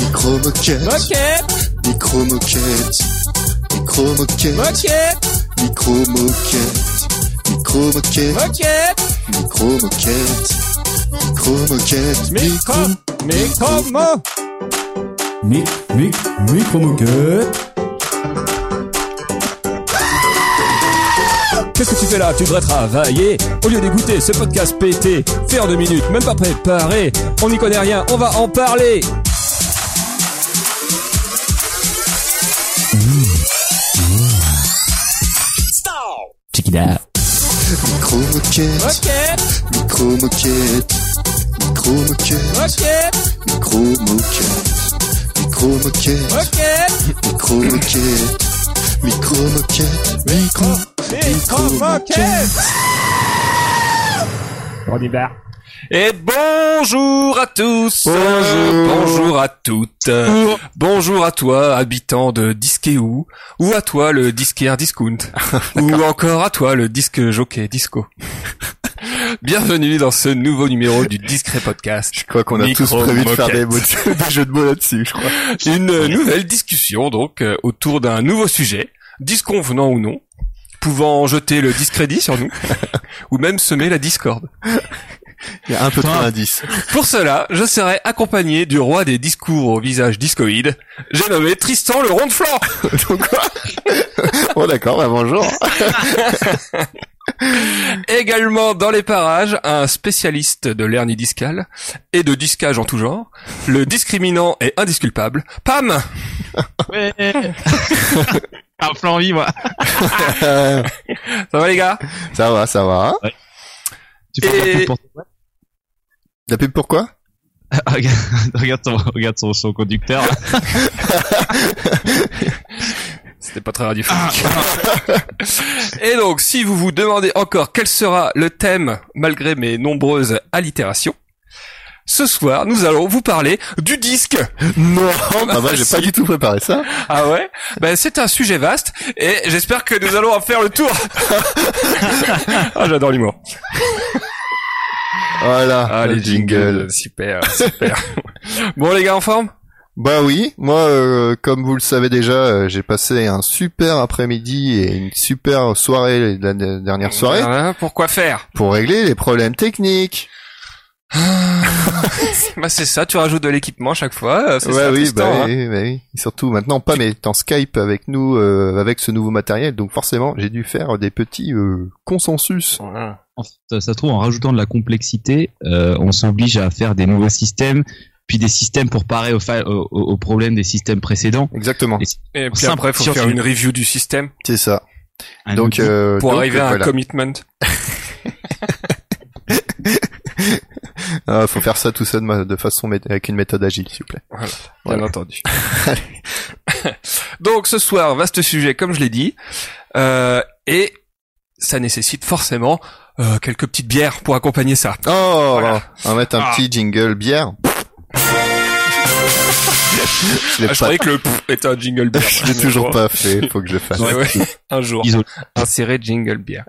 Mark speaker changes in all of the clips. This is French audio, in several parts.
Speaker 1: Micro-moquette.
Speaker 2: Moquette,
Speaker 1: Micro-moquette. Micro-moquette.
Speaker 2: moquette,
Speaker 1: Micro-moquette. Micro-moquette.
Speaker 2: moquette,
Speaker 1: Micro-moquette. Micro-moquette.
Speaker 2: micro, micro, mo,
Speaker 3: Mic, mic, micro-moquette.
Speaker 2: Qu'est-ce que tu fais là Tu devrais travailler. Au lieu d'écouter ce podcast pété, fait en deux minutes, même pas préparé. On n'y connaît rien, on va en parler.
Speaker 3: Check it out.
Speaker 1: Micro-moquette.
Speaker 2: Moquette,
Speaker 1: Micro-moquette. Micro-moquette.
Speaker 2: moquette,
Speaker 1: Micro-moquette. Micro-moquette.
Speaker 2: moquette,
Speaker 1: Micro-moquette. Micro-moquette. Micro.
Speaker 2: moquette. On y va.
Speaker 4: Et bonjour à tous
Speaker 1: Bonjour.
Speaker 4: Bonjour à toutes Bonjour à toi, habitant de Disquéou, ou à toi le disquaire discount, ou encore à toi le disque jockey disco. Bienvenue dans ce nouveau numéro du Discret Podcast.
Speaker 5: Je crois qu'on a tous prévu de faire des, mots de- des jeux de mots là-dessus, je crois.
Speaker 4: Une euh, nouvelle discussion donc euh, autour d'un nouveau sujet, disconvenant ou non, pouvant jeter le discrédit sur nous, ou même semer la discorde.
Speaker 5: Il y a un peu trop d'indices.
Speaker 4: Pour cela, je serai accompagné du roi des discours au visage discoïde, j'ai nommé Tristan le rond de flanc.
Speaker 5: Bon, d'accord, bah, bonjour.
Speaker 4: Également dans les parages, un spécialiste de l'hernie discale et de discage en tout genre, le discriminant et indisculpable, Pam
Speaker 6: Ouais. Un plan vie, moi.
Speaker 5: Euh,
Speaker 4: Ça va les gars
Speaker 5: ça va, ça va. hein
Speaker 6: Tu peux faire
Speaker 4: Et-
Speaker 6: tout pour
Speaker 5: La pub pourquoi
Speaker 6: Ah, regarde, regarde son, regarde son, son conducteur.
Speaker 4: C'était pas très radiophonique. et donc, si vous vous demandez encore quel sera le thème, malgré mes nombreuses allitérations, ce soir, nous allons vous parler du disque
Speaker 5: Non, bah, bah, j'ai
Speaker 4: si.
Speaker 5: pas du tout préparé ça.
Speaker 4: Ah ouais Ben c'est un sujet vaste et j'espère que nous allons en faire le tour. ah j'adore l'humour.
Speaker 5: Voilà.
Speaker 4: Ah
Speaker 5: le
Speaker 4: les jingles, super, super. bon les gars en forme
Speaker 5: Bah oui, moi, euh, comme vous le savez déjà, euh, j'ai passé un super après-midi et une super soirée, la la dernière soirée,
Speaker 4: Hein, Pourquoi faire
Speaker 5: pour régler les problèmes techniques.
Speaker 4: Bah c'est ça, tu rajoutes de l'équipement à chaque fois. euh, C'est
Speaker 5: Ouais,
Speaker 4: ça,
Speaker 5: oui,
Speaker 4: Tristan,
Speaker 5: bah,
Speaker 4: hein.
Speaker 5: oui, bah oui. Et surtout maintenant, Pam est en Skype avec nous, euh, avec ce nouveau matériel, donc forcément, j'ai dû faire des petits euh, consensus.
Speaker 6: En fait, ça se trouve, en rajoutant de la complexité, euh, on s'oblige à faire des nouveaux systèmes, puis des systèmes pour parer aux fa- aux- aux- aux problèmes des systèmes précédents.
Speaker 5: Exactement,
Speaker 4: Et puis
Speaker 6: Simple,
Speaker 4: après, faut
Speaker 6: sur-
Speaker 4: faire une review du système
Speaker 5: c'est ça.
Speaker 6: Un
Speaker 5: Donc,
Speaker 6: outil-
Speaker 5: euh,
Speaker 4: pour
Speaker 5: donc,
Speaker 4: arriver à un
Speaker 5: voilà.
Speaker 4: commitment.
Speaker 5: Ah, faut faire ça tout ça de, ma- de façon mé- avec une méthode agile, s'il vous plaît.
Speaker 4: Bien
Speaker 5: Voilà.
Speaker 4: entendu. Donc ce soir, vaste sujet, comme je l'ai dit, euh, et ça nécessite forcément euh, quelques petites bières pour accompagner ça.
Speaker 5: Oh,
Speaker 4: Voilà.
Speaker 5: on va mettre un
Speaker 4: Ah.
Speaker 5: petit jingle bière. je
Speaker 4: Ah, je
Speaker 5: l'ai pas,
Speaker 4: croyais que le pff était un jingle beer.
Speaker 5: je l'ai toujours pas fait. Faut que je fasse.
Speaker 4: Ouais, ouais. Un jour.
Speaker 6: Isolé.
Speaker 4: Insérer jingle beer.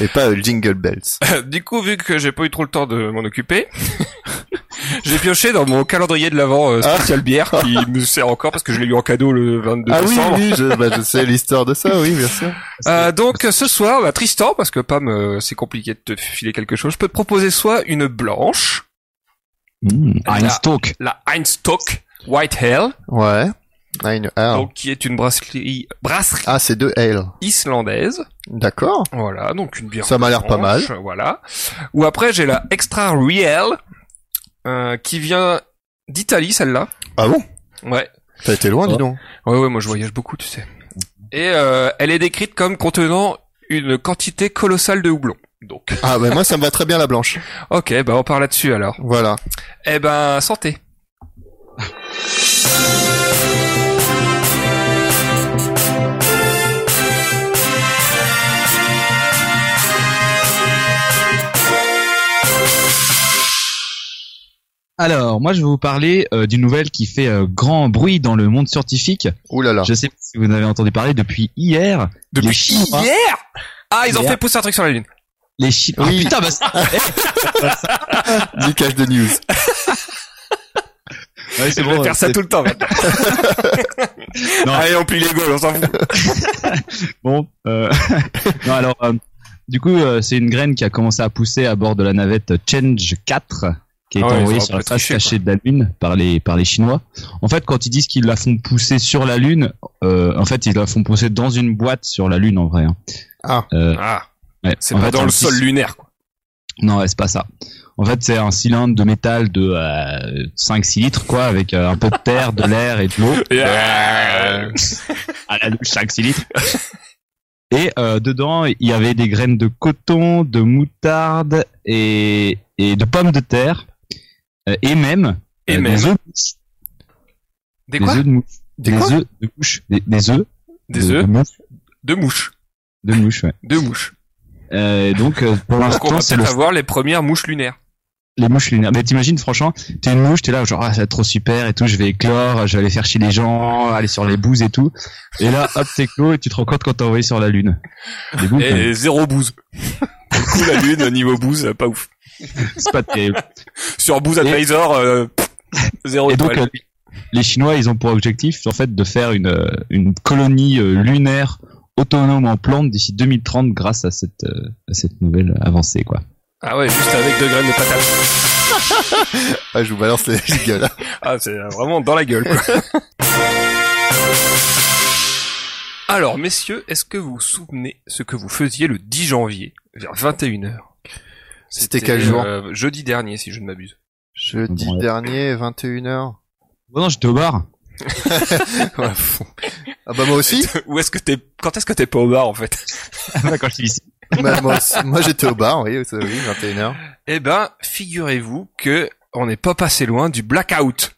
Speaker 5: Et pas euh, jingle bells.
Speaker 4: du coup, vu que j'ai pas eu trop le temps de m'en occuper, j'ai pioché dans mon calendrier de l'avant euh, spécial bière qui me sert encore parce que je l'ai eu en cadeau le 22
Speaker 5: ah oui,
Speaker 4: décembre.
Speaker 5: oui, je, bah, je sais l'histoire de ça, oui, bien sûr.
Speaker 4: Euh, donc euh, ce soir, bah, Tristan, parce que Pam, euh, c'est compliqué de te filer quelque chose, je peux te proposer soit une blanche,
Speaker 6: Mmh,
Speaker 4: Ah.
Speaker 6: Einstock.
Speaker 4: la Einstock White Hell,
Speaker 5: Ouais. Ah, une- ah.
Speaker 4: donc qui est une brasserie, brasserie
Speaker 5: Ah, c'est deux ale.
Speaker 4: islandaise.
Speaker 5: D'accord.
Speaker 4: Voilà, donc une bière.
Speaker 5: Ça m'a l'air pas mal.
Speaker 4: blanche, Voilà. Ou après j'ai la Extra Real euh, qui vient d'Italie, celle-là.
Speaker 5: Ah bon?
Speaker 4: Ouais.
Speaker 5: T'as été loin, dis donc.
Speaker 4: Ouais, ouais, moi je voyage beaucoup, tu sais. Et euh, elle est décrite comme contenant une quantité colossale de houblon. Donc,
Speaker 5: Ah, bah, moi, ça me va très bien, la blanche.
Speaker 4: ok, bah on part là-dessus alors.
Speaker 5: Voilà.
Speaker 4: Eh ben, santé.
Speaker 6: Alors, moi, je vais vous parler euh, d'une nouvelle qui fait euh, grand bruit dans le monde scientifique.
Speaker 5: Ouh là là.
Speaker 6: Je sais pas si vous en avez entendu parler depuis hier. les Chinois-
Speaker 4: hier Ah, ils ont
Speaker 6: Hier.
Speaker 4: fait pousser un truc sur la lune.
Speaker 6: Les Chinois.
Speaker 5: Oui.
Speaker 6: Ah, putain, bah, c'est-
Speaker 5: Du cache de news.
Speaker 6: Ouais, c'est
Speaker 4: Je vais
Speaker 6: bon,
Speaker 4: faire ça
Speaker 6: c'est-
Speaker 4: tout le temps maintenant.
Speaker 6: Non.
Speaker 4: Allez, on plie les gaules, on s'en fout.
Speaker 6: Bon, euh, non, alors, euh, du coup, euh, c'est une graine qui a commencé à pousser à bord de la navette Change 4, qui
Speaker 4: Ah ouais,
Speaker 6: a été
Speaker 4: ils
Speaker 6: envoyée
Speaker 4: ont
Speaker 6: sur la
Speaker 4: pas
Speaker 6: trace
Speaker 4: triché,
Speaker 6: cachée de la Lune par les, par les Chinois. En fait, quand ils disent qu'ils la font pousser sur la Lune, euh, en fait, ils la font pousser dans une boîte sur la Lune, en vrai. hein.
Speaker 5: Ah.
Speaker 6: Euh,
Speaker 4: Ah,
Speaker 6: ouais.
Speaker 4: c'est
Speaker 6: En
Speaker 4: pas
Speaker 6: fait,
Speaker 4: dans
Speaker 6: un
Speaker 4: le
Speaker 6: petit-
Speaker 4: sol lunaire, quoi.
Speaker 6: Non, ouais, c'est pas ça. En fait, c'est un cylindre de métal de euh, 5-6 litres, quoi, avec euh, un peu de terre, de l'air et de l'eau.
Speaker 4: Euh,
Speaker 6: à la douche 5 litres. Et euh, dedans, il y avait des graines de coton, de moutarde et, et de pommes de terre. Euh, et même,
Speaker 4: Et
Speaker 6: euh,
Speaker 4: même.
Speaker 6: des œufs de mouche.
Speaker 4: Des
Speaker 6: Des
Speaker 4: quoi
Speaker 6: œufs de mouche.
Speaker 4: Des
Speaker 6: Des
Speaker 4: quoi
Speaker 6: œufs de mouche. Des, des œufs
Speaker 4: Des
Speaker 6: de-
Speaker 4: œufs
Speaker 6: de mouche.
Speaker 4: De mouches.
Speaker 6: De mouche, ouais.
Speaker 4: De mouches.
Speaker 6: Euh, et donc, euh, pour
Speaker 4: Donc on va
Speaker 6: l'instant, c'est
Speaker 4: peut-être
Speaker 6: le-
Speaker 4: avoir les premières mouches lunaires.
Speaker 6: les mouches lunaires. Mais t'imagines, franchement, t'es une mouche, t'es là, genre, ah, ça va être trop super et tout, je vais éclore, je vais aller faire chier les gens, aller sur les bouses et tout. Et là, hop, t'éclos et tu te rends compte quand t'es envoyé sur la Lune. Des boules, euh, quand même.
Speaker 4: Et zéro bouse. Pour le coup, la lune, au niveau bouse, euh, pas ouf.
Speaker 6: c'est pas terrible.
Speaker 4: Sur Booze Advisor, euh, pff, zéro
Speaker 6: Et donc,
Speaker 4: étoile.
Speaker 6: euh, les Chinois, ils ont pour objectif, en fait, de faire une, euh, une colonie euh, lunaire autonome en plantes d'ici 2030 grâce à cette, euh, à cette nouvelle avancée, quoi.
Speaker 4: Ah ouais, juste avec deux graines de patate.
Speaker 5: Ah, je vous balance les gueules. là.
Speaker 4: Ah, c'est vraiment dans la gueule, quoi. Alors, messieurs, est-ce que vous vous souvenez ce que vous faisiez le 10 janvier, vers 21h
Speaker 5: C'était quel jour
Speaker 4: euh, Jeudi dernier, si je ne m'abuse.
Speaker 5: Jeudi
Speaker 6: Ouais.
Speaker 5: dernier, 21h.
Speaker 6: Bon, non, j'étais au bar.
Speaker 5: Ah bah moi aussi.
Speaker 4: Où est-ce que t'es Quand est-ce que t'es pas au bar, en fait
Speaker 6: Quand je suis ici.
Speaker 5: Bah, moi aussi. Moi, j'étais au bar, oui, ça, oui, 21h.
Speaker 4: Eh ben, figurez-vous que on n'est pas passé loin du blackout.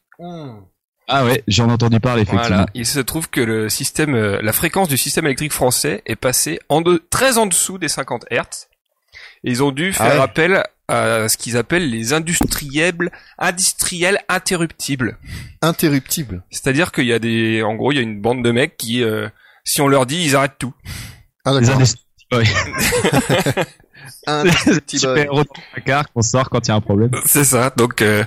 Speaker 6: Ah ouais, j'en ai entendu parler, effectivement.
Speaker 4: Voilà, il se trouve que le système, euh, la fréquence du système électrique français est passée en de, très en dessous des 50 Hertz. Et ils ont dû faire
Speaker 5: Ah ouais.
Speaker 4: appel à ce qu'ils appellent les industriels, industriels interruptibles.
Speaker 5: Interruptible.
Speaker 4: C'est-à-dire qu'il y a des, en gros, il y a une bande de mecs qui, euh, si on leur dit, ils arrêtent tout.
Speaker 5: Ah
Speaker 6: Les
Speaker 5: d'accord.
Speaker 6: industries. super
Speaker 5: Interruptible.
Speaker 6: héros de placard qu'on sort quand il y a un problème.
Speaker 4: C'est ça. Donc, euh,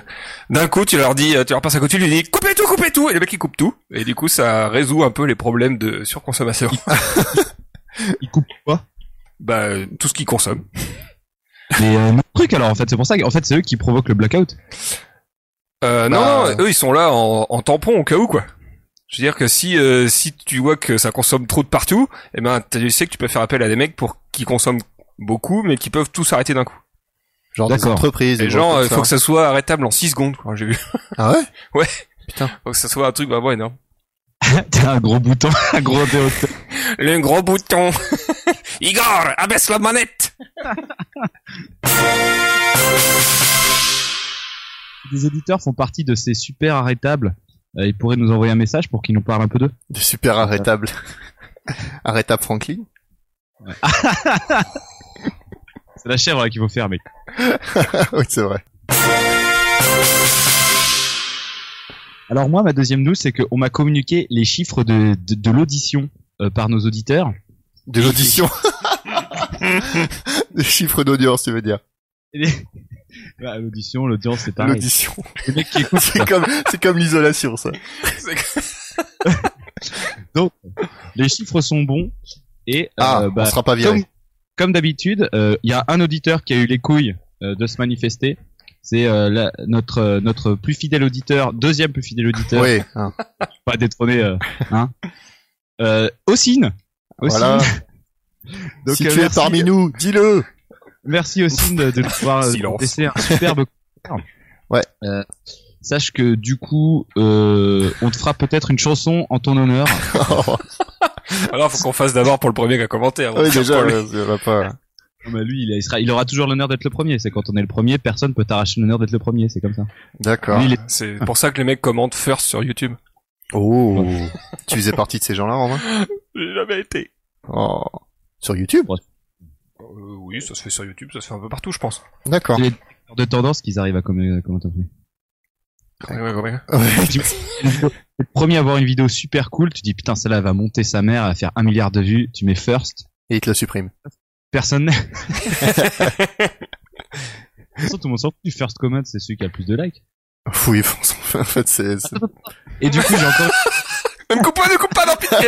Speaker 4: d'un coup, tu leur dis, euh, tu leur passes à côté, tu lui dis, coupez tout, coupez tout, et le mec il coupe tout. Et du coup, ça résout un peu les problèmes de surconsommation.
Speaker 6: Ils coupent quoi
Speaker 4: bah, euh, tout ce qu'ils consomment.
Speaker 6: Mais euh, notre truc, alors, en fait, c'est pour ça qu'en fait, c'est eux qui provoquent le blackout.
Speaker 4: Euh,
Speaker 5: Bah,
Speaker 4: non, non, eux ils sont là en, en tampon au cas où quoi. Je veux dire que si euh, si tu vois que ça consomme trop de partout, eh ben tu sais que tu peux faire appel à des mecs pour qui consomment beaucoup mais qui peuvent tous s'arrêter d'un coup.
Speaker 5: Genre des
Speaker 6: D'accord.
Speaker 5: entreprises. des
Speaker 4: Et genre
Speaker 5: trucs
Speaker 4: il
Speaker 5: comme
Speaker 4: faut que ça hein. soit arrêtable en 6 secondes quoi, j'ai vu.
Speaker 5: Ah ouais
Speaker 4: Faut que ça soit un truc vraiment énorme.
Speaker 6: T'as un gros bouton, un gros interrupteur.
Speaker 4: Le gros bouton. Igor, abaisse la manette.
Speaker 6: Les auditeurs font partie de ces super arrêtables. Euh, ils pourraient nous envoyer un message pour qu'ils nous parlent un peu d'eux.
Speaker 5: Des super arrêtables. Arrêtable Franklin.
Speaker 6: C'est la chèvre là qu'il faut faire, mec.
Speaker 5: Ah oui, c'est vrai.
Speaker 6: Alors moi, ma deuxième news, c'est qu'on m'a communiqué les chiffres de, de, de l'audition euh, par nos auditeurs.
Speaker 5: De l'audition. Des chiffres d'audience, tu veux dire.
Speaker 6: Et les- Bah, l'audition, l'audience, c'est pareil. Euh,
Speaker 5: L'audition.
Speaker 6: Les mecs qui écoutent,
Speaker 5: C'est comme, c'est comme l'isolation, ça.
Speaker 6: les chiffres sont bons. Et euh,
Speaker 5: Ah,
Speaker 6: bah,
Speaker 5: on sera pas viré.
Speaker 6: comme, comme d'habitude, euh, il y a un auditeur qui a eu les couilles euh, de se manifester. C'est euh, la- notre euh, notre plus fidèle auditeur, deuxième plus fidèle auditeur,
Speaker 5: Oui. hein.
Speaker 6: pas détrôné, euh, hein. Euh, Ossine. Ossine.
Speaker 5: Voilà.
Speaker 6: Donc,
Speaker 5: si
Speaker 6: euh,
Speaker 5: tu es
Speaker 6: merci.
Speaker 5: parmi nous, dis-le.
Speaker 6: Merci aussi de, de pouvoir euh,
Speaker 4: Silence.
Speaker 6: laisser un superbe commentaire.
Speaker 5: Ouais.
Speaker 6: Euh, sache que du coup, euh, on te fera peut-être une chanson en ton honneur.
Speaker 4: Alors faut qu'on fasse d'abord pour le premier qui a commenté. avant de
Speaker 5: oui,
Speaker 4: faire
Speaker 5: déjà,
Speaker 4: pour lui.
Speaker 5: ouais, ça va pas.
Speaker 6: Non, mais Ah, bah lui, il, a- il sera, il aura toujours l'honneur d'être le premier. C'est quand on est le premier, personne peut t'arracher l'honneur d'être le premier. C'est comme ça.
Speaker 5: D'accord.
Speaker 6: Lui, il est-
Speaker 4: C'est pour ça que les mecs commentent first sur YouTube.
Speaker 5: Oh. tu faisais partie de ces gens-là, Romain?
Speaker 4: J'ai jamais été.
Speaker 5: Oh. Sur YouTube?
Speaker 4: Euh, oui, ça se fait sur YouTube, ça se fait un peu partout, je pense.
Speaker 5: D'accord.
Speaker 6: de tendance qu'ils arrivent à commen- commenter.
Speaker 4: Ouais, ouais, ouais.
Speaker 6: Le premier à avoir une vidéo super cool, tu dis putain, celle-là elle va monter sa mère, elle va faire un milliard de vues. Tu mets first.
Speaker 5: Et il te le supprime.
Speaker 6: Personne. De toute façon, tout le monde s'en fout. du First comment, c'est celui qui a le plus de likes.
Speaker 5: Oui, François, en fait, c'est, c'est-
Speaker 6: Et du coup, j'ai encore,
Speaker 4: Ne me coupe pas, ne me coupe pas, non, pitié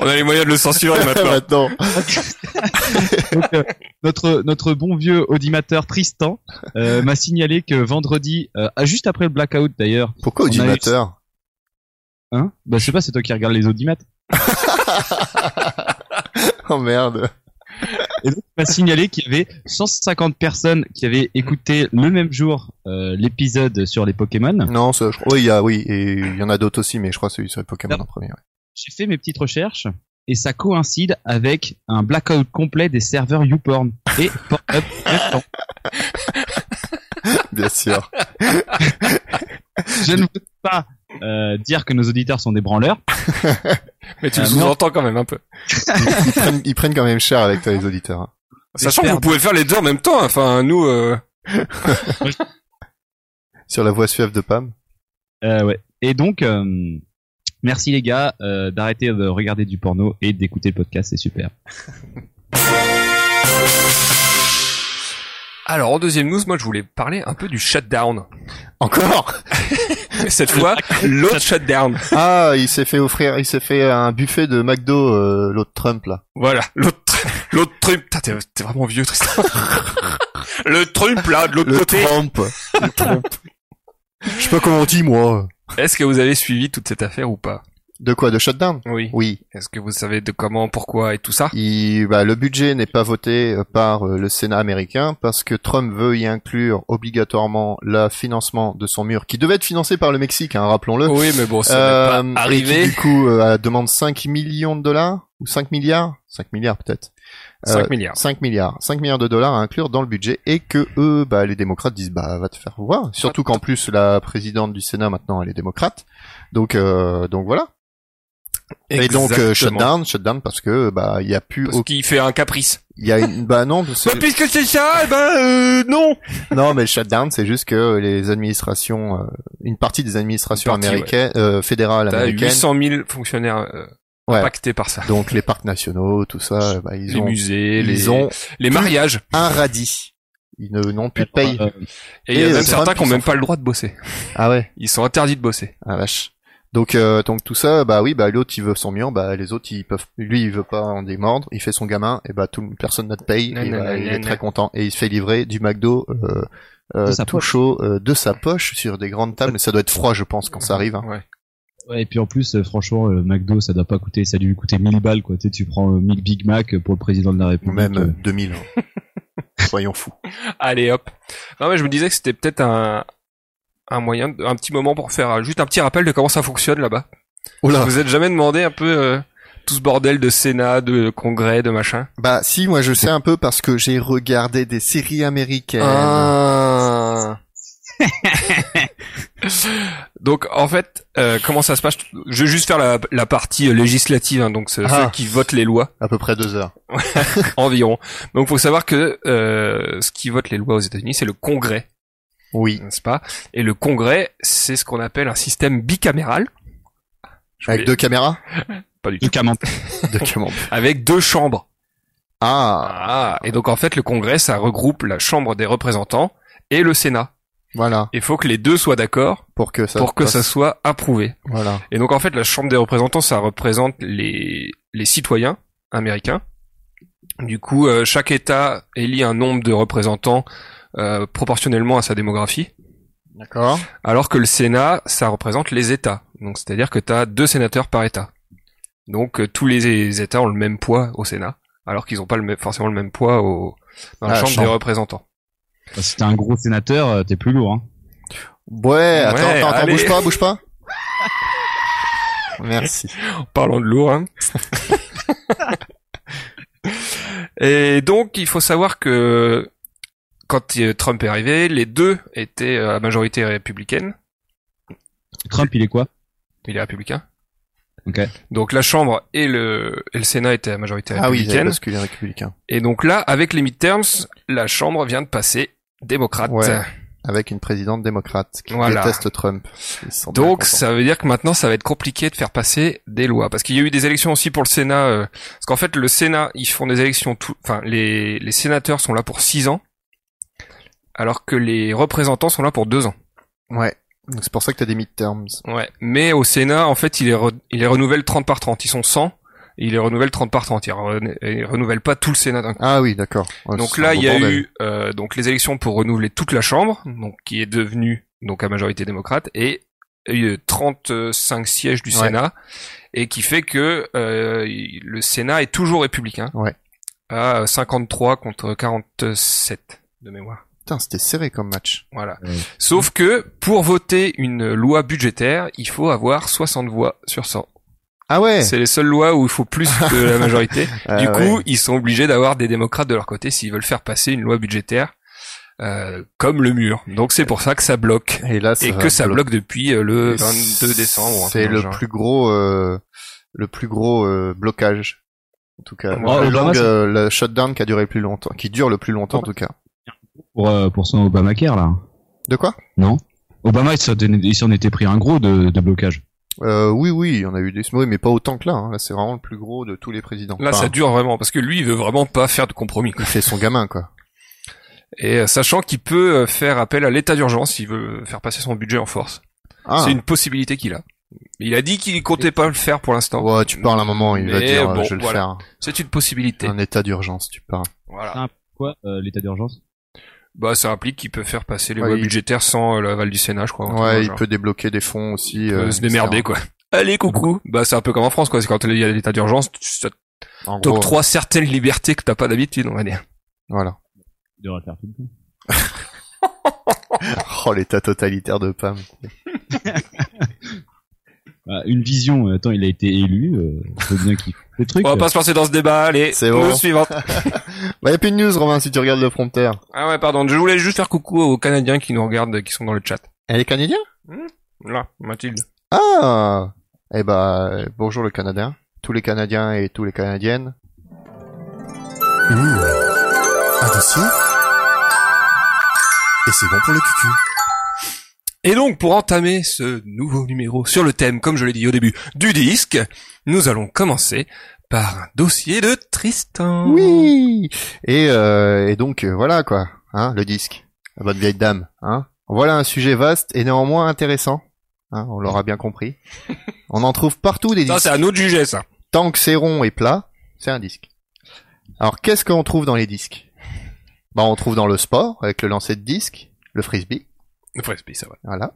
Speaker 4: On a les moyens de le censurer maintenant.
Speaker 5: maintenant.
Speaker 6: donc, euh, notre, notre bon vieux audimateur Tristan, euh, m'a signalé que vendredi, euh, ah, juste après le blackout d'ailleurs,
Speaker 5: Pourquoi
Speaker 6: On a eu-
Speaker 5: audimateur?
Speaker 6: hein, bah, je sais pas, c'est toi qui regardes les audimates.
Speaker 5: Oh merde.
Speaker 6: Et donc, il m'a signalé qu'il y avait 150 personnes qui avaient écouté le même jour euh, l'épisode sur les Pokémon.
Speaker 5: Non, ça, je crois. Oui, il y a, oui, et il y en a d'autres aussi, mais je crois que celui sur les Pokémon
Speaker 6: Non.
Speaker 5: en premier. ouais.
Speaker 6: J'ai fait mes petites recherches et ça coïncide avec un blackout complet des serveurs YouPorn et Pornhub en même temps.
Speaker 5: Bien sûr.
Speaker 6: Je ne veux pas euh, dire que nos auditeurs sont des branleurs.
Speaker 4: Mais tu
Speaker 6: Ah,
Speaker 4: le sous-entends quand même un peu.
Speaker 5: Ils prennent, ils prennent quand même cher avec toi, les auditeurs. hein.
Speaker 4: Sachant que
Speaker 2: perds.
Speaker 4: vous pouvez le faire les deux en même temps. hein. Enfin, nous, euh,
Speaker 5: Sur la voix suave de Pam.
Speaker 6: Euh, ouais. Et donc, euh, merci les gars euh, d'arrêter de regarder du porno et d'écouter le podcast, c'est super.
Speaker 4: Alors, en deuxième news, moi, je voulais parler un peu du shutdown.
Speaker 5: Encore?
Speaker 4: Cette fois, l'autre shutdown.
Speaker 5: Ah, il s'est fait offrir, il s'est fait un buffet de McDo, euh, l'autre Trump, là.
Speaker 4: Voilà, l'autre, l'autre truc. Putain, t'es- t'es vraiment vieux, Tristan. Le truc, là, de l'autre
Speaker 5: Le
Speaker 4: côté.
Speaker 5: Trump. Le Trump. Je sais pas comment on dit, moi.
Speaker 4: Est-ce que vous avez suivi toute cette affaire ou pas
Speaker 5: De quoi? De shutdown?
Speaker 4: Oui.
Speaker 5: Oui.
Speaker 4: Est-ce que vous savez de comment, pourquoi et tout ça
Speaker 5: Il, bah, le budget n'est pas voté euh, par euh, le Sénat américain parce que Trump veut y inclure obligatoirement le financement de son mur qui devait être financé par le Mexique, hein, rappelons-le.
Speaker 4: Oui, mais bon, Oh, ça
Speaker 5: Euh,
Speaker 4: n'est
Speaker 5: et
Speaker 4: pas
Speaker 5: qui,
Speaker 4: arrivé.
Speaker 5: Du coup, euh, elle demande 5 millions de dollars ou 5 milliards 5 milliards peut-être. euh,
Speaker 4: 5 milliards.
Speaker 5: 5 milliards. 5 milliards de dollars à inclure dans le budget et que eux, bah, les démocrates disent, bah, va te faire voir. Surtout qu'en plus, la présidente du Sénat maintenant, elle est démocrate. Donc, euh, donc voilà. Et donc, euh,
Speaker 4: Exactement.
Speaker 5: shutdown, shutdown parce que, bah, il y a plus
Speaker 4: Parce qu'il fait un caprice.
Speaker 5: Il y a une, bah non, c'est-
Speaker 4: Bah, puisque c'est ça, eh ben, euh, non.
Speaker 5: non, mais le shutdown, c'est juste que les administrations, euh, une partie des administrations
Speaker 4: Une partie,
Speaker 5: américaines, euh, fédérales
Speaker 4: T'as
Speaker 5: américaines,
Speaker 4: 800 000 fonctionnaires euh,
Speaker 5: Ouais.
Speaker 4: impactés par ça.
Speaker 5: donc les parcs nationaux, tout ça, euh, bah, ils
Speaker 4: les
Speaker 5: ont,
Speaker 4: musées,
Speaker 5: ils
Speaker 4: les,
Speaker 5: ont
Speaker 4: les mariages.
Speaker 5: un radis. Ils ne n'ont plus de paye.
Speaker 6: Euh,
Speaker 4: Et il y a
Speaker 5: Et
Speaker 4: même
Speaker 5: Trump,
Speaker 4: certains qui ont
Speaker 5: ils
Speaker 4: même
Speaker 5: s'en
Speaker 4: pas le droit de bosser.
Speaker 5: Ah ouais,
Speaker 4: Ils sont interdits de bosser.
Speaker 5: ah vache. Donc, euh, donc tout ça, bah oui, bah l'autre il veut son mur, bah les autres ils peuvent, lui il veut pas en démordre, il fait son gamin, et bah tout, personne n'a de paye, et
Speaker 4: Nanana,
Speaker 5: bah, il est
Speaker 4: nanana.
Speaker 5: très content, et il se fait livrer du McDo euh, euh,
Speaker 6: De sa
Speaker 5: tout
Speaker 6: poche. Euh,
Speaker 5: chaud euh, de sa poche sur des grandes tables, mais ça doit être froid je pense quand ça arrive. hein.
Speaker 4: Ouais.
Speaker 6: Ouais, et puis en plus, euh, franchement, le McDo, ça doit pas coûter, ça doit lui coûter 1000 balles, quoi. Tu, sais, tu prends euh, 1000 Big Mac pour le président de la
Speaker 5: Ou
Speaker 6: République.
Speaker 5: même
Speaker 6: euh.
Speaker 5: euh, 2000. hein. Soyons fous.
Speaker 4: Allez hop. Non mais je me disais que c'était peut-être un un moyen, de- un petit moment pour faire euh, juste un petit rappel de comment ça fonctionne là-bas.
Speaker 5: Oh
Speaker 4: Vous vous êtes jamais demandé un peu euh, tout ce bordel de Sénat, de congrès, de machin
Speaker 5: Bah si, moi je sais un peu parce que j'ai regardé des séries américaines.
Speaker 4: Ah. donc en fait, euh, comment ça se passe Je vais juste faire la, la partie euh, législative, hein, donc ce-
Speaker 5: Ah.
Speaker 4: ceux qui votent les lois
Speaker 5: À peu près deux heures.
Speaker 4: environ. Donc faut savoir que euh, ce qui vote les lois aux États-Unis, c'est le Congrès,
Speaker 5: Oui.
Speaker 4: n'est-ce pas Et le Congrès, c'est ce qu'on appelle un système bicaméral. Je
Speaker 5: Avec
Speaker 4: voulais-
Speaker 5: deux caméras
Speaker 4: pas du tout.
Speaker 6: Deux camans.
Speaker 5: Deux caméras.
Speaker 4: Avec deux chambres.
Speaker 5: Ah,
Speaker 4: Ah. Et donc en fait, le Congrès, ça regroupe la Chambre des représentants et le Sénat.
Speaker 5: voilà.
Speaker 4: Il faut que les deux soient d'accord
Speaker 5: Pour que ça...
Speaker 4: pour que
Speaker 5: passe.
Speaker 4: ça soit approuvé.
Speaker 5: Voilà.
Speaker 4: Et donc en fait, la Chambre des représentants, ça représente les, les citoyens américains. Du coup, euh, chaque État élit un nombre de représentants euh, proportionnellement à sa démographie,
Speaker 5: D'accord.
Speaker 4: alors que le Sénat, ça représente les États. Donc c'est-à-dire que tu as deux sénateurs par État. Donc euh, tous les États ont le même poids au Sénat, alors qu'ils n'ont pas le même, forcément le même poids au, dans la
Speaker 5: Ah,
Speaker 4: Chambre
Speaker 5: chambre.
Speaker 4: des représentants.
Speaker 6: Bah, Si t'es un gros sénateur, euh, t'es plus lourd, hein.
Speaker 5: Ouais, attends,
Speaker 4: Ouais,
Speaker 5: attends, attends,
Speaker 4: allez.
Speaker 5: bouge pas, bouge pas. Merci.
Speaker 4: Parlons de lourd. Hein. Et donc, il faut savoir que quand euh, Trump est arrivé, les deux étaient euh, à majorité républicaine.
Speaker 6: Trump, il est quoi
Speaker 4: Il est républicain.
Speaker 6: Ok.
Speaker 4: Donc la Chambre et le, et le Sénat étaient à majorité
Speaker 5: Ah oui,
Speaker 4: républicaine.
Speaker 5: parce qu'il est républicain.
Speaker 4: et donc là, avec les midterms, la Chambre vient de passer démocrate.
Speaker 5: Ouais. Avec une présidente démocrate qui
Speaker 4: Voilà.
Speaker 5: déteste Trump. Ils sont bien
Speaker 4: Donc
Speaker 5: contents.
Speaker 4: ça veut dire que maintenant ça va être compliqué de faire passer des lois parce qu'il y a eu des élections aussi pour le Sénat euh, parce qu'en fait le Sénat ils font des élections tout enfin les les sénateurs sont là pour six ans alors que les représentants sont là pour deux ans.
Speaker 5: Ouais. Donc c'est pour ça que t'as des midterms.
Speaker 4: Ouais. Mais au Sénat, en fait, il les, re- il les renouvelle 30 par 30. Ils sont 100, et il les renouvelle 30 par 30. Ils, re- ils renouvellent pas tout le Sénat d'un coup.
Speaker 5: Ah oui, d'accord. Ouais,
Speaker 4: Donc
Speaker 5: c'est
Speaker 4: là,
Speaker 5: un
Speaker 4: il
Speaker 5: gros
Speaker 4: y a
Speaker 5: bordel.
Speaker 4: eu euh, donc les élections pour renouveler toute la Chambre, donc qui est devenue donc à majorité démocrate et euh, 35 sièges du
Speaker 5: Ouais.
Speaker 4: Sénat et qui fait que euh, il- le Sénat est toujours républicain
Speaker 5: Ouais.
Speaker 4: à 53 contre 47 de mémoire.
Speaker 5: Putain, c'était serré comme match.
Speaker 4: Voilà. Sauf que pour voter une loi budgétaire, il faut avoir 60 voix sur 100.
Speaker 5: Ah ouais.
Speaker 4: C'est les seules lois où il faut plus que la majorité.
Speaker 5: Ah
Speaker 4: Du
Speaker 5: ouais.
Speaker 4: coup, ils sont obligés d'avoir des démocrates de leur côté s'ils veulent faire passer une loi budgétaire euh, comme le mur. Donc c'est pour ça que ça bloque.
Speaker 5: Et là, ça
Speaker 4: Et
Speaker 5: va
Speaker 4: que ça
Speaker 5: bloquer.
Speaker 4: bloque depuis euh, le
Speaker 5: Et
Speaker 4: 22 décembre.
Speaker 5: C'est
Speaker 4: hein,
Speaker 5: le
Speaker 4: genre.
Speaker 5: plus gros, euh, le plus gros euh, blocage. En tout cas, le,
Speaker 6: Oh,
Speaker 5: plus
Speaker 6: Obama,
Speaker 5: long,
Speaker 6: c'est-
Speaker 5: euh, le shutdown qui a duré le plus longtemps, qui dure le plus longtemps en tout cas.
Speaker 6: pour, euh, pour son Obamacare, là.
Speaker 5: De quoi
Speaker 6: Obama, il s'en tenait- il s'en était pris un gros de, de blocage.
Speaker 5: euh, Oui, oui, on a eu des oui, mais pas autant que là. hein. Là, c'est vraiment le plus gros de tous les présidents.
Speaker 4: Là,
Speaker 5: Enfin,
Speaker 4: ça dure vraiment parce que lui, il veut vraiment pas faire de compromis. quoi.
Speaker 5: il fait son gamin, quoi.
Speaker 4: Et euh, sachant qu'il peut euh, faire appel à l'état d'urgence s'il veut faire passer son budget en force.
Speaker 5: Ah.
Speaker 4: C'est une possibilité qu'il a. Il a dit qu'il comptait pas le faire pour l'instant.
Speaker 5: Ouais, tu parles un moment, il va
Speaker 4: Mais
Speaker 5: dire euh,
Speaker 4: bon,
Speaker 5: je vais
Speaker 4: voilà.
Speaker 5: le faire.
Speaker 4: C'est une possibilité.
Speaker 5: Un état d'urgence, tu parles.
Speaker 4: Voilà.
Speaker 6: Quoi euh, L'état d'urgence
Speaker 4: Bah, ça implique qu'il peut faire passer les
Speaker 5: Ouais,
Speaker 4: lois
Speaker 5: il-
Speaker 4: budgétaires sans euh, l'aval du Sénat, je crois. un truc dans le
Speaker 5: Ouais, il
Speaker 4: genre.
Speaker 5: peut débloquer des fonds aussi.
Speaker 4: Euh,
Speaker 5: euh,
Speaker 4: se démerder
Speaker 5: etc.
Speaker 4: quoi. Allez coucou. Bah c'est un peu comme en France quoi, c'est quand il y a l'état d'urgence, tu- ça
Speaker 5: En gros,
Speaker 4: t'octroie certaines libertés que t'as pas d'habitude on va dire.
Speaker 5: voilà.
Speaker 6: Il devrait faire tout le temps.
Speaker 5: Oh, l'état totalitaire de Pam.
Speaker 6: Bah, une vision. Attends, il a été élu. Euh, faut bien qu'il fasse des trucs.
Speaker 4: On va pas se lancer dans ce débat, allez,
Speaker 5: C'est
Speaker 4: news
Speaker 5: bon.
Speaker 4: suivante.
Speaker 5: Bah, y a plus de news, Romain, si tu regardes le frontière.
Speaker 4: Ah ouais pardon, je voulais juste faire coucou aux Canadiens qui nous regardent, qui sont dans le chat.
Speaker 5: Elle est canadienne?
Speaker 4: Là, Mathilde.
Speaker 5: Ah Eh bah, euh, bonjour le Canadien. Tous les Canadiens et tous les Canadiennes.
Speaker 1: Un dossier Et c'est bon pour le cucu.
Speaker 4: Et donc pour entamer ce nouveau numéro sur le thème, comme je l'ai dit au début, du disque, nous allons commencer par un dossier de Tristan.
Speaker 5: Oui Et, euh, et donc, euh, voilà quoi, hein, le disque. La Bonne vieille dame, hein. Voilà un sujet vaste et néanmoins intéressant. Hein, on l'aura bien compris. on en trouve partout des
Speaker 4: Ça
Speaker 5: disques.
Speaker 4: c'est à nous de juger ça.
Speaker 5: Tant que c'est rond et plat, c'est un disque. Alors, qu'est-ce qu'on trouve dans les disques Bah, on trouve dans le sport, avec le lancer de disque, le frisbee.
Speaker 4: Le frisbee, ça va.
Speaker 5: Voilà.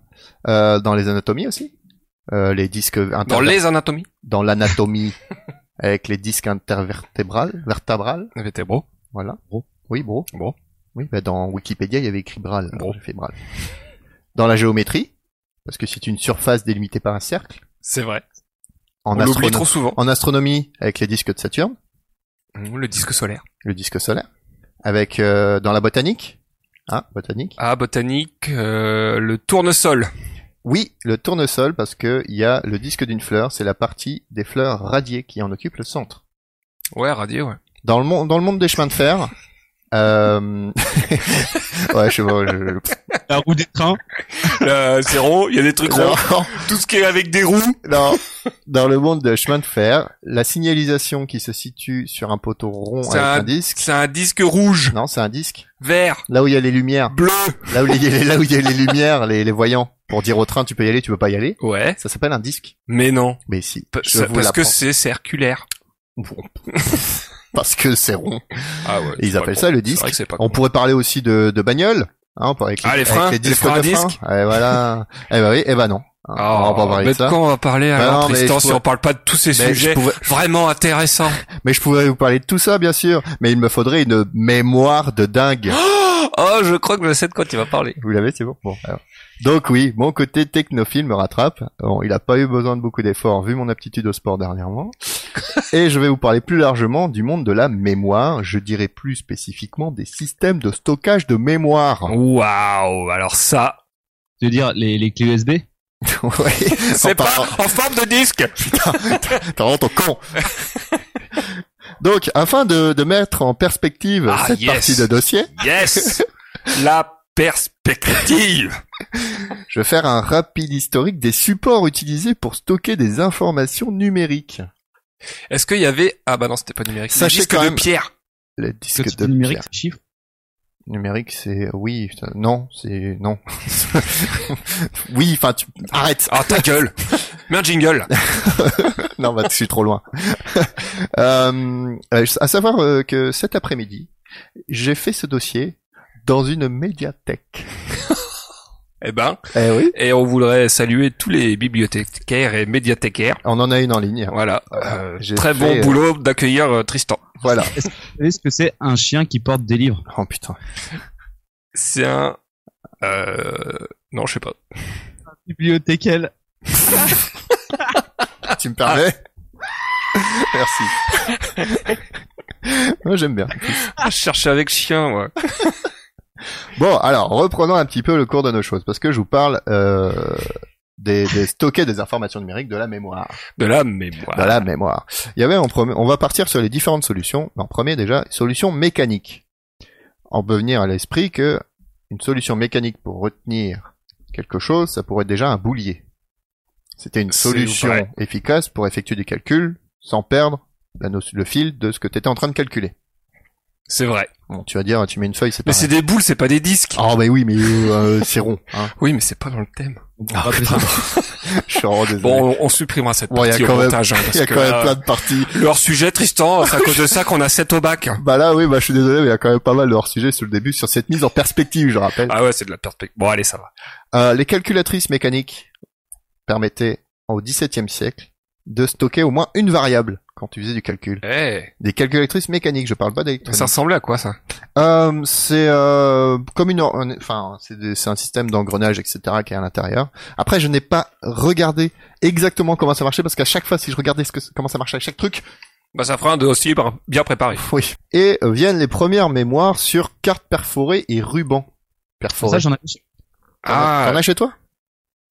Speaker 5: Euh, dans les anatomies aussi. Euh, les disques interver-
Speaker 4: Dans les anatomies,
Speaker 5: dans l'anatomie avec les disques intervertébrales, vertébrales.
Speaker 4: vertébraux.
Speaker 5: Voilà. Oui, bro.
Speaker 4: Bro.
Speaker 5: Oui, bah dans Wikipédia il y avait écrit bral.
Speaker 4: Bro.
Speaker 5: alors j'ai fait bral. Dans la géométrie, parce que c'est une surface délimitée par un cercle.
Speaker 4: C'est vrai.
Speaker 5: En,
Speaker 4: on l'oublie
Speaker 5: astrono-
Speaker 4: trop souvent. Mmh,
Speaker 5: en astronomie, avec les disques de Saturne,
Speaker 4: Le disque solaire.
Speaker 5: le disque solaire. Avec euh, dans la botanique. Ah, botanique.
Speaker 4: Ah, botanique, euh, le tournesol.
Speaker 5: Oui, le tournesol, parce que il y a le disque d'une fleur, c'est la partie des fleurs radiées qui en occupe le centre.
Speaker 4: Ouais, radier, ouais.
Speaker 5: dans le monde dans le monde des chemins de fer euh... ouais je sais pas je-
Speaker 6: La roue des trains.
Speaker 4: Euh, c'est rond, il y a des trucs
Speaker 5: Non,
Speaker 4: ronds. Tout ce qui est avec des roues.
Speaker 5: non. dans le monde des chemins de fer la signalisation qui se situe sur un poteau rond
Speaker 4: C'est
Speaker 5: avec un...
Speaker 4: un-
Speaker 5: disque
Speaker 4: C'est un disque rouge,
Speaker 5: non c'est un disque
Speaker 4: vert,
Speaker 5: là où il y a les lumières
Speaker 4: bleu.
Speaker 5: là où il y a les, là où il y a les lumières les, les voyants pour dire au train tu peux y aller tu peux pas y aller
Speaker 4: Ouais.
Speaker 5: ça s'appelle un disque
Speaker 4: Mais non.
Speaker 5: mais si
Speaker 4: Pa-
Speaker 5: je
Speaker 4: ça-
Speaker 5: vous
Speaker 4: parce que
Speaker 5: l'apprends.
Speaker 4: c'est circulaire.
Speaker 5: parce que c'est rond
Speaker 4: Ah ouais.
Speaker 5: Et ils appellent ça le disque.
Speaker 4: c'est pas
Speaker 5: on
Speaker 4: con.
Speaker 5: pourrait parler aussi de de bagnole hein, avec
Speaker 4: Ah, les
Speaker 5: avec
Speaker 4: freins, les
Speaker 5: disques
Speaker 4: freins à
Speaker 5: de frein.
Speaker 4: disque.
Speaker 5: ouais, voilà eh ben oui eh ben non Hein,
Speaker 4: Ah,
Speaker 5: on va pas parler
Speaker 4: mais
Speaker 5: de ça
Speaker 4: quand on va parler
Speaker 5: Bah
Speaker 4: alors,
Speaker 5: non, mais
Speaker 4: Tristan,
Speaker 5: je
Speaker 4: si
Speaker 5: pourrais-
Speaker 4: on parle pas de tous ces
Speaker 5: Mais je
Speaker 4: sujets
Speaker 5: pourrais-
Speaker 4: vraiment intéressants
Speaker 5: Mais je pourrais vous parler de tout ça, bien sûr. Mais il me faudrait une mémoire de dingue.
Speaker 4: Oh, je crois que je sais de quoi tu vas parler.
Speaker 5: Vous l'avez, c'est bon. Bon. alors. Donc oui, mon côté technophile me rattrape. Bon, il n'a pas eu besoin de beaucoup d'efforts vu mon aptitude au sport dernièrement. Et je vais vous parler plus largement du monde de la mémoire. Je dirais plus spécifiquement des systèmes de stockage de mémoire.
Speaker 4: Waouh. Alors ça,
Speaker 6: Je veux dire, les, les clés USB.
Speaker 5: Ouais.
Speaker 4: c'est pas
Speaker 5: En parlant-
Speaker 4: en forme de disque.
Speaker 5: T'as vraiment ton con. Donc, afin de, de mettre en perspective
Speaker 4: Ah,
Speaker 5: cette
Speaker 4: yes.
Speaker 5: partie de dossier,
Speaker 4: Yes. La perspective.
Speaker 5: Je vais faire un rapide historique des supports utilisés pour stocker des informations numériques.
Speaker 4: Est-ce qu'il y avait ah bah non c'était pas numérique.
Speaker 5: Sachez
Speaker 4: Sachez que
Speaker 5: quand
Speaker 4: de
Speaker 5: même-
Speaker 4: pierre.
Speaker 5: Le
Speaker 6: Parce
Speaker 5: disque
Speaker 6: que
Speaker 5: de
Speaker 6: numérique,
Speaker 5: pierre.
Speaker 6: c'est chiffre.
Speaker 5: numérique, c'est oui, ça- non, c'est non. oui, enfin, tu... arrête.
Speaker 4: Ah, ta gueule Mets un jingle
Speaker 5: non, bah, je suis trop loin. euh, euh, à savoir euh, que cet après-midi, j'ai fait ce dossier dans une médiathèque.
Speaker 4: Eh ben,
Speaker 5: Eh oui.
Speaker 4: et on voudrait saluer tous les bibliothécaires et médiathécaires.
Speaker 5: On en a une en ligne.
Speaker 4: Voilà.
Speaker 5: Euh,
Speaker 4: Euh,
Speaker 5: j'ai
Speaker 4: très
Speaker 5: fait,
Speaker 4: bon
Speaker 5: euh,
Speaker 4: boulot d'accueillir euh, Tristan.
Speaker 5: Voilà.
Speaker 6: Vous savez ce que c'est un chien qui porte des livres
Speaker 5: Oh putain.
Speaker 4: C'est un... Euh... Non, je sais pas.
Speaker 6: Bibliothécaire.
Speaker 5: Tu me permets Merci. Moi, j'aime bien.
Speaker 4: Ah, je cherchais avec chien, moi.
Speaker 5: Bon, alors, reprenons un petit peu le cours de nos choses, parce que je vous parle euh, des, des stocker des informations numériques de la mémoire.
Speaker 4: De la mémoire.
Speaker 5: De la mémoire. Il y avait en premier, on va partir sur les différentes solutions. En premier, déjà, solution mécanique. En peut venir à l'esprit que une solution mécanique pour retenir quelque chose, ça pourrait être déjà un boulier. C'était une
Speaker 4: C'est
Speaker 5: solution
Speaker 4: vrai.
Speaker 5: efficace pour effectuer des calculs sans perdre la no- le fil de ce que tu étais en train de calculer.
Speaker 4: C'est vrai.
Speaker 5: Bon, tu vas dire, tu mets une feuille, c'est
Speaker 4: Mais
Speaker 5: pas.
Speaker 4: c'est des boules, c'est pas des disques.
Speaker 5: Ah bah oui, mais euh, c'est rond. Hein.
Speaker 4: Oui, mais c'est pas dans le thème.
Speaker 5: Ah, Je suis vraiment désolé.
Speaker 4: Ah, Bon, on, on supprimera cette
Speaker 5: Bon, il y a
Speaker 4: partie au
Speaker 5: quand même-
Speaker 4: montage. hein, parce
Speaker 5: Il y a
Speaker 4: que
Speaker 5: quand même
Speaker 4: là,
Speaker 5: plein de parties.
Speaker 4: le hors-sujet, Tristan, c'est à cause de ça qu'on a 7 au bac.
Speaker 5: Bah là, oui, bah je suis désolé, mais il y a quand même pas mal de hors-sujets sur le début, sur cette mise en perspective, je rappelle.
Speaker 4: Ah ouais, c'est de la perspective. Bon, allez, ça va. Ah.
Speaker 5: Euh, les calculatrices mécaniques permettaient, au XVIIe siècle, de stocker au moins une variable quand tu faisais du calcul.
Speaker 4: Eh,
Speaker 5: Des calculatrices mécaniques, je parle pas
Speaker 4: ça
Speaker 5: d'électronique.
Speaker 4: ressemblait à quoi, ça
Speaker 5: Euh, c'est euh, comme une, or- un- enfin, c'est des- c'est un système d'engrenage, etc., qui est à l'intérieur. Après, je n'ai pas regardé exactement comment ça marchait parce qu'à chaque fois, si je regardais ce que, comment ça marchait à chaque truc,
Speaker 4: Bah, ça fera un dossier bien- bien préparé.
Speaker 5: Oui. Et euh, viennent les premières mémoires sur cartes perforées et rubans.
Speaker 6: Ça,
Speaker 5: Perforées.
Speaker 6: j'en avais.
Speaker 5: T'en
Speaker 4: Ah.
Speaker 5: as- T'en as chez toi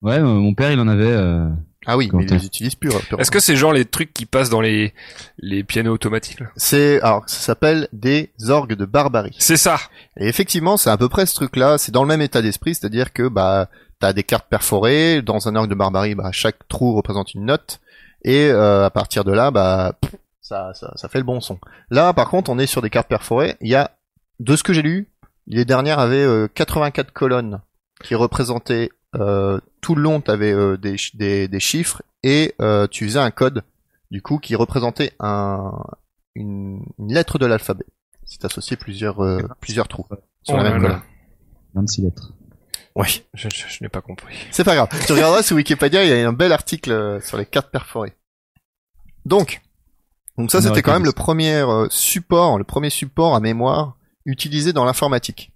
Speaker 6: Ouais, euh, mon père, il en avait. euh,
Speaker 5: Ah oui,
Speaker 6: Quand
Speaker 5: mais ils
Speaker 6: t'as-
Speaker 5: les utilisent plus. euh, purement.
Speaker 4: Est-ce que c'est genre les trucs qui passent dans les, les pianos automatiques, là
Speaker 5: C'est alors ça s'appelle des orgues de barbarie.
Speaker 4: C'est ça.
Speaker 5: Et effectivement, c'est à peu près ce truc-là. C'est dans le même état d'esprit, c'est-à-dire que bah t'as des cartes perforées dans un orgue de barbarie. Bah chaque trou représente une note et euh, à partir de là, bah pff, ça, ça ça fait le bon son. Là, par contre, on est sur des cartes perforées. Il y a de ce que j'ai lu, les dernières avaient euh, 84 colonnes qui représentaient euh, tout le long, tu avais des, chi- des, des chiffres et euh, tu faisais un code du coup qui représentait un, une, une lettre de l'alphabet. C'est associé plusieurs euh, plusieurs trous sur
Speaker 4: Oh
Speaker 5: la
Speaker 4: là
Speaker 5: même
Speaker 4: là.
Speaker 5: colonne.
Speaker 6: 26 lettres.
Speaker 4: Oui. Je, je- je n'ai pas compris.
Speaker 5: C'est pas grave. Tu regarderas sur Wikipédia, il y a un bel article euh, sur les cartes perforées. Donc, donc ça
Speaker 6: On
Speaker 5: c'était
Speaker 6: aurait
Speaker 5: quand
Speaker 6: pas
Speaker 5: même
Speaker 6: dit
Speaker 5: le premier euh, support, le premier support à mémoire utilisé dans l'informatique.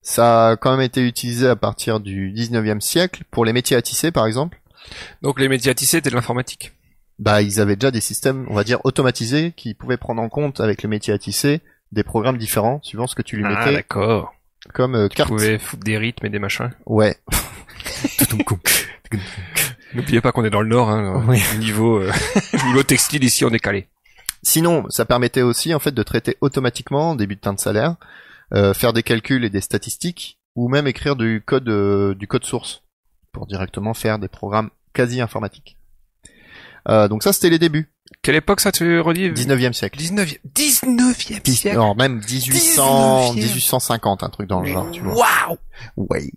Speaker 5: Ça a quand même été utilisé à partir du 19e siècle pour les métiers à tisser par exemple.
Speaker 4: Donc, les métiers à tisser, c'était de l'informatique.
Speaker 5: Bah, ils avaient déjà des systèmes, on va dire automatisés qui pouvaient prendre en compte avec le métier à tisser des programmes différents suivant ce que tu lui
Speaker 4: Ah,
Speaker 5: mettais
Speaker 4: d'accord.
Speaker 5: comme euh,
Speaker 4: Vous
Speaker 5: carte.
Speaker 4: pouvez foutre des rythmes et des machins.
Speaker 5: Ouais.
Speaker 4: N'oubliez pas qu'on est dans le Nord, hein.
Speaker 5: Oui.
Speaker 4: Niveau, euh, niveau textile ici, on est calé.
Speaker 5: Sinon, ça permettait aussi en fait de traiter automatiquement des bulletins de salaire, euh, faire des calculs et des statistiques, ou même écrire du code euh, du code source pour directement faire des programmes quasi informatiques. Euh, donc ça, c'était les débuts,
Speaker 4: Quelle époque ça, tu redis
Speaker 5: 19e siècle.
Speaker 4: 19e, 19e siècle.
Speaker 5: Non, même
Speaker 4: 19e.
Speaker 5: 1800, 1850, un truc dans le genre, tu vois.
Speaker 4: Waouh
Speaker 5: Ouais.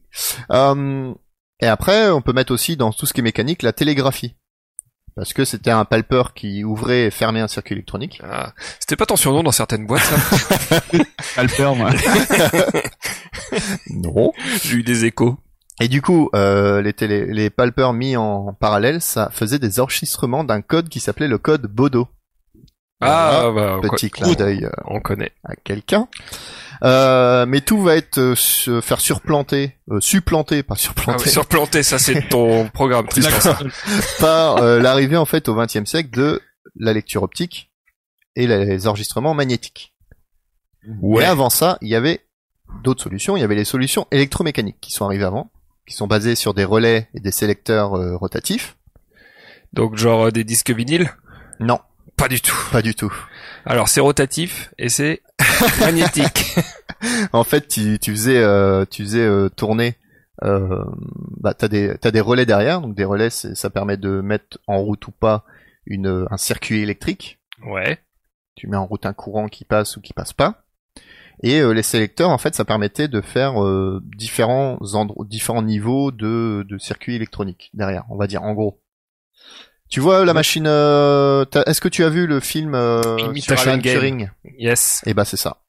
Speaker 5: Euh, et après, on peut mettre aussi dans tout ce qui est mécanique la télégraphie. Parce que c'était un palpeur qui ouvrait et fermait un circuit électronique.
Speaker 4: Ah, C'était pas ton surnom dans certaines boîtes, ça
Speaker 6: Palper, moi.
Speaker 5: Non.
Speaker 4: J'ai eu des échos.
Speaker 5: Et du coup, euh, les, télé- les palpeurs mis en parallèle, ça faisait des enregistrements d'un code qui s'appelait le code Bodo.
Speaker 4: Ah, bah, on,
Speaker 5: Petit
Speaker 4: co-
Speaker 5: clin d'œil euh,
Speaker 4: on connaît.
Speaker 5: à quelqu'un. Euh, mais tout va être euh, se faire surplanter, euh, supplanté, pas
Speaker 4: Ah,
Speaker 5: surplanté,
Speaker 4: oui, surplanté, ça, c'est ton programme, Tristan. ça.
Speaker 5: par euh, l'arrivée en fait au XXe siècle de la lecture optique et les enregistrements magnétiques. Mais avant ça, il y avait d'autres solutions. Il y avait les solutions électromécaniques qui sont arrivées avant, qui sont basées sur des relais et des sélecteurs euh, rotatifs.
Speaker 4: Donc, genre, euh, des disques vinyles
Speaker 5: Non,
Speaker 4: Pas du tout.
Speaker 5: pas du tout.
Speaker 4: Alors, c'est rotatif et c'est magnétique.
Speaker 5: En fait, tu, tu faisais, euh, tu faisais euh, tourner. Euh, bah, t'as des, t'as des relais derrière, donc des relais, c'est- ça permet de mettre en route ou pas une, euh, un circuit électrique.
Speaker 4: ouais.
Speaker 5: Tu mets en route un courant qui passe ou qui passe pas. Et euh, les sélecteurs, en fait, ça permettait de faire euh, différents endro- différents niveaux de, de circuits électroniques derrière, on va dire, en gros. Tu vois la machine. euh, t'as- Est-ce que tu as vu le film euh, sur
Speaker 4: Imitation
Speaker 5: Alan
Speaker 4: Game.
Speaker 5: Turing
Speaker 4: Yes.
Speaker 5: Eh ben, c'est ça.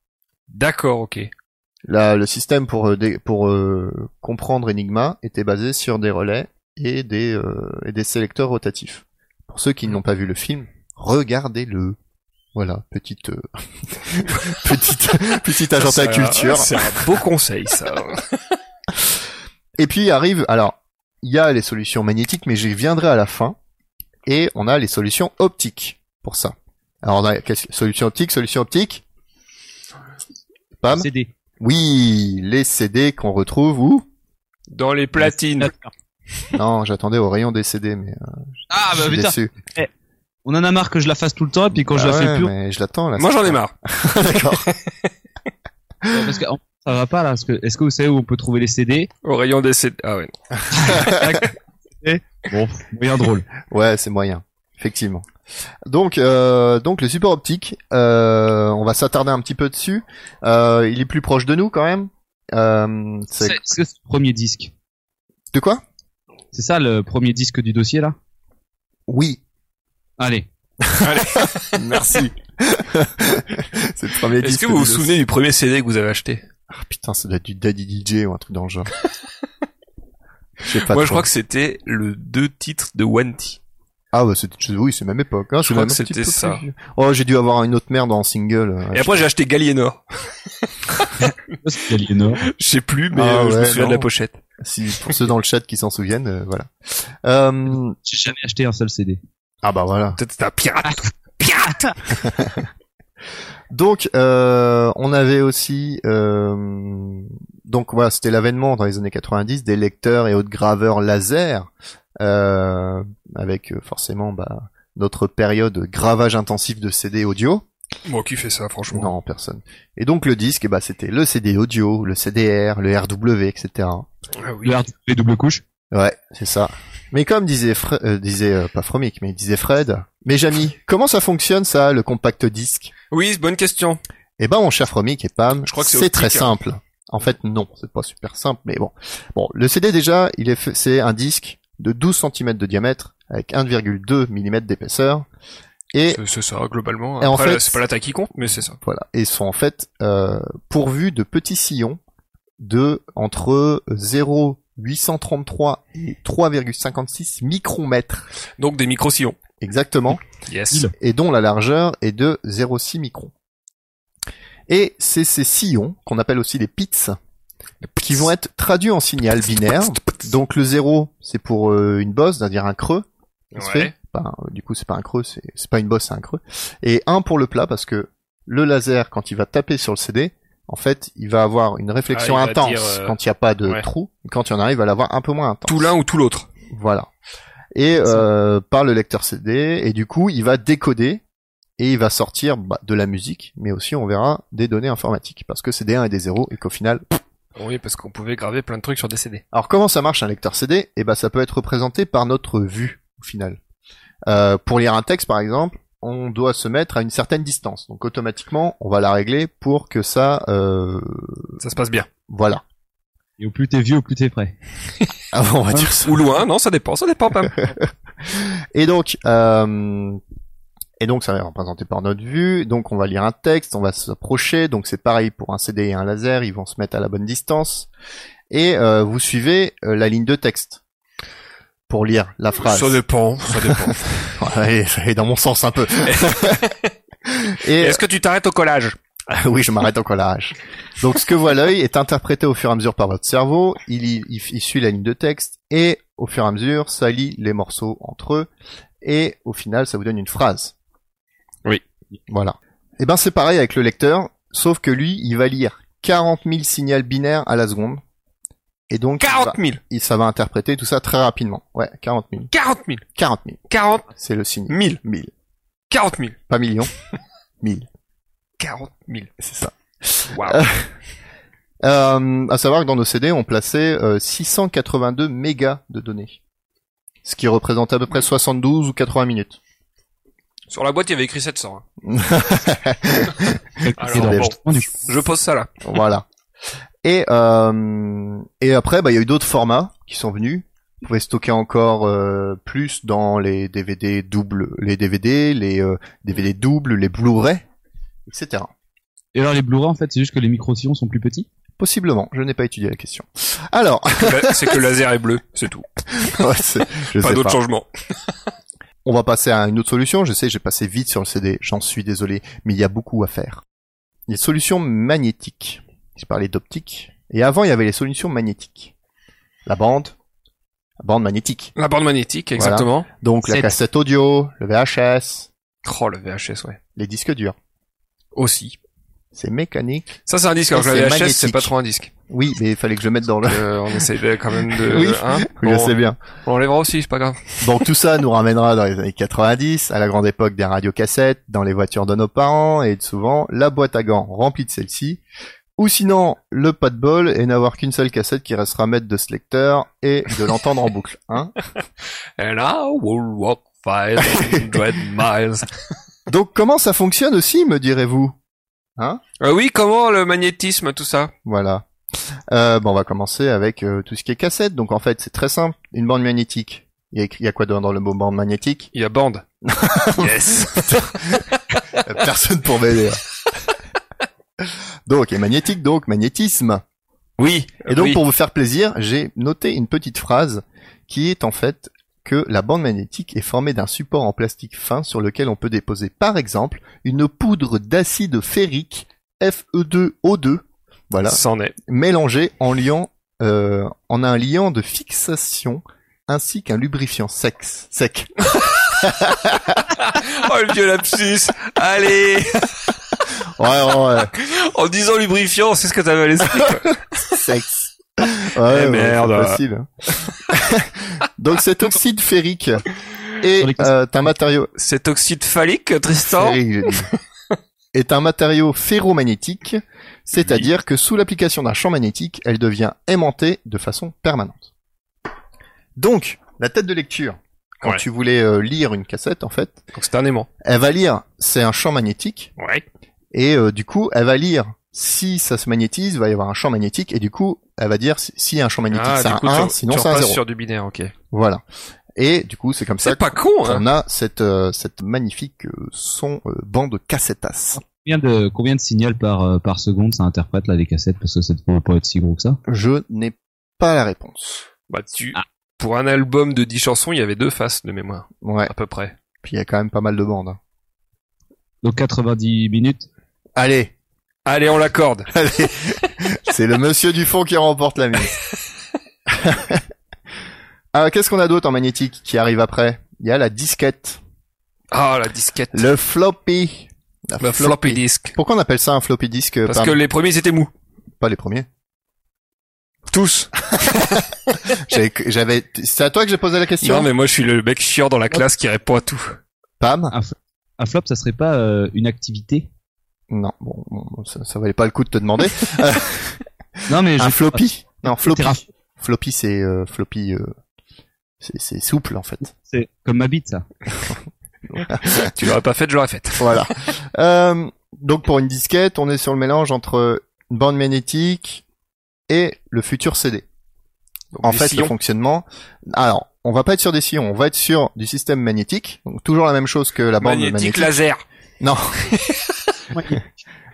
Speaker 4: D'accord, ok.
Speaker 5: Là, le système pour euh, dé- pour euh, comprendre Enigma était basé sur des relais et des euh, et des sélecteurs rotatifs. Pour ceux qui n'ont pas vu le film, regardez-le. Voilà, petite euh, petite petite agente à
Speaker 4: Ça,
Speaker 5: culture.
Speaker 4: C'est un beau conseil, ça.
Speaker 5: Et puis arrive, alors, il y a les solutions magnétiques, mais j'y viendrai à la fin. Et on a les solutions optiques pour ça. Alors, on a qu'est-ce- solution optique, solution optique. Pam.
Speaker 6: CD.
Speaker 5: Oui, les CD qu'on retrouve où
Speaker 4: Dans les platines.
Speaker 5: Non, j'attendais au rayon des CD, mais euh,
Speaker 6: Ah,
Speaker 5: je
Speaker 6: bah
Speaker 5: suis
Speaker 6: putain.
Speaker 5: déçu.
Speaker 6: On en a marre que je la fasse tout le temps, et puis quand je
Speaker 5: Ah
Speaker 6: la fais
Speaker 5: ouais,
Speaker 6: plus,
Speaker 5: mais je l'attends là.
Speaker 4: Moi, j'en ai marre.
Speaker 5: D'accord.
Speaker 6: on- parce que en- ça va pas là. Parce que est-ce que vous savez où on peut trouver les CD
Speaker 4: Au rayon des CD. Ah ouais.
Speaker 6: Bon, moyen drôle.
Speaker 5: Ouais, c'est moyen, effectivement. Donc, euh, donc le support optique, euh, on va s'attarder un petit peu dessus. Euh, il est plus proche de nous quand même. Euh,
Speaker 6: C'est
Speaker 5: c'est...
Speaker 6: c'est le premier disque.
Speaker 5: De quoi
Speaker 6: C'est ça le premier disque du dossier là
Speaker 5: Oui,
Speaker 6: Allez.
Speaker 5: Merci. c'est le premier
Speaker 4: Est-ce
Speaker 5: disque
Speaker 4: que vous vous
Speaker 5: de-
Speaker 4: souvenez du premier CD que vous avez acheté
Speaker 5: Ah, putain, ça doit être du Daddy DJ ou un truc dans le genre. Je sais pas.
Speaker 4: Moi, je
Speaker 5: trop.
Speaker 4: crois que c'était le deux titres de Wanty.
Speaker 5: Ah ouais, c'est oui, c'est même époque. hein,
Speaker 4: crois
Speaker 5: même
Speaker 4: que
Speaker 5: un petit
Speaker 4: c'était
Speaker 5: peu
Speaker 4: ça.
Speaker 5: plus vieux. Oh, j'ai dû avoir une autre merde en single. euh,
Speaker 4: Et après, j'ai acheté Gallienor.
Speaker 6: C'est Aliénor.
Speaker 4: Je sais plus, mais
Speaker 5: Ah
Speaker 4: euh, je me
Speaker 5: ouais,
Speaker 4: souviens de
Speaker 5: non.
Speaker 4: la pochette.
Speaker 5: si pour ceux dans le chat qui s'en souviennent, euh, voilà. Euh,
Speaker 6: J'ai jamais acheté un seul CD.
Speaker 5: ah bah voilà.
Speaker 4: Peut-être que c'était un pirate.
Speaker 5: Donc euh, on avait aussi euh, donc voilà c'était l'avènement dans les années 90 des lecteurs et autres graveurs laser euh, avec euh, forcément bah, notre période de gravage intensif de CD audio.
Speaker 4: Moi, qui fait ça, franchement
Speaker 5: Non personne. Et donc le disque eh bah c'était le CD audio, le CDR, le RW etc.
Speaker 4: Ah oui.
Speaker 6: Le hard les double couches.
Speaker 5: Ouais c'est ça. Mais comme disait Fre- euh, disait euh, pas Fromic mais disait Fred, mes amis comment ça fonctionne ça le compact disque
Speaker 4: Oui, bonne question.
Speaker 5: Eh ben, mon cher Fromic et Pam,
Speaker 4: Je crois que c'est
Speaker 5: c'est
Speaker 4: optique,
Speaker 5: très
Speaker 4: hein.
Speaker 5: simple. En fait, non, c'est pas super simple, mais bon. Bon, le CD déjà, il est fait- c'est un disque de 12 cm de diamètre avec 1,2 mm d'épaisseur et
Speaker 4: C'est- C'est ça, globalement.
Speaker 5: Et en
Speaker 4: Après,
Speaker 5: fait-
Speaker 4: là, c'est pas la taille qui compte, mais c'est ça.
Speaker 5: voilà, et sont en fait euh, pourvus de petits sillons de entre 0,833 et 3,56 micromètres
Speaker 4: Donc, des micro-sillons.
Speaker 5: exactement.
Speaker 4: Yes.
Speaker 6: Il.
Speaker 5: et dont la largeur est de 0,6 microns. Et c'est ces sillons, qu'on appelle aussi des pits, qui vont être traduits en signal binaire. Donc le 0, c'est pour euh, une bosse, c'est-à-dire un creux. qui se
Speaker 4: Ouais.
Speaker 5: fait. Enfin, euh, du coup, c'est pas un creux, c'est c'est pas une bosse, c'est un creux. Et 1 pour le plat, parce que le laser, quand il va taper sur le CD, en fait, il va avoir une réflexion
Speaker 4: Ah, il va
Speaker 5: intense
Speaker 4: dire, euh,
Speaker 5: quand il n'y a pas de
Speaker 4: ouais.
Speaker 5: trou. Quand il y en a, il va l'avoir un peu moins intense.
Speaker 4: Tout l'un ou tout l'autre.
Speaker 5: Voilà. Et euh, par le lecteur CD, et du coup, il va décoder et il va sortir bah, de la musique, mais aussi on verra des données informatiques, parce que c'est des 1 et des 0, et qu'au final...
Speaker 4: Oui, parce qu'on pouvait graver plein de trucs sur des CD.
Speaker 5: Alors comment ça marche un lecteur CD Eh ben ça peut être représenté par notre vue, au final. Euh, pour lire un texte, par exemple, on doit se mettre à une certaine distance, donc automatiquement, on va la régler pour que ça... euh,
Speaker 4: Ça se passe bien.
Speaker 5: voilà.
Speaker 6: Et au plus t'es vieux, au plus t'es prêt.
Speaker 5: Ah, on va dire ça.
Speaker 4: Ou loin, non, ça dépend, ça dépend pas.
Speaker 5: Et donc, euh, et donc ça va être représenté par notre vue. Donc on va lire un texte, on va s'approcher. Donc c'est pareil pour un CD et un laser, ils vont se mettre à la bonne distance. Et euh, vous suivez euh, la ligne de texte pour lire la phrase.
Speaker 4: Ça dépend, ça dépend.
Speaker 5: Ouais, ça est dans mon sens un peu. et
Speaker 4: Est-ce que tu t'arrêtes au collage
Speaker 5: ah oui, je m'arrête au collage. Donc ce que voit l'œil est interprété au fur et à mesure par votre cerveau, il, y- il, il suit la ligne de texte et au fur et à mesure, ça lie les morceaux entre eux et au final, ça vous donne une phrase.
Speaker 4: Oui.
Speaker 5: Voilà. Et ben c'est pareil avec le lecteur, sauf que lui, il va lire 40 000 signaux binaires à la seconde. Et donc, il va-
Speaker 4: 40 000
Speaker 5: il- ça va interpréter tout ça très rapidement. Ouais, 40 000.
Speaker 4: 40 000
Speaker 5: 40 000,
Speaker 4: 40
Speaker 5: c'est le signe.
Speaker 4: 000
Speaker 5: 1000,
Speaker 4: 40 000
Speaker 5: pas million. 1000,
Speaker 4: 40 000
Speaker 5: c'est ça.
Speaker 4: Waouh.
Speaker 5: Euh, à savoir que dans nos CD, on plaçait euh, 682 mégas de données. Ce qui représente à peu près 72 ou 80 minutes.
Speaker 4: Sur la boîte, il y avait écrit 700. hein.
Speaker 6: Et
Speaker 4: Alors,
Speaker 6: dans-
Speaker 5: des-
Speaker 4: bon,
Speaker 6: justement, du coup,
Speaker 4: je pose ça là.
Speaker 5: voilà. Et euh, et après, bah, il y a eu d'autres formats qui sont venus. Vous pouvez stocker encore euh, plus dans les DVD doubles, les DVD, les euh, DVD doubles, les Blu-ray, etc.
Speaker 6: Et alors les Blu-ray en fait, c'est juste que les micro-sillons sont plus petits.
Speaker 5: Possiblement, je n'ai pas étudié la question. Alors,
Speaker 4: C'est que le laser est bleu, c'est tout.
Speaker 5: ouais, c'est- je
Speaker 4: Pas
Speaker 5: sais
Speaker 4: d'autre
Speaker 5: pas.
Speaker 4: changement.
Speaker 5: On va passer à une autre solution. Je sais, j'ai passé vite sur le CD. J'en suis désolé, mais il y a beaucoup à faire. Les solutions magnétiques. J'ai parlé d'optique. Et avant, il y avait les solutions magnétiques. La bande, la bande magnétique.
Speaker 4: La bande magnétique,
Speaker 5: Voilà.
Speaker 4: exactement.
Speaker 5: Donc la
Speaker 6: Sept.
Speaker 5: cassette audio, le VHS,
Speaker 4: Oh, le VHS, ouais.
Speaker 5: les disques durs.
Speaker 4: Aussi.
Speaker 5: C'est mécanique.
Speaker 4: Ça, c'est un disque. Alors,
Speaker 5: Ça,
Speaker 4: que le
Speaker 5: c'est
Speaker 4: VHS, c'est
Speaker 5: magnétique.
Speaker 4: pas trop un disque.
Speaker 5: Oui, mais il fallait que je le mette dans le.
Speaker 4: Euh, on essaie de- quand même de...
Speaker 5: Oui,
Speaker 4: hein.
Speaker 5: Je
Speaker 4: Bon,
Speaker 5: sais bien.
Speaker 4: on l'enlèvera aussi, c'est pas grave.
Speaker 5: Donc tout ça nous ramènera dans les années 90, à la grande époque des radiocassettes, dans les voitures de nos parents, et souvent la boîte à gants remplie de celles-ci, ou sinon le pas de bol et n'avoir qu'une seule cassette qui restera maître de ce lecteur et de l'entendre en boucle. Hein
Speaker 4: And I will walk 500 miles.
Speaker 5: Donc comment ça fonctionne aussi, me direz-vous
Speaker 4: Euh, oui, comment le magnétisme, tout ça
Speaker 5: Voilà. Euh, bon, on va commencer avec euh, tout ce qui est cassette. Donc en fait, c'est très simple, une bande magnétique. Il y a, écrit- il y a quoi dans dans le mot bande magnétique
Speaker 4: Il y a bande. yes.
Speaker 5: Euh, Personne pour m'aider. hein. donc, et magnétique, donc magnétisme.
Speaker 4: Oui.
Speaker 5: Et donc,
Speaker 4: Oui.
Speaker 5: pour vous faire plaisir, j'ai noté une petite phrase qui est en fait que la bande magnétique est formée d'un support en plastique fin sur lequel on peut déposer, par exemple, une poudre d'acide ferrique E Fe2O2, voilà,
Speaker 4: C'en est.
Speaker 5: mélangée en liant, euh, en un liant de fixation ainsi qu'un lubrifiant sexe, sec.
Speaker 4: Oh, le vieux lapsus. Allez.
Speaker 5: Ouais, ouais, ouais,
Speaker 4: En disant lubrifiant, c'est ce que t'avais à l'esprit. quoi.
Speaker 5: sexe. Ouais,
Speaker 4: Eh
Speaker 5: ouais,
Speaker 4: merde.
Speaker 5: c'est facile. Donc cet oxyde ferrique est
Speaker 6: Sur les
Speaker 5: euh, un matériau
Speaker 4: Cet oxyde phallique, Tristan.
Speaker 5: Ferrique, j'ai dit. est un matériau ferromagnétique, c'est-à-dire que sous l'application d'un champ magnétique, elle devient aimantée de façon permanente. Donc, la tête de lecture, quand
Speaker 4: Ouais.
Speaker 5: tu voulais euh, lire une cassette, en fait,
Speaker 4: Donc c'est un aimant.
Speaker 5: elle va lire, c'est un champ magnétique,
Speaker 4: Ouais.
Speaker 5: et euh, du coup, elle va lire, si ça se magnétise, il va y avoir un champ magnétique, et du coup, elle va dire, si- s'il y a un champ magnétique, c'est un 1,
Speaker 4: Ah, tu,
Speaker 5: sinon
Speaker 4: tu
Speaker 5: c'est un
Speaker 4: repasses
Speaker 5: 0.
Speaker 4: sur du binaire, ok.
Speaker 5: Voilà. Et du coup, c'est comme ça
Speaker 4: C'est pas con, hein.
Speaker 5: qu'on a cette, euh, cette magnifique euh, son euh, bande cassettas.
Speaker 6: Combien de combien de signal par euh, par seconde ça interprète là les cassettes parce que ça ne peut pas être si gros que ça.
Speaker 5: Je n'ai pas la réponse.
Speaker 4: Bah, tu,
Speaker 6: Ah.
Speaker 4: pour un album de 10 chansons, il y avait deux faces de mémoire.
Speaker 5: Ouais.
Speaker 4: À peu près.
Speaker 5: Puis il y a quand même pas mal de bandes. hein.
Speaker 6: Donc 90 minutes.
Speaker 5: Allez,
Speaker 4: Allez, on l'accorde.
Speaker 5: allez. C'est le monsieur du fond qui remporte la mise. Ah, qu'est-ce qu'on a d'autre en magnétique qui arrive après Il y a la disquette,
Speaker 4: Ah, la disquette. Le,
Speaker 5: le Euh, floppy. La
Speaker 4: floppy disk.
Speaker 5: Pourquoi on appelle ça un floppy disk euh,
Speaker 4: Parce
Speaker 5: par-
Speaker 4: que les premiers, c'était mou.
Speaker 5: pas les premiers
Speaker 4: Tous.
Speaker 5: Ah, J'avais- J'avais. C'est à toi que j'ai posé la question.
Speaker 4: Non, mais moi, je suis le mec chiant dans la classe qui répond à tout.
Speaker 5: Pam
Speaker 6: Un flop, ça serait pas euh, une activité
Speaker 5: Non, bon, bon, ça, ça valait pas le coup de te demander.
Speaker 6: Non mais
Speaker 5: un
Speaker 6: je-
Speaker 5: floppy Non, floppy.
Speaker 6: Terraf-
Speaker 5: Floppy, c'est euh, floppy. euh, c'est c'est souple en fait.
Speaker 6: C'est comme ma bite ça.
Speaker 4: Tu l'aurais pas fait, je l'aurais fait.
Speaker 5: Voilà. Euh, donc pour une disquette, on est sur le mélange entre une bande magnétique et le futur CD.
Speaker 4: Donc,
Speaker 5: En
Speaker 4: des
Speaker 5: fait,
Speaker 4: sillons.
Speaker 5: le fonctionnement. Alors, on va pas être sur des sillons, on va être sur du système magnétique. Donc toujours la même chose que la bande
Speaker 4: magnétique,
Speaker 5: magnétique.
Speaker 4: laser.
Speaker 5: Non.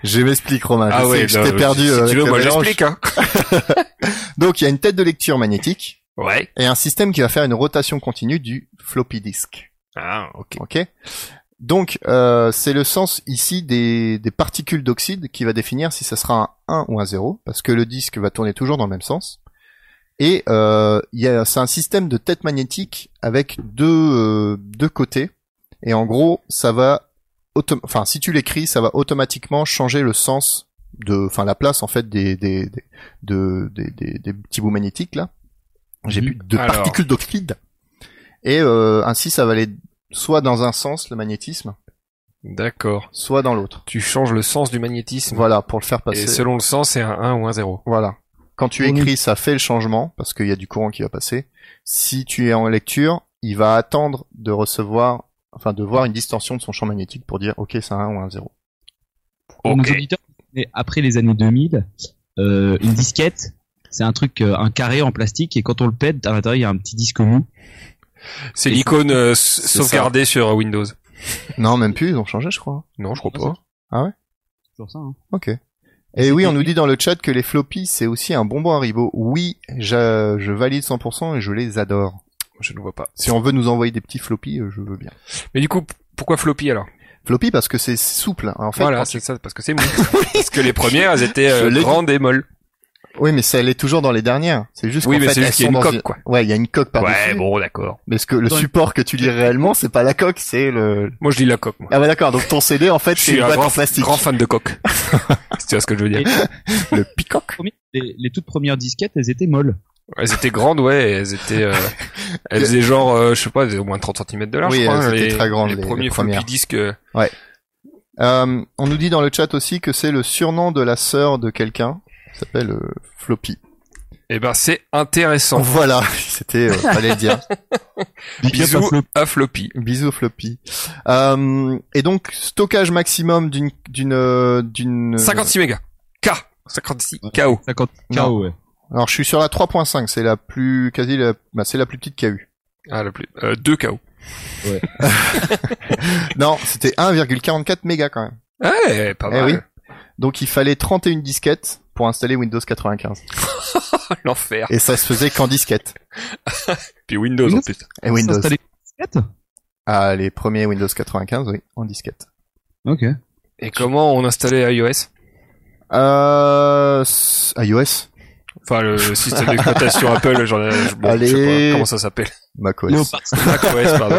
Speaker 5: je m'explique, Romain. Ah, je sais que je
Speaker 4: bah,
Speaker 5: t'ai perdu. euh,
Speaker 4: Si, si
Speaker 5: avec
Speaker 4: tu veux,
Speaker 5: le
Speaker 4: moi,
Speaker 5: mélange.
Speaker 4: j'explique, hein.
Speaker 5: Donc il y a une tête de lecture magnétique
Speaker 4: Ouais.
Speaker 5: et un système qui va faire une rotation continue du floppy disk.
Speaker 4: Ah, ok.
Speaker 5: Ok. Donc euh, c'est le sens ici des, des particules d'oxyde qui va définir si ça sera un 1 ou un 0, parce que le disque va tourner toujours dans le même sens. Et euh, il y a- c'est un système de tête magnétique avec deux, euh, deux côtés. Et en gros, ça va, autom- enfin si tu l'écris, ça va automatiquement changer le sens de, enfin la place en fait des des des, de- des, des- des petits bouts magnétiques là. J'ai plus de
Speaker 4: Alors.
Speaker 5: particules d'oxyde. Et euh, ainsi, ça va aller soit dans un sens le magnétisme,
Speaker 4: D'accord.
Speaker 5: soit dans l'autre.
Speaker 4: Tu changes le sens du magnétisme.
Speaker 5: Voilà, pour le faire passer.
Speaker 4: Et selon le sens, c'est un 1 ou un 0.
Speaker 5: Voilà. Quand tu
Speaker 6: Oui.
Speaker 5: écris, ça fait le changement parce qu'il y a du courant qui va passer. Si tu es en lecture, il va attendre de recevoir enfin de voir une distorsion de son champ magnétique pour dire ok c'est un 1 ou un 0.
Speaker 6: Pour nos auditeurs, mais après les années 2000, euh, une disquette, c'est un truc, euh, un carré en plastique, et quand on le pète, à l'intérieur, il y a un petit disque mou.
Speaker 4: C'est l'icône euh, s- sauvegardée sur euh, Windows.
Speaker 5: Non même plus ils ont changé je crois.
Speaker 4: Non, je crois
Speaker 6: Ah,
Speaker 4: pas.
Speaker 6: C'est toujours ça, hein.
Speaker 5: Ok. Et oui, on nous dit dans le chat que les floppies, c'est aussi un bonbon Haribo. Oui, je, je valide 100% et je les adore.
Speaker 4: Je ne vois pas.
Speaker 5: Si on veut nous envoyer des petits floppies, euh, je veux bien.
Speaker 4: Mais du coup, p- pourquoi floppy alors
Speaker 5: Floppy parce que c'est souple. hein. En fait,
Speaker 4: Voilà,
Speaker 5: quand
Speaker 4: c'est ça, parce que c'est mou. parce que les premières, elles étaient euh,
Speaker 5: Je l'ai dit.
Speaker 4: grandes et molles.
Speaker 5: Oui, mais ça, elle est toujours dans les dernières. C'est juste
Speaker 4: Oui,
Speaker 5: qu'en
Speaker 4: mais
Speaker 5: fait,
Speaker 4: c'est
Speaker 5: elles
Speaker 4: juste qu'il y a
Speaker 5: sont
Speaker 4: une
Speaker 5: dans
Speaker 4: coque, quoi.
Speaker 5: Ouais, il y a une coque par
Speaker 4: ouais,
Speaker 5: dessus.
Speaker 4: bon, d'accord.
Speaker 5: Mais ce que le
Speaker 6: Dans une-
Speaker 5: support que tu lis réellement, c'est pas la coque, c'est le.
Speaker 4: Moi, je lis la coque, moi.
Speaker 5: Ah ouais, d'accord. Donc ton CD, en
Speaker 4: je
Speaker 5: fait, c'est
Speaker 4: suis
Speaker 5: une
Speaker 4: un
Speaker 5: boîte en
Speaker 4: grand,
Speaker 5: plastique.
Speaker 4: grand fan de coque. si tu vois ce que je veux dire. Le picoque.
Speaker 6: Les, les toutes premières disquettes, elles étaient molles.
Speaker 4: Elles étaient grandes, ouais, elles étaient, euh, elles faisaient genre, euh, je sais pas, elles faisaient au moins 30 cm de large,
Speaker 5: Oui,
Speaker 4: je crois, hein,
Speaker 5: elles étaient
Speaker 4: les,
Speaker 5: très grandes,
Speaker 4: les,
Speaker 5: les-
Speaker 4: premiers
Speaker 5: les premières.
Speaker 4: floppy disques. euh,
Speaker 5: Euh, on nous dit dans le chat aussi que c'est le surnom de la sœur de quelqu'un. Ça s'appelle euh, Floppy.
Speaker 4: Eh ben, c'est intéressant.
Speaker 5: Voilà, c'était. Euh, fallait le dire.
Speaker 6: Big up à
Speaker 4: Bisous
Speaker 6: Flo-
Speaker 4: à floppy.
Speaker 5: Bisous floppy. Euh, et donc stockage maximum d'une d'une euh, d'une.
Speaker 4: 56 mégas. K. 56 KO.
Speaker 6: 50
Speaker 5: Non.
Speaker 6: KO, ouais.
Speaker 5: Alors je suis sur la 3.5, c'est la plus quasi la bah, c'est la plus petite qu'il y a eu.
Speaker 4: Ah, le plus, euh, 2 KO.
Speaker 5: Non, c'était 1,44 mégas quand même.
Speaker 4: Ah, Ouais, pas
Speaker 5: Eh
Speaker 4: mal.
Speaker 5: oui. Donc il fallait 31 disquettes pour installer Windows 95
Speaker 4: L'enfer.
Speaker 5: et ça se faisait qu'en disquette.
Speaker 4: Puis Windows, en
Speaker 6: Windows.
Speaker 4: plus.
Speaker 5: Et Windows.
Speaker 6: S'installer une disquette
Speaker 5: Ah les premiers Windows 95 oui, en disquette.
Speaker 6: Ok.
Speaker 4: Et comment on installait iOS?
Speaker 5: Euh s- iOS,
Speaker 4: Enfin, le système d'exploitation Apple, genre, euh, je- bon, je sais
Speaker 5: Allez.
Speaker 4: pas comment ça s'appelle.
Speaker 5: macOS.
Speaker 6: Léopard.
Speaker 4: macOS, pardon.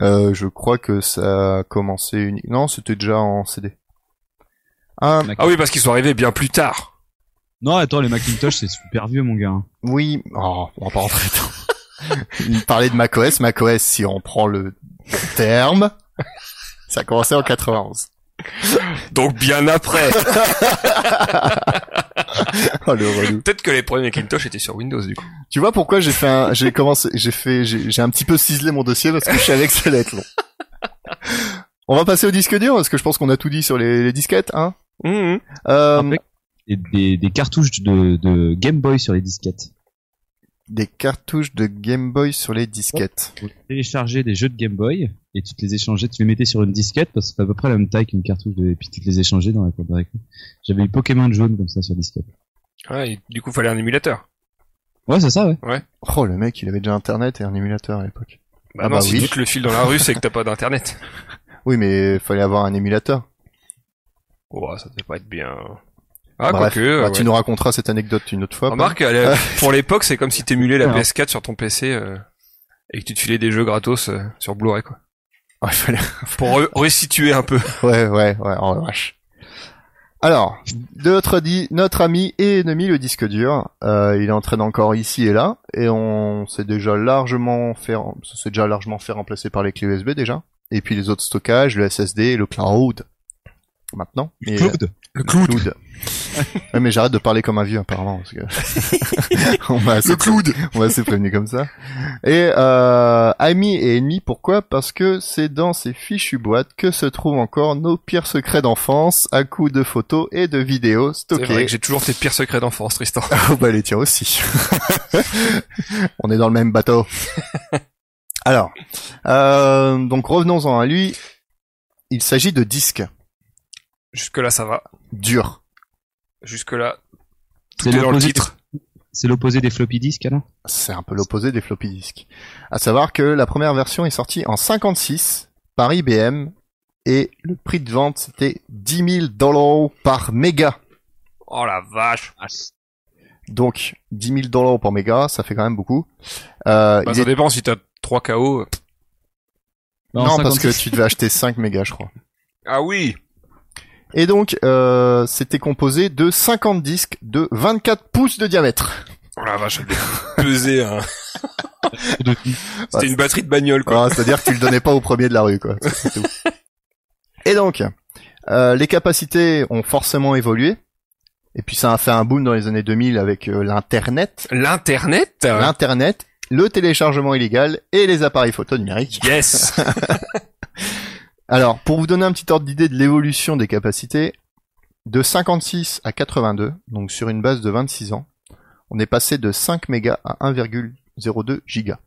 Speaker 5: Euh, je crois que ça a commencé une... non, c'était déjà en CD. Ah,
Speaker 4: Ah oui, parce qu'ils sont arrivés bien plus tard.
Speaker 6: Non, attends, les Macintosh, c'est super vieux, mon gars. hein.
Speaker 5: Oui,
Speaker 4: Ah,
Speaker 5: oh, on va pas rentrer dedans. Parler de macOS, macOS, si on prend le terme, ça a commencé en 91.
Speaker 4: Donc bien après.
Speaker 5: Oh, le relou.
Speaker 4: Peut-être que les premiers Macintosh étaient sur Windows, du coup.
Speaker 5: Tu vois pourquoi j'ai fait un, j'ai commencé, j'ai fait, j'ai j'ai un petit peu ciselé mon dossier parce que je savais que ça allait être long. On va passer au disque dur parce que je pense qu'on a tout dit sur les, les disquettes, hein.
Speaker 4: Hum,
Speaker 5: Euh,
Speaker 6: Impec. Et des, des cartouches de, de Game Boy sur les disquettes.
Speaker 5: des cartouches de Game Boy sur les disquettes.
Speaker 6: Tu téléchargeais des jeux de Game Boy et tu te les échangeais, tu les mettais sur une disquette parce que c'était à peu près la même taille qu'une cartouche de, et puis tu te les échangeais dans la cour de récré. J'avais eu Pokémon jaune comme ça sur disquette.
Speaker 4: Ouais, et du coup, fallait un émulateur.
Speaker 6: Ouais, c'est ça, ouais.
Speaker 5: Oh, le mec, il avait déjà internet et un émulateur à l'époque.
Speaker 4: Bah
Speaker 5: Ah
Speaker 4: non,
Speaker 5: bah
Speaker 4: si
Speaker 5: oui.
Speaker 4: tu te le files dans la rue, c'est que t'as pas d'internet.
Speaker 5: Oui, mais fallait avoir un émulateur.
Speaker 4: Oh, ça devait pas être bien. Ah,
Speaker 5: Bref,
Speaker 4: quoique. euh,
Speaker 5: Bah,
Speaker 4: ouais. Ah,
Speaker 5: Tu nous raconteras cette anecdote une autre fois.
Speaker 4: Remarque, à la- pour l'époque, c'est comme si t'émulais la
Speaker 6: Ouais.
Speaker 4: PS4 sur ton PC euh, et que tu te filais des jeux gratos euh, sur Blu-ray, quoi. Ah,
Speaker 5: Ouais, fallait-
Speaker 4: Pour re- resituer un peu.
Speaker 5: Ouais, ouais, ouais, oh la vache. Alors, notre, di- notre ami et ennemi, le disque dur, euh, il entraîne encore ici et là, et on s'est déjà largement fait, ça s'est déjà largement fait remplacer par les clés USB déjà, et puis les autres stockages, le SSD, le cloud, maintenant. Et- euh,
Speaker 6: Claude.
Speaker 4: Le
Speaker 5: le cloud. Ouais, mais j'arrête de parler comme un vieux apparemment parce que on m'a assez, on m'a assez prévenu comme ça. Et euh, amis et ennemis, pourquoi Parce que c'est dans ces fichues boîtes que se trouvent encore nos pires secrets d'enfance à coups de photos et de vidéos
Speaker 4: C'est vrai
Speaker 5: stockées.
Speaker 4: que j'ai toujours tes pires secrets d'enfance, Tristan.
Speaker 5: Oh bah les tiens aussi. on est dans le même bateau. Alors, euh, donc revenons-en à lui. Il s'agit de disques
Speaker 4: Jusque là, ça va.
Speaker 5: durs.
Speaker 4: Jusque là, tout
Speaker 6: C'est
Speaker 4: est dans le
Speaker 6: l'opposé-
Speaker 4: titre.
Speaker 6: C'est l'opposé des floppy disques, alors
Speaker 5: C'est un peu l'opposé des floppy disks. À savoir que la première version est sortie en 56 par IBM et le prix de vente c'était 10 000 dollars par méga.
Speaker 4: Oh la vache.
Speaker 5: Ah, Donc 10 000 dollars par méga, ça fait quand même beaucoup. Euh,
Speaker 4: Bah,
Speaker 5: il
Speaker 4: ça
Speaker 5: est-
Speaker 4: dépend si t'as 3 KO.
Speaker 5: Non, parce
Speaker 6: 56,
Speaker 5: que tu devais acheter 5 mégas, je crois.
Speaker 4: Ah oui.
Speaker 5: Et donc euh, c'était composé de 50 disques de 24 pouces de diamètre.
Speaker 4: Oh la vache, elle devait peser un...
Speaker 6: pour de-
Speaker 4: C'était une batterie de bagnole, quoi.
Speaker 5: Voilà, C'est-à-dire que tu le donnais pas au premier de la rue, quoi. C'est tout. Et donc, euh, les capacités ont forcément évolué. Et puis ça a fait un boom dans les années 2000 avec euh, l'internet,
Speaker 4: L'Internet euh,
Speaker 5: l'internet le téléchargement illégal et les appareils photo numériques.
Speaker 4: Yes
Speaker 5: Alors, pour vous donner un petit ordre d'idée de l'évolution des capacités, de 56 à 82, donc sur une base de 26 ans, on est passé de 5 mégas à 1,02 gigas.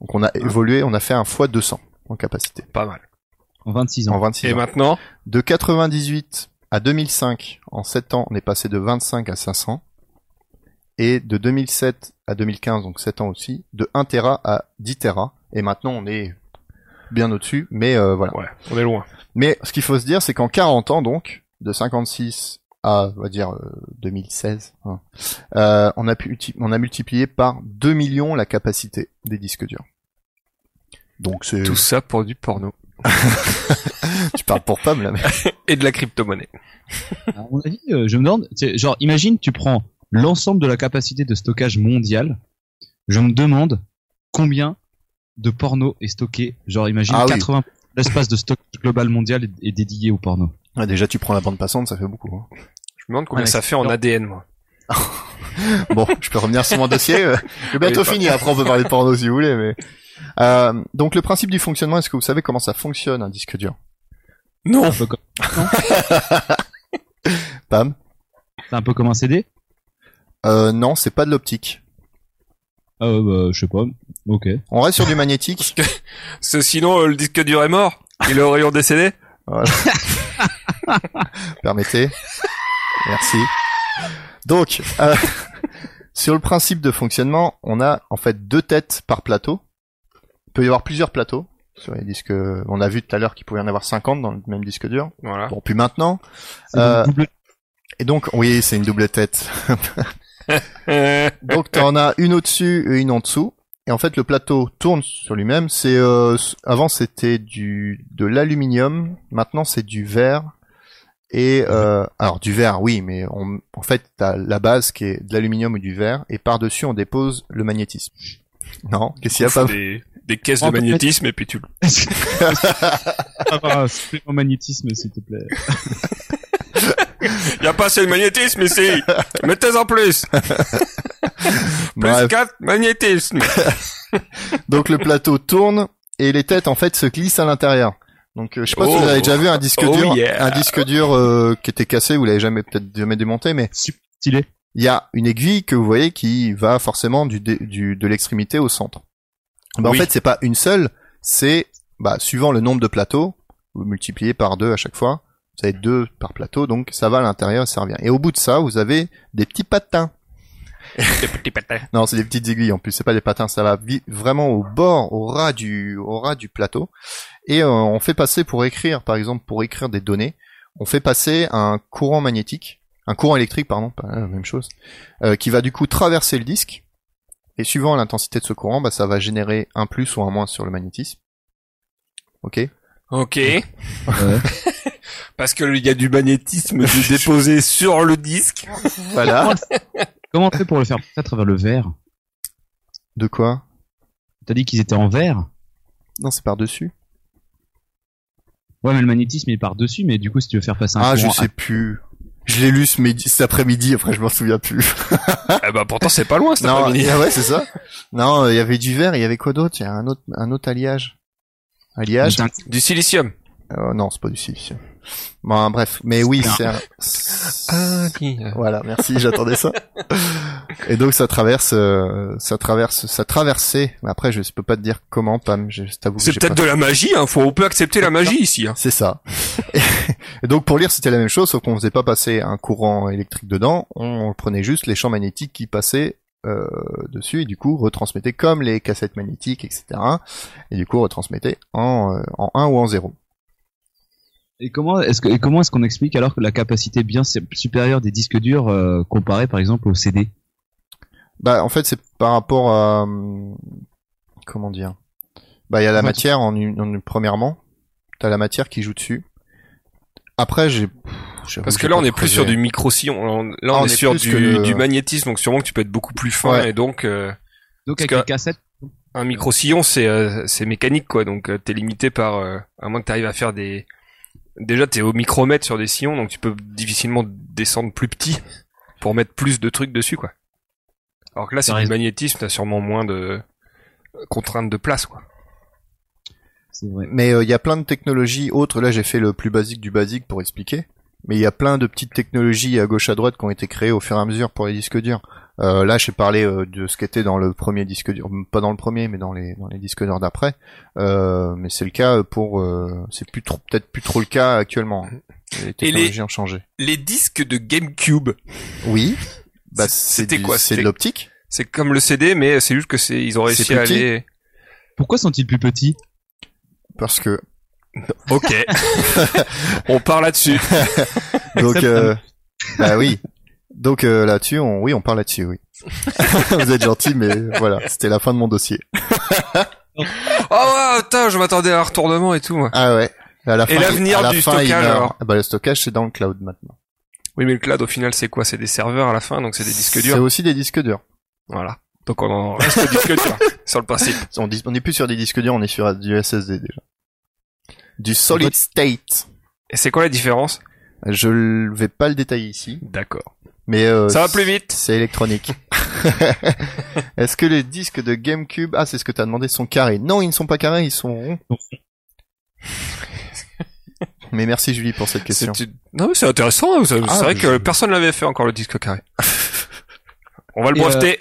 Speaker 5: Donc on a évolué, on a fait un x 200 en capacité,
Speaker 4: Pas mal.
Speaker 6: En 26
Speaker 5: en
Speaker 6: ans.
Speaker 5: 26
Speaker 4: Et
Speaker 5: ans.
Speaker 4: maintenant
Speaker 5: De 98 à 2005, en 7 ans, on est passé de 25 à 500. Et de 2007 à 2015, donc 7 ans aussi, de 1 Tera à 10 Tera. Et maintenant, on est bien au-dessus, mais euh, voilà.
Speaker 4: Ouais, on est loin.
Speaker 5: Mais ce qu'il faut se dire, c'est qu'en 40 ans, donc, de 56 à, on va dire, euh, 2016, hein, euh, on, a pu- on a multiplié par 2 millions la capacité des disques durs. Donc c'est...
Speaker 4: Tout ça pour du porno.
Speaker 5: Tu parles pour Pam, là, mais...
Speaker 4: Et de la crypto-monnaie.
Speaker 5: Ah.
Speaker 6: À mon avis, euh, je me demande, tu sais, genre, imagine, tu prends l'ensemble de la capacité de stockage mondiale. Je me demande combien de porno est stocké. Genre, imagine
Speaker 5: Ah oui.
Speaker 6: 80 l'espace de stockage global mondial est- est dédié au porno.
Speaker 5: Ouais, déjà, tu prends la bande passante, ça fait beaucoup. hein.
Speaker 4: Je me demande combien
Speaker 6: Ouais,
Speaker 4: ça fait en
Speaker 6: non.
Speaker 4: ADN, moi.
Speaker 5: Bon, je peux revenir sur mon dossier. euh, J'ai bientôt
Speaker 4: Oui, pas-
Speaker 5: fini, après on peut parler de porno si vous voulez. Mais... Euh, donc le principe du fonctionnement, est-ce que vous savez comment ça fonctionne un disque dur
Speaker 4: Non
Speaker 6: C'est un peu comme-
Speaker 5: Pam
Speaker 6: c'est un peu comme un CD.
Speaker 5: euh, Non, c'est pas de l'optique.
Speaker 6: Euh, bah, je sais pas. Ok.
Speaker 5: On reste sur du magnétique.
Speaker 4: Parce que sinon, euh, le disque dur est mort. Il est au rayon des CD.
Speaker 5: Permettez. Merci. Donc, euh, sur le principe de fonctionnement, on a en fait deux têtes par plateau. Il peut y avoir plusieurs plateaux sur les disques. euh, On a vu tout à l'heure qu'il pouvait y en avoir 50 dans le même disque dur.
Speaker 4: Voilà.
Speaker 5: Bon, plus maintenant.
Speaker 6: C'est donc
Speaker 5: Euh,
Speaker 6: double-
Speaker 5: Et donc, oui, c'est une double tête.
Speaker 4: Euh,
Speaker 5: Donc t'en as une au-dessus et une en dessous. Et en fait le plateau tourne sur lui-même. C'est euh, s- avant c'était du de l'aluminium, maintenant c'est du verre. Et euh, alors du verre, oui, mais on, en fait t'as la base qui est de l'aluminium ou du verre, et par dessus on dépose le magnétisme. Non, qu'est-ce qu'il y a pas
Speaker 4: des, des caisses
Speaker 6: En
Speaker 4: de
Speaker 6: fait-
Speaker 4: magnétisme et puis tu le-
Speaker 6: avoir un supplément magnétisme, s'il te plaît.
Speaker 4: Y a pas assez de magnétisme ici. Mettez en plus. Plus
Speaker 5: Bref.
Speaker 4: 4 magnétisme.
Speaker 5: Donc le plateau tourne et les têtes en fait se glissent à l'intérieur. Donc euh, je sais pas si
Speaker 4: Oh.
Speaker 5: vous avez déjà vu un disque
Speaker 4: Oh
Speaker 5: dur,
Speaker 4: yeah.
Speaker 5: un disque dur euh, qui était cassé, vous l'avez jamais peut-être jamais démonté, mais
Speaker 6: Stylé.
Speaker 5: il y a une aiguille que vous voyez qui va forcément du, dé- du de l'extrémité au centre. Bah,
Speaker 4: Oui.
Speaker 5: En fait, c'est pas une seule, c'est bah, suivant le nombre de plateaux, vous multipliez par deux à chaque fois, vous avez deux par plateau, donc ça va à l'intérieur, ça revient. Et au bout de ça, vous avez des petits patins.
Speaker 4: Des petits patins.
Speaker 5: Non, c'est des petites aiguilles en plus, c'est pas des patins, ça va vi- vraiment au bord, au ras du, au ras du plateau. Et euh, on fait passer pour écrire, par exemple, pour écrire des données, on fait passer un courant magnétique, un courant électrique, pardon, pas la même chose, euh, qui va du coup traverser le disque. Et suivant l'intensité de ce courant, bah, ça va générer un plus ou un moins sur le magnétisme. Ok.
Speaker 4: Ok. Parce que il y a du magnétisme de déposé sur le disque.
Speaker 5: Voilà.
Speaker 6: Comment on fait pour le faire passer à travers le verre
Speaker 5: De quoi
Speaker 6: T'as dit qu'ils étaient en verre
Speaker 5: Non, c'est par dessus.
Speaker 6: Ouais, mais le magnétisme est par-dessus, mais du coup, si tu veux faire passer un
Speaker 5: Ah, je
Speaker 6: courant
Speaker 5: sais plus. Je l'ai lu ce midi, cet après-midi. Après, je m'en souviens plus.
Speaker 4: Eh ben, pourtant, c'est pas loin, cet
Speaker 5: Non,
Speaker 4: après-midi.
Speaker 5: ah ouais, c'est ça. Non, euh, il y avait du verre, il y avait quoi d'autre Il y a un autre, un autre alliage.
Speaker 6: à-
Speaker 5: Alliage
Speaker 6: Putain,
Speaker 4: Du silicium.
Speaker 5: Euh, Non, c'est pas du silicium. Bon, bref, mais oui, c'est un...
Speaker 4: Ah.
Speaker 5: Voilà, merci, j'attendais ça. Et donc ça traverse, euh, ça traverse, ça traversait. Mais Après, je peux pas te dire comment, Pam. Je, je t'avoue que
Speaker 4: C'est
Speaker 5: j'ai
Speaker 4: peut-être
Speaker 5: pas-
Speaker 4: de la magie, hein. Faut, on peut accepter la magie ici, hein.
Speaker 5: C'est ça. Et donc pour lire, c'était la même chose, sauf qu'on faisait pas passer un courant électrique dedans. On prenait juste les champs magnétiques qui passaient euh, dessus et du coup retransmettait comme les cassettes magnétiques, etc. Et du coup retransmettait en euh, en 1 ou en 0.
Speaker 6: Et comment est-ce que et comment est-ce qu'on explique alors que la capacité bien sé- supérieure des disques durs euh, comparée par exemple au CD
Speaker 5: Bah en fait c'est par rapport à hum, comment dire. Bah il y a la
Speaker 6: Ouais.
Speaker 5: matière en, une- en une- premièrement. T'as la matière qui joue dessus. Après j'ai. pff, j'avoue
Speaker 4: Parce
Speaker 5: j'ai
Speaker 4: que là,
Speaker 5: pas
Speaker 4: on est plus
Speaker 5: creusé.
Speaker 4: sur du micro-sillon. Là, on- Là, on,
Speaker 5: Ah, on
Speaker 4: est,
Speaker 5: est
Speaker 4: sur
Speaker 5: plus
Speaker 4: du,
Speaker 5: que le-
Speaker 4: du magnétisme, donc sûrement que tu peux être beaucoup plus fin,
Speaker 5: Ouais.
Speaker 4: et donc, euh,
Speaker 6: Donc
Speaker 4: Parce
Speaker 6: avec
Speaker 4: que-
Speaker 6: les cassettes
Speaker 4: un micro-sillon, c'est, euh, c'est mécanique, quoi. Donc, euh, t'es limité par, euh, à moins que t'arrives à faire des, déjà, t'es au micromètre sur des sillons, donc tu peux difficilement descendre plus petit pour mettre plus de trucs dessus, quoi. Alors que là, c'est
Speaker 6: T'as
Speaker 4: du
Speaker 6: raison.
Speaker 4: magnétisme, t'as sûrement moins de contraintes de place, quoi.
Speaker 6: C'est vrai.
Speaker 5: Mais euh, il y a plein de technologies autres. Là, j'ai fait le plus basique du basique pour expliquer. Mais il y a plein de petites technologies à gauche à droite qui ont été créées au fur et à mesure pour les disques durs. Euh, là, j'ai parlé euh, de ce qui était dans le premier disque dur, pas dans le premier, mais dans les dans les disques durs d'après. Euh, mais c'est le cas pour, euh, c'est plus trop, peut-être plus trop le cas actuellement. Les technologies ont changé.
Speaker 4: Les disques de GameCube,
Speaker 5: Oui. Bah,
Speaker 4: C'était
Speaker 5: c'est du-
Speaker 4: quoi,
Speaker 5: C'est de
Speaker 4: c'était-
Speaker 5: l'optique.
Speaker 4: c'est comme le CD, mais c'est juste que c'est, ils ont
Speaker 5: C'est
Speaker 4: réussi
Speaker 5: plus
Speaker 4: à aller.
Speaker 6: Pourquoi sont-ils plus petits
Speaker 5: Parce que
Speaker 4: Ok. On part là-dessus.
Speaker 5: Donc,
Speaker 6: Accepte,
Speaker 5: euh, bah oui. Donc euh, là-dessus, on, oui, on parle là-dessus, oui. Vous êtes gentil, mais voilà, c'était la fin de mon dossier.
Speaker 4: Oh, ouais, putain, je m'attendais à un retournement et tout, moi.
Speaker 5: Ah ouais. À la
Speaker 4: Et
Speaker 5: fin,
Speaker 4: l'avenir
Speaker 5: à la
Speaker 4: du
Speaker 5: fin, il
Speaker 4: stockage,
Speaker 5: meurt.
Speaker 4: alors
Speaker 5: Ah Bah, le stockage, c'est dans le cloud maintenant.
Speaker 4: Oui, mais le cloud, au final, c'est quoi? C'est des serveurs à la fin, donc c'est des disques
Speaker 5: C'est
Speaker 4: durs.
Speaker 5: aussi des disques durs.
Speaker 4: Voilà. Donc on en reste aux disques durs, sur le principe.
Speaker 5: On, dis- on n'est plus sur des disques durs, on est sur du SSD déjà. Du solid state.
Speaker 4: Et c'est quoi la différence?
Speaker 5: Je l- vais pas le détailler ici,
Speaker 4: D'accord.
Speaker 5: mais euh,
Speaker 4: Ça va plus vite.
Speaker 5: C'est électronique. Est-ce que les disques de GameCube, ah c'est ce que t'as demandé, sont carrés Non, ils ne sont pas carrés, ils sont ronds. Mais merci Julie pour cette question.
Speaker 4: C'est une- Non, mais c'est intéressant. hein, C'est c'est
Speaker 5: Ah,
Speaker 4: vrai
Speaker 5: je-
Speaker 4: que personne l'avait fait encore le disque carré. On va le
Speaker 6: Et, euh,
Speaker 4: breveter.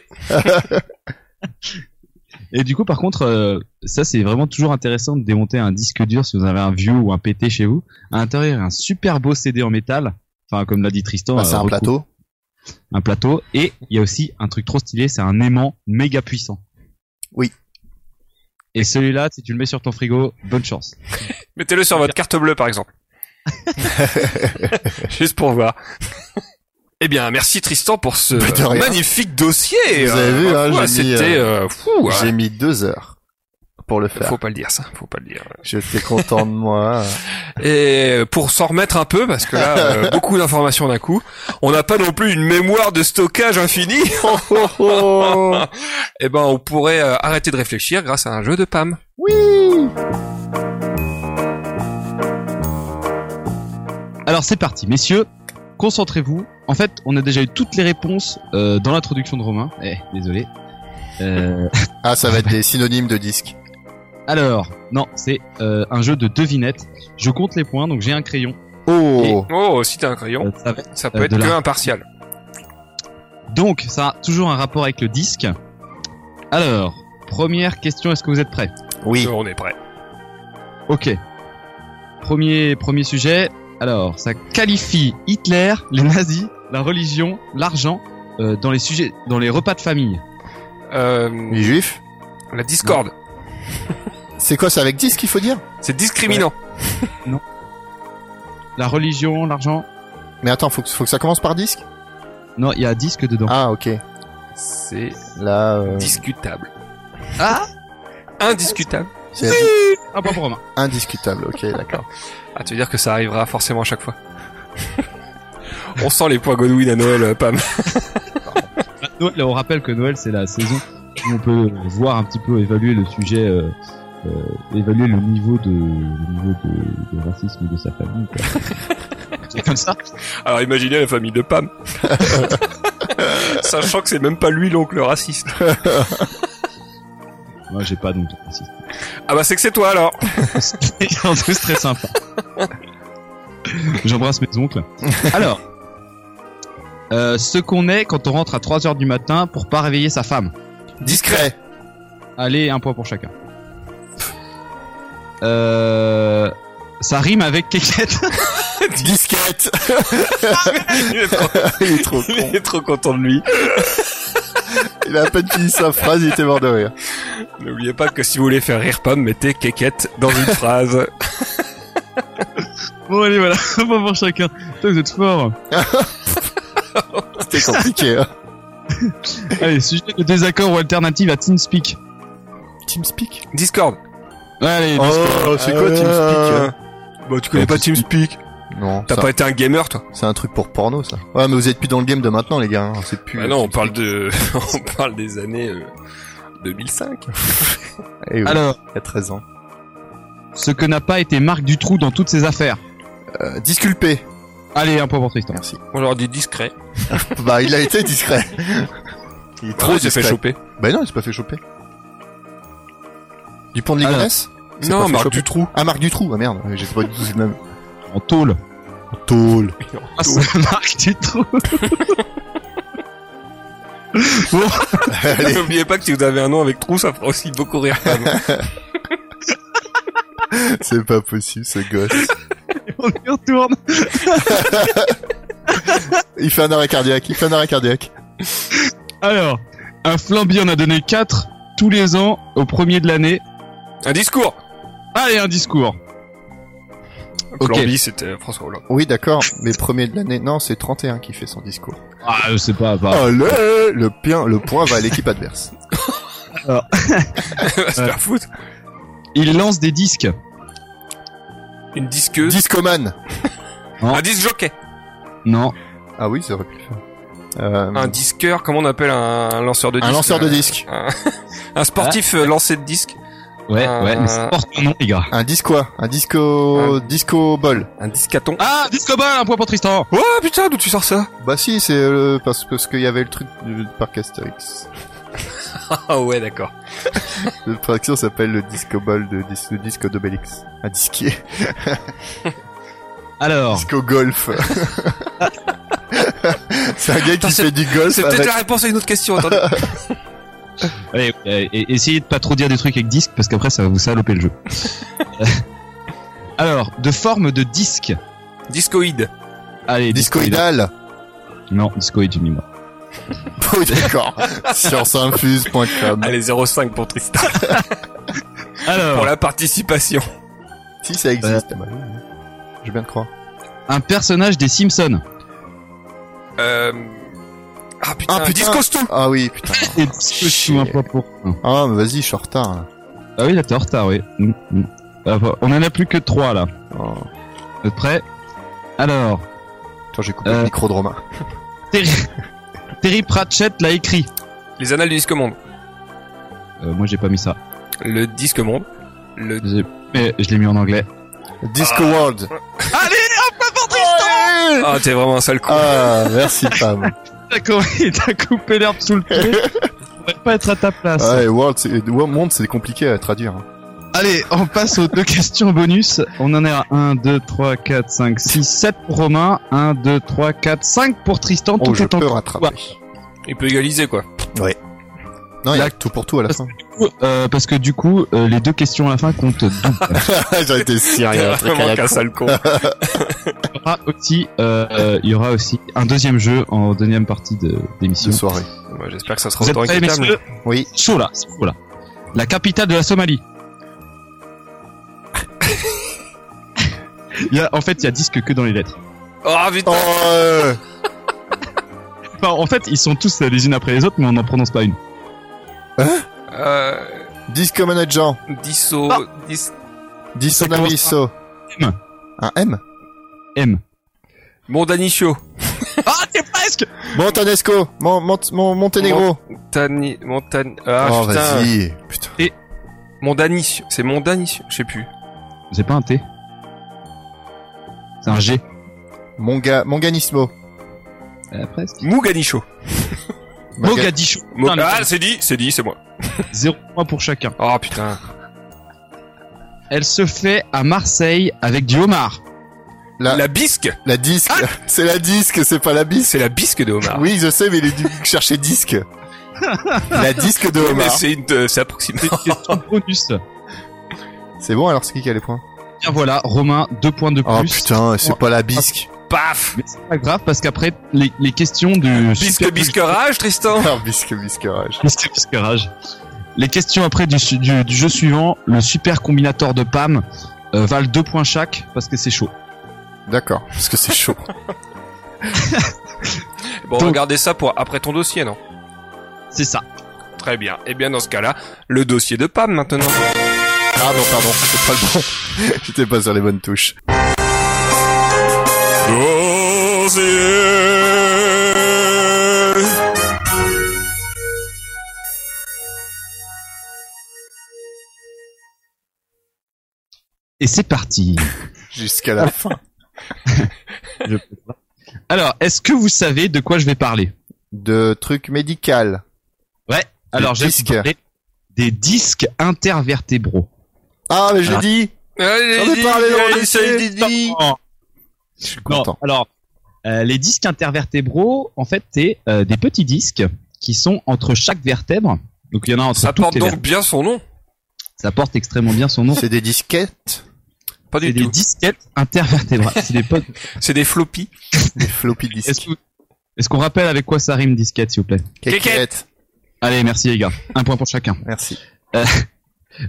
Speaker 6: Et du coup, par contre, euh, ça c'est vraiment toujours intéressant de démonter un disque dur si vous avez un vieux ou un PT chez vous. À l'intérieur, il y a un super beau CD en métal. Enfin, comme l'a dit Tristan,
Speaker 5: Ah, c'est
Speaker 6: euh,
Speaker 5: un
Speaker 6: recou-
Speaker 5: plateau.
Speaker 6: un plateau. Et il y a aussi un truc trop stylé, c'est un aimant méga puissant.
Speaker 5: Oui.
Speaker 6: Et celui-là, si tu le mets sur ton frigo, bonne chance.
Speaker 4: Mettez-le sur votre carte bleue, par exemple. Juste pour voir. Eh bien, merci Tristan pour ce
Speaker 5: de rien.
Speaker 4: magnifique dossier.
Speaker 5: Vous avez vu, hein,
Speaker 4: ouais,
Speaker 5: j'ai mis,
Speaker 4: c'était euh, fou. ouais.
Speaker 5: J'ai mis deux heures pour le faire.
Speaker 4: Faut pas le dire, ça. Faut pas le dire.
Speaker 5: J'étais content de moi.
Speaker 4: Et pour s'en remettre un peu, parce que là, euh, beaucoup d'informations d'un coup, on n'a pas non plus une mémoire de stockage infinie.
Speaker 6: Oh,
Speaker 4: Eh ben, on pourrait euh, arrêter de réfléchir grâce à un jeu de PAM.
Speaker 6: Alors c'est parti, messieurs, concentrez-vous. En fait, on a déjà eu toutes les réponses euh, dans l'introduction de Romain. Eh, désolé. Euh,
Speaker 5: Ah, ça va être des synonymes de disques.
Speaker 6: alors, non, c'est euh, un jeu de devinettes. Je compte les points, donc j'ai un crayon.
Speaker 5: Oh,
Speaker 4: Oh, si t'as un crayon,
Speaker 6: Euh, ça va
Speaker 4: ça
Speaker 6: euh,
Speaker 4: peut être
Speaker 6: de
Speaker 4: que
Speaker 6: la-
Speaker 4: impartial.
Speaker 6: Donc, ça a toujours un rapport avec le disque. Alors, première question, est-ce que vous êtes prêts
Speaker 5: oui.
Speaker 4: Euh, On est prêt.
Speaker 6: Ok. Premier, premier sujet. Alors, ça qualifie Hitler, les nazis, la religion, l'argent euh, dans les sujets, dans les repas de famille.
Speaker 4: Euh,
Speaker 5: Les juifs.
Speaker 4: la discorde,
Speaker 5: C'est quoi, c'est avec disque qu'il faut dire
Speaker 4: c'est discriminant.
Speaker 6: La religion, l'argent.
Speaker 5: Mais attends, faut que, faut que ça commence par disque
Speaker 6: Non, il y a disque dedans.
Speaker 5: Ah, ok.
Speaker 4: C'est
Speaker 5: Là, euh,
Speaker 4: discutable.
Speaker 6: Ah
Speaker 4: Indiscutable.
Speaker 5: c'est
Speaker 6: Un point Ah, pour Romain.
Speaker 5: indiscutable, ok, d'accord.
Speaker 4: Ah, tu veux dire que ça arrivera forcément à chaque fois. On sent les points Godwin à Noël, euh, Pam.
Speaker 6: Noël, on rappelle que Noël c'est la saison où on peut voir un petit peu évaluer le sujet, euh, euh, évaluer le niveau de, le niveau de, de racisme de sa famille. quoi. c'est comme ça.
Speaker 4: Alors imaginez la famille de Pam. Sachant que c'est même pas lui l'oncle raciste.
Speaker 6: Moi j'ai pas d'oncle raciste.
Speaker 4: Ah bah c'est que c'est toi alors.
Speaker 6: C'est en plus très sympa. J'embrasse mes oncles. Alors, euh, ce qu'on est quand on rentre à 3h du matin pour pas réveiller sa femme.
Speaker 5: Discret.
Speaker 6: Allez, un point pour chacun. Euh, ça rime avec Kékette.
Speaker 5: Disquette.
Speaker 4: Il est trop,
Speaker 5: Il est trop con.
Speaker 4: il est trop content de lui.
Speaker 5: Il a à peine fini sa phrase, il était mort de rire.
Speaker 4: N'oubliez pas que si vous voulez faire rire Pam, mettez Kékette dans une phrase.
Speaker 6: Bon, allez, voilà, un point pour chacun. Putain, vous êtes forts.
Speaker 5: C'était compliqué. Hein.
Speaker 6: Allez, sujet de désaccord ou alternative à TeamSpeak.
Speaker 5: TeamSpeak.
Speaker 4: Discord.
Speaker 6: Allez,
Speaker 5: Oh, c'est quoi TeamSpeak hein
Speaker 4: Bah tu connais pas TeamSpeak.
Speaker 5: Non,
Speaker 4: T'as
Speaker 5: ça-
Speaker 4: pas été un gamer toi
Speaker 5: c'est un truc pour porno ça. Ouais, mais vous êtes plus dans le game de maintenant les gars. hein. C'est plus.
Speaker 4: Bah non, on parle de, on parle des années euh, 2005.
Speaker 5: Eh oui,
Speaker 6: alors,
Speaker 5: il y a 13 ans.
Speaker 6: ce que n'a pas été Marc Dutroux dans toutes ses affaires.
Speaker 5: Euh, disculpé.
Speaker 6: Allez, un point pour Tristan.
Speaker 4: Ah
Speaker 5: Merci.
Speaker 4: On leur dit discret.
Speaker 5: bah il a été discret. Il est
Speaker 4: Trop, il s'est fait
Speaker 5: discret.
Speaker 4: choper.
Speaker 5: Bah non, il s'est pas fait choper. Dupont de
Speaker 6: Ah,
Speaker 5: Ligonnès Il s'est pas
Speaker 4: Non,
Speaker 5: fait
Speaker 4: Marc
Speaker 5: choper.
Speaker 4: Dutroux.
Speaker 5: Ah, Marc Dutroux, ah merde, ouais, j'étais pas du tout, c'est le même.
Speaker 6: En tôle.
Speaker 5: Tôle.
Speaker 6: Ah, ça marque du trou.
Speaker 5: Allez,
Speaker 4: N'oubliez pas que si vous avez un nom avec trou, ça fera aussi beaucoup rire.
Speaker 5: c'est pas possible, ce gosse.
Speaker 6: On y retourne.
Speaker 5: Il fait un arrêt cardiaque, il fait un arrêt cardiaque.
Speaker 6: Alors, un flambi en a donné 4 tous les ans au premier de l'année.
Speaker 4: un discours.
Speaker 6: Ah, et un discours. Ok.
Speaker 4: Colombie, c'était François Hollande.
Speaker 5: Oui, d'accord, mais premier de l'année, non, c'est 31 qui fait son discours.
Speaker 6: Ah, je sais pas. pas.
Speaker 5: Allez, le, pien- le point va à l'équipe adverse.
Speaker 4: Se faire foutre.
Speaker 6: Il lance des disques.
Speaker 4: Une disqueuse.
Speaker 5: Discoman.
Speaker 4: Un disque jockey.
Speaker 6: Non.
Speaker 5: Ah oui, ça aurait pu le faire. Euh,
Speaker 4: Un disqueur, comment on appelle un lanceur de disque
Speaker 5: un lanceur de disque.
Speaker 4: Un, un sportif euh, lancé de disque.
Speaker 6: Ouais,
Speaker 4: Euh,
Speaker 6: ouais, mais ça porte un nom, les gars.
Speaker 5: Un disque quoi Un disco... Disco ball.
Speaker 4: Un discaton.
Speaker 6: Ah, disco ball, un point pour Tristan.
Speaker 4: Ah putain, d'où tu sors ça
Speaker 5: Bah si, c'est euh, parce, parce qu'il y avait le truc du parc Astérix.
Speaker 4: Ah ouais, d'accord.
Speaker 5: Le parc Astérix s'appelle le disco ball de dis- le disco d'Obélix. Un disquier.
Speaker 6: Alors,
Speaker 5: Disco golf. c'est un gars
Speaker 4: Attends,
Speaker 5: qui
Speaker 4: c'est-
Speaker 5: fait du golf
Speaker 4: C'est peut-être
Speaker 5: avec...
Speaker 4: la réponse à une autre question. Attendez.
Speaker 6: allez, euh, et- essayez de pas trop dire des trucs avec disque parce qu'après ça va vous saloper le jeu. Euh, Alors, de forme de disque.
Speaker 4: Discoïde.
Speaker 6: Allez, discoïdal.
Speaker 5: Discoïdal.
Speaker 6: Non, discoïde, une
Speaker 5: Oui, d'accord. Scienceinfuse.com.
Speaker 4: Allez, 0,5 pour Tristan.
Speaker 6: Alors,
Speaker 4: Pour la participation.
Speaker 5: Si ça existe. ah bah oui, oui. Je viens de croire.
Speaker 6: un personnage des Simpsons.
Speaker 4: Euh... Ah putain,
Speaker 5: Ah, putain.
Speaker 4: Disco Stool.
Speaker 5: Ah oui, putain.
Speaker 6: Et disco sous un point pour.
Speaker 5: Ah, mais vas-y, je suis en retard, là.
Speaker 6: Ah oui, là t'es en retard, oui. Mm, mm. Ah, bon, On en a plus que trois là.
Speaker 5: Oh.
Speaker 6: Vous êtes prêts Alors,
Speaker 5: Attends, j'ai coupé
Speaker 6: Euh.
Speaker 5: le micro de Romain.
Speaker 6: Terry Pratchett l'a écrit.
Speaker 4: Les annales du disque monde.
Speaker 6: Euh, moi j'ai pas mis ça.
Speaker 4: Le disque monde. Le...
Speaker 6: J'ai- Mais je l'ai mis en anglais.
Speaker 5: Disco World.
Speaker 6: Allez, un point pour Tristan
Speaker 4: Ah, t'es vraiment un sale con.
Speaker 5: Ah, merci Pam.
Speaker 6: T'as coupé, t'as coupé l'herbe sous le pied. Je pourrais pas être à ta place.
Speaker 5: Ouais, World, c'est- World Monde, c'est compliqué à traduire. hein.
Speaker 6: Allez, on passe aux deux questions bonus. On en est à 1, 2, 3, 4, 5, 6, 7 pour Romain. 1, 2, 3, 4, 5 pour Tristan.
Speaker 5: Oh,
Speaker 6: tout
Speaker 5: je
Speaker 6: est en
Speaker 5: peux rattraper.
Speaker 4: Il peut égaliser, quoi.
Speaker 5: Non, il y a
Speaker 6: Là-
Speaker 5: tout pour tout à la fin.
Speaker 6: cours. Euh, parce que du coup, euh, les deux questions à la fin comptent double. Ah,
Speaker 5: J'ai été
Speaker 4: T'es
Speaker 5: sérieux. un truc à
Speaker 4: vraiment
Speaker 5: la
Speaker 4: qu'un
Speaker 5: con.
Speaker 4: sale con.
Speaker 6: Il y aura aussi, euh, euh, il y aura aussi un deuxième jeu en deuxième partie de d'émission.
Speaker 5: De soirée.
Speaker 4: Ouais, J'espère que ça sera
Speaker 6: Vous êtes
Speaker 4: autant
Speaker 6: prêts,
Speaker 4: équitable.
Speaker 6: messieurs
Speaker 5: Oui.
Speaker 6: Chaud là, c'est chaud là. La capitale de la Somalie. il y a, en fait, il y a disque que dans les lettres.
Speaker 4: Ah vite.
Speaker 5: Oh, euh,
Speaker 6: Enfin, en fait, ils sont tous euh, les unes après les autres, mais on n'en prononce pas une.
Speaker 4: Euh...
Speaker 5: Disco Manager.
Speaker 4: Disso...
Speaker 6: Ah.
Speaker 4: Dis...
Speaker 5: Disco
Speaker 6: Ça commence
Speaker 5: Naviso.
Speaker 6: M.
Speaker 5: Un M.
Speaker 6: M.
Speaker 4: Mondanichio.
Speaker 6: Ah, t'es presque
Speaker 5: Montanesco. Mon, Mont- Mon- Monténégro.
Speaker 6: Oh.
Speaker 4: Tani... Montan... Ah
Speaker 5: oh,
Speaker 4: putain.
Speaker 5: vas-y. Putain.
Speaker 4: Mondani. C'est Mondani. Je sais plus.
Speaker 6: C'est pas un T. C'est un G.
Speaker 5: Monga, Monganismo.
Speaker 6: Euh, presque.
Speaker 4: Mouganicho.
Speaker 5: Maga-
Speaker 6: Mogadiscio.
Speaker 4: Mo-
Speaker 6: Putain, mais-
Speaker 4: ah, c'est dit, c'est dit, c'est moi.
Speaker 6: Zéro point pour chacun.
Speaker 4: Ah putain.
Speaker 6: Elle se fait à Marseille avec du homard.
Speaker 5: Ah.
Speaker 4: La bisque
Speaker 5: La disque.
Speaker 6: Ah
Speaker 5: C'est la disque, c'est pas la bisque.
Speaker 4: C'est la bisque de Omar.
Speaker 5: Oui, je sais, mais il est dû chercher disque. la disque de
Speaker 4: mais
Speaker 5: Omar.
Speaker 4: c'est une, euh, c'est approximé.
Speaker 6: Question bonus.
Speaker 5: C'est bon, alors c'est qui qui a les points?
Speaker 6: Bien voilà, Romain, deux points de plus.
Speaker 5: Oh putain, c'est pas la bisque.
Speaker 4: Paf
Speaker 6: Mais c'est pas grave parce qu'après les, les questions du
Speaker 4: Bisque, bisque rage, Tristan
Speaker 5: Ah, bisque, bisque, rage.
Speaker 6: Bisque, bisque, rage. Les questions après du, su- du- du jeu suivant, le super combinator de Pam euh, valent deux points chaque parce que c'est chaud.
Speaker 5: D'accord, parce que c'est chaud.
Speaker 4: Bon,
Speaker 6: Donc-
Speaker 4: regardez ça pour après ton dossier, non
Speaker 6: C'est ça.
Speaker 4: Très bien. Eh bien, dans ce cas-là, le dossier de Pam maintenant.
Speaker 5: Ah non, pardon, c'est pas le bon. J'étais pas sur les bonnes touches.
Speaker 6: Et c'est parti.
Speaker 5: Jusqu'à la fin.
Speaker 6: Je peux pas. Alors, est-ce que vous savez de quoi je vais parler
Speaker 5: De trucs médical.
Speaker 6: Ouais. Alors, j'ai
Speaker 5: disques.
Speaker 6: des disques intervertébraux.
Speaker 5: Ah, mais je l'ai
Speaker 6: Ah.
Speaker 5: dit
Speaker 4: Allez,
Speaker 5: J'en ai parlé dans le
Speaker 4: allez, allez,
Speaker 5: Je suis
Speaker 6: Non,
Speaker 5: content.
Speaker 6: alors, euh, les disques intervertébraux, en fait, c'est euh, des petits disques qui sont entre chaque vertèbre. Donc, il y en a entre
Speaker 4: Ça
Speaker 6: toutes
Speaker 4: porte
Speaker 6: les
Speaker 4: donc
Speaker 6: vertèbres.
Speaker 4: bien son nom.
Speaker 6: Ça porte extrêmement bien son nom.
Speaker 5: C'est des disquettes,
Speaker 4: Pas
Speaker 6: C'est
Speaker 4: du
Speaker 6: des
Speaker 4: tout.
Speaker 6: disquettes intervertébrales. C'est des potes.
Speaker 4: C'est des floppies.
Speaker 5: des floppy
Speaker 6: Est-ce
Speaker 5: disques.
Speaker 6: que- est-ce qu'on rappelle avec quoi ça rime disquette, s'il vous plaît
Speaker 5: Quéquette.
Speaker 6: Allez, merci les gars. Un point pour chacun.
Speaker 5: Merci.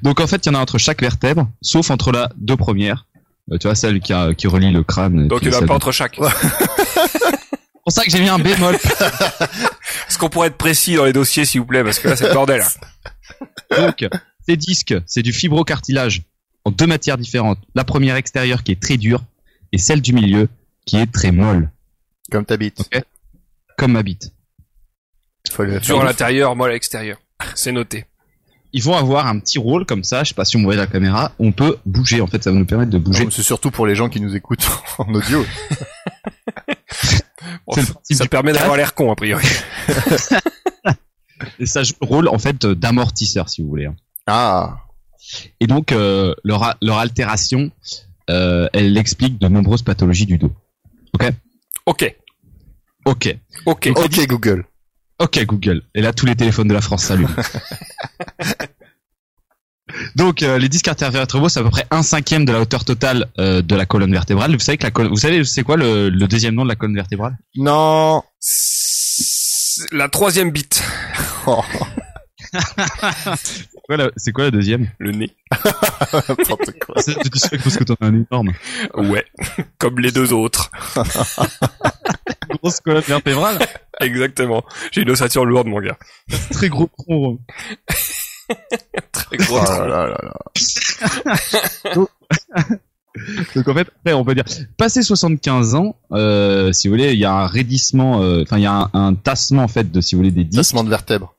Speaker 6: Donc en fait, il y en a entre chaque vertèbre, sauf entre la deux premières. Euh, tu vois, celle qui, a- qui relie le crâne. et
Speaker 4: Donc
Speaker 6: puis
Speaker 4: il y en a
Speaker 6: celle-
Speaker 4: pas entre chaque.
Speaker 6: C'est pour ça que j'ai mis un bémol.
Speaker 4: Est-ce qu'on pourrait être précis dans les dossiers, s'il vous plaît, parce que là, c'est le bordel. hein.
Speaker 6: Donc, ces disques, c'est du fibrocartilage en deux matières différentes. La première extérieure qui est très dure et celle du milieu qui est très molle,
Speaker 5: Comme ta bite.
Speaker 6: comme ma bite.
Speaker 5: Faut le
Speaker 6: Bah,
Speaker 4: Dur à l'intérieur, molle à l'extérieur. C'est noté.
Speaker 6: Ils vont avoir un petit rôle comme ça, je sais pas si on voit la caméra, on peut bouger en fait, ça va nous permettre de bouger.
Speaker 5: Non,
Speaker 4: Ah
Speaker 5: C'est surtout pour les gens qui nous écoutent en audio.
Speaker 6: C'est le principe
Speaker 4: ça
Speaker 6: du
Speaker 4: permet d'avoir l'air con, a priori.
Speaker 6: Et ça joue le rôle en fait euh, d'amortisseur si vous voulez. hein.
Speaker 5: Ah,
Speaker 6: Et donc euh, leur, a- leur altération, euh, elle explique de nombreuses pathologies du dos.
Speaker 4: Ok.
Speaker 6: Ok,
Speaker 4: Ok.
Speaker 5: ok Google.
Speaker 6: ok Google. Et là tous les téléphones de la France s'allument. donc euh, les disques intervertébraux c'est à peu près un cinquième de la hauteur totale euh, de la colonne vertébrale. Vous savez que la colonne, vous savez c'est quoi le, le deuxième nom de la colonne vertébrale
Speaker 5: Non.
Speaker 4: C'est La troisième bite.
Speaker 5: Oh,
Speaker 6: C'est quoi la- C'est quoi la deuxième
Speaker 4: Le nez.
Speaker 5: n'importe quoi.
Speaker 6: C'est du sexe parce que t'en as un énorme.
Speaker 4: Ouais. Comme les deux autres.
Speaker 6: Grosse colonne vertébrale.
Speaker 4: Exactement. J'ai une ossature lourde, mon gars.
Speaker 6: Très gros tronc. rond.
Speaker 4: Très
Speaker 5: Oh
Speaker 4: gros.
Speaker 5: là là là là.
Speaker 6: Donc en fait, après, on peut dire, passé 75 ans, euh, si vous voulez, il y a un raidissement, euh, enfin il y a un, un tassement en fait de, si vous voulez, des disques.
Speaker 5: Tassement de vertèbres.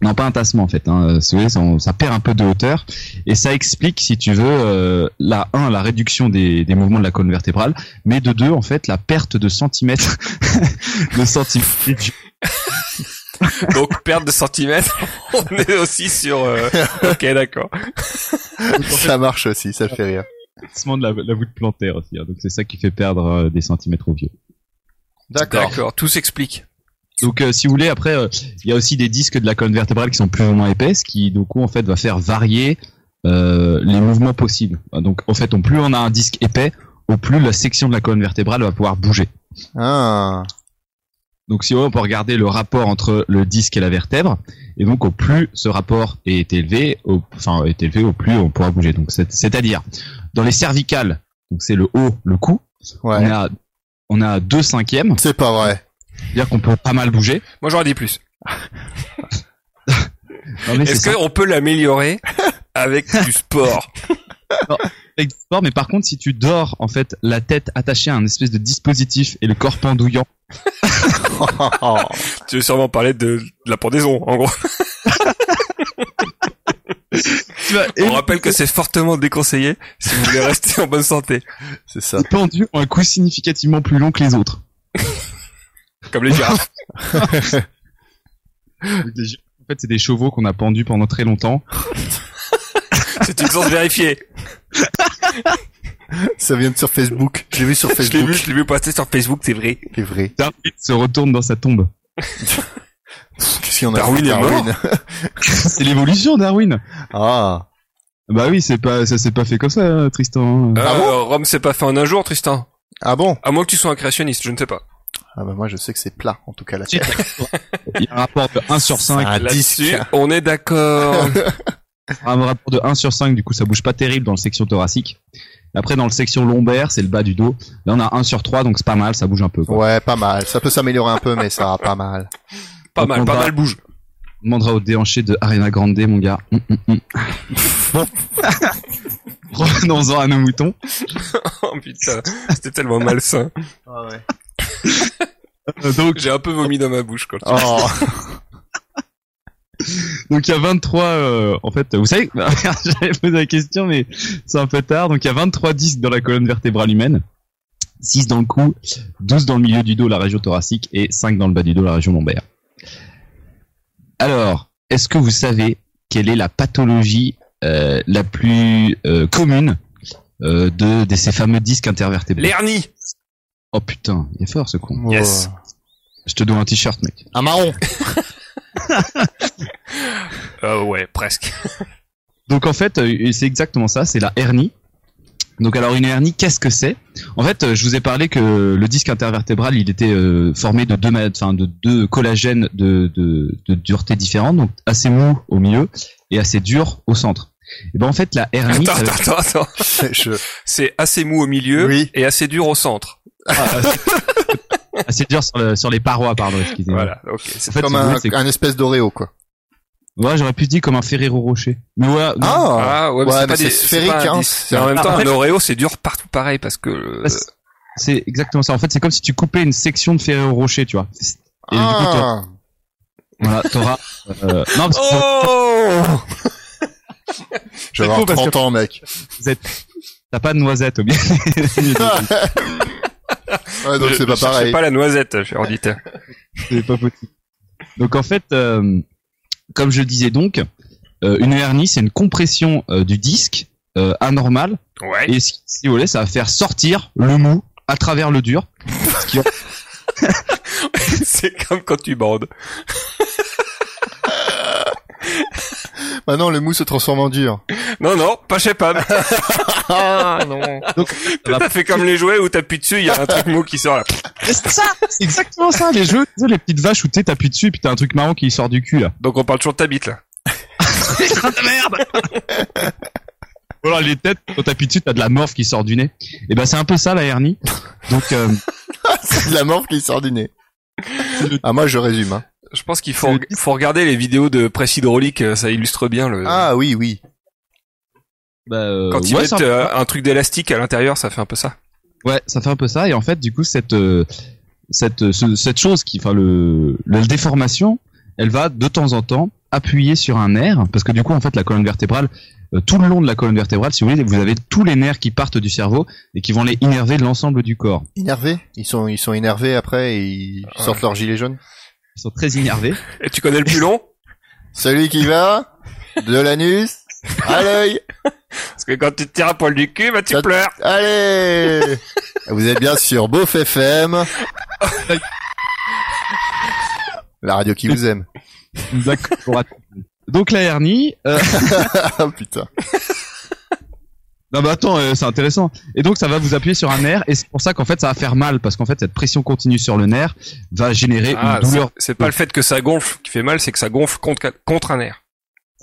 Speaker 6: Non, pas un tassement en fait. Hein, euh, si vous voulez, ça, on- ça perd un peu de hauteur et ça explique, si tu veux, euh, la un, la réduction des, des mouvements de la colonne vertébrale, mais de deux, en fait, la perte de centimètres, de centimètres. du-
Speaker 4: Donc, perte de centimètres. On est aussi sur, euh, ok, d'accord.
Speaker 5: Ça marche aussi, ça fait rire.
Speaker 6: tassement de la, la voûte plantaire aussi. hein. donc c'est ça qui fait perdre euh, des centimètres au vieux.
Speaker 5: D'accord.
Speaker 4: Tout s'explique.
Speaker 6: Donc euh, si vous voulez après euh, il y a aussi des disques de la colonne vertébrale qui sont plus ou moins épaisses qui du coup en fait va faire varier euh, les mouvements possibles. Ah, Donc en fait au plus on a un disque épais, au plus la section de la colonne vertébrale va pouvoir bouger.
Speaker 5: Ah,
Speaker 6: Donc si vous voulez, on peut regarder le rapport entre le disque et la vertèbre et donc au plus ce rapport est élevé, au, enfin est élevé au plus on pourra bouger. Donc c'est- c'est-à-dire dans les cervicales, donc c'est le haut, le cou, on
Speaker 5: ouais.
Speaker 6: a on a deux cinquièmes,
Speaker 5: Mm. C'est pas vrai.
Speaker 6: c'est-à-dire qu'on peut pas mal bouger.
Speaker 4: Moi, j'aurais dit plus.
Speaker 6: Non, mais c'est
Speaker 4: Est-ce
Speaker 6: ça.
Speaker 4: qu'on peut l'améliorer avec du sport?
Speaker 6: avec du sport, mais par contre, si tu dors, en fait, la tête attachée à un espèce de dispositif et le corps pendouillant,
Speaker 4: Tu veux sûrement parler de, de la pendaison, en gros.
Speaker 6: tu vas
Speaker 4: On rappelle que c'est fortement déconseillé si vous voulez rester en bonne santé.
Speaker 5: C'est ça.
Speaker 6: pendu ont un coup significativement plus long que les autres.
Speaker 4: Comme les girafes.
Speaker 6: Donc, les gens, En fait, c'est des chevaux qu'on a pendus pendant très longtemps.
Speaker 4: C'est une source vérifiée.
Speaker 5: Ça vient de sur Facebook. J'ai vu sur
Speaker 4: Je l'ai vu,
Speaker 5: Facebook.
Speaker 4: je l'ai vu passer sur Facebook, c'est vrai.
Speaker 5: C'est vrai.
Speaker 6: Darwin se retourne dans sa tombe.
Speaker 5: Qu'est-ce qu'il y en a
Speaker 4: Darwin
Speaker 5: fait,
Speaker 4: est mort
Speaker 6: c'est l'évolution, Darwin.
Speaker 5: Ah,
Speaker 6: Bah oui, c'est pas, ça s'est pas fait comme ça, hein, Tristan.
Speaker 4: Euh,
Speaker 5: Ah
Speaker 4: Rome s'est pas fait en un jour, Tristan.
Speaker 5: ah bon
Speaker 4: À moins que tu sois un créationniste, je ne sais pas.
Speaker 5: Ah bah moi je sais que c'est plat, en tout cas la
Speaker 6: Si. Il y a un rapport de 1 sur 5.
Speaker 5: Un
Speaker 4: Là-dessus,
Speaker 5: disque.
Speaker 4: on est d'accord.
Speaker 6: Un rapport de 1 sur 5, du coup, ça bouge pas terrible dans le section thoracique. Après, dans le section lombaire, c'est le bas du dos. Là, on a 1 sur 3, donc c'est pas mal, ça bouge un peu. Quoi.
Speaker 5: Ouais, pas mal. Ça peut s'améliorer un peu, mais ça va pas mal.
Speaker 4: pas mal, pas
Speaker 6: Bah.
Speaker 4: mal bouge.
Speaker 6: On demandera au déhanché de Arena Grande, mon gars. Hum, hum, hum. Bon. Revenons-en à nos moutons.
Speaker 4: Oh putain, c'était tellement malsain.
Speaker 6: Euh, Donc,
Speaker 4: J'ai un peu vomi dans ma bouche quand
Speaker 5: Oh,
Speaker 6: donc il y a 23, euh, en fait, vous savez, j'avais posé la question, mais c'est un peu tard. Donc, il y a 23 disques dans la colonne vertébrale humaine. 6 dans le cou, 12 dans le milieu du dos, la région thoracique, et 5 dans le bas du dos, la région lombaire. Alors, est-ce que vous savez quelle est la pathologie euh, la plus euh, commune euh, de, de ces fameux disques intervertébrés
Speaker 4: L'hernie.
Speaker 6: Oh putain, il est fort ce con.
Speaker 4: Yes.
Speaker 6: Je te dois un t-shirt, mec.
Speaker 7: Un marron.
Speaker 4: Euh, ouais, presque.
Speaker 6: Donc en fait, euh, c'est exactement ça, c'est la hernie. Donc alors une hernie, qu'est-ce que c'est En fait, euh, je vous ai parlé que le disque intervertébral, il était euh, formé de deux, ma- enfin, de deux collagènes de, de, de dureté différentes, donc assez mou au milieu et assez dur au centre. Et ben en fait, la hernie,
Speaker 4: Attends,
Speaker 6: ça veut-
Speaker 4: attends, attends, attends.
Speaker 5: Je-
Speaker 4: C'est assez mou au milieu
Speaker 5: Oui.
Speaker 4: et assez dur au centre.
Speaker 6: ah, assez dur sur, le- sur les parois, pardon,
Speaker 5: Mm.
Speaker 6: excusez-moi.
Speaker 4: Voilà. Ok.
Speaker 6: En fait,
Speaker 5: Comme
Speaker 6: si vous
Speaker 5: un,
Speaker 6: voulez, c'est-
Speaker 5: un espèce d'oreo, quoi.
Speaker 6: Ouais, j'aurais pu dire comme un Ferrero Rocher. Mais ouais, non,
Speaker 4: Ah ouais, mais c'est
Speaker 5: Oh.
Speaker 4: pas
Speaker 5: Ouais, mais
Speaker 4: des
Speaker 5: c'est sphérique,
Speaker 4: pas un
Speaker 5: hein.
Speaker 4: disque. C'est en même temps un Oreo, c'est dur partout pareil parce que euh,
Speaker 6: Bah, c'est- c'est exactement ça. En fait, c'est comme si tu coupais une section de Ferrero Rocher, tu vois. Et du coup, t'auras-
Speaker 5: Ah,
Speaker 6: voilà, t'auras, euh, non, parce que
Speaker 4: oh
Speaker 5: je vais avoir
Speaker 6: parce
Speaker 5: 30 ans, mec.
Speaker 6: t'as pas de noisette au milieu.
Speaker 5: Ouais, donc
Speaker 4: Je-
Speaker 5: c'est pas
Speaker 4: je cherchais
Speaker 5: pareil.
Speaker 4: pas la noisette, cher auditeur.
Speaker 6: c'est pas possible. Donc en fait, euh, comme je le disais donc, euh, une hernie, c'est une compression euh, du disque euh, anormale.
Speaker 4: Ouais.
Speaker 6: Et si, si vous voulez, ça va faire sortir le mou à travers le dur.
Speaker 4: c'est comme quand tu bandes.
Speaker 5: Maintenant, le mou se transforme en dur.
Speaker 4: Non non, pas chez Pam.
Speaker 5: Ah, non.
Speaker 4: T'as fait comme les jouets où t'appuies dessus, il y a un truc mou qui sort là.
Speaker 6: C'est ça C'est exactement ça, les jeux, tu sais, les petites vaches où t'es, t'appuies dessus, puis t'as un truc marrant qui sort du cul, là.
Speaker 4: Donc on parle toujours de ta bite là.
Speaker 6: Ou alors les têtes, quand t'appuies dessus, t'as de la morphe qui sort du nez. Et ben c'est un peu ça la hernie. Donc euh,
Speaker 5: C'est de la morphe qui sort du nez. Ah, moi, je résume, hein.
Speaker 4: Je pense qu'il faut faut regarder les vidéos de presse hydraulique, euh, ça illustre bien le.
Speaker 5: Ah, oui, oui.
Speaker 6: bah, euh,
Speaker 4: quand ils
Speaker 6: ouais,
Speaker 4: mettent
Speaker 6: ça,
Speaker 4: euh, un truc d'élastique à l'intérieur, ça fait un peu ça.
Speaker 6: ouais, ça fait un peu ça. Et en fait, du coup, cette euh, cette euh, ce- cette chose qui, enfin le la déformation, elle va de temps en temps appuyer sur un nerf parce que du coup, en fait, la colonne vertébrale, euh, tout le long de la colonne vertébrale, si vous voulez, vous avez tous les nerfs qui partent du cerveau et qui vont les innerver de l'ensemble du corps.
Speaker 5: Énervés. Ils sont, ils sont énervés après et ils
Speaker 4: Ouais.
Speaker 5: sortent leur gilet jaune.
Speaker 6: Ils sont très innervés.
Speaker 4: Et tu connais le plus long
Speaker 5: Celui qui va, de l'anus, à l'œil.
Speaker 4: Parce que quand tu te tires un poil du cul, bah tu
Speaker 5: Ça-
Speaker 4: pleures.
Speaker 5: Allez! Vous êtes bien sur Beauf FM. La radio qui vous aime.
Speaker 6: D'accord. Donc la hernie, euh,
Speaker 5: Ah, putain.
Speaker 6: Non bah attends, euh, c'est intéressant. Et donc ça va vous appuyer sur un nerf et c'est pour ça qu'en fait ça va faire mal parce qu'en fait cette pression continue sur le nerf va générer
Speaker 4: Ah,
Speaker 6: une douleur
Speaker 4: c'est- c'est pas le fait que ça gonfle qui fait mal, c'est que ça gonfle contre, contre un air.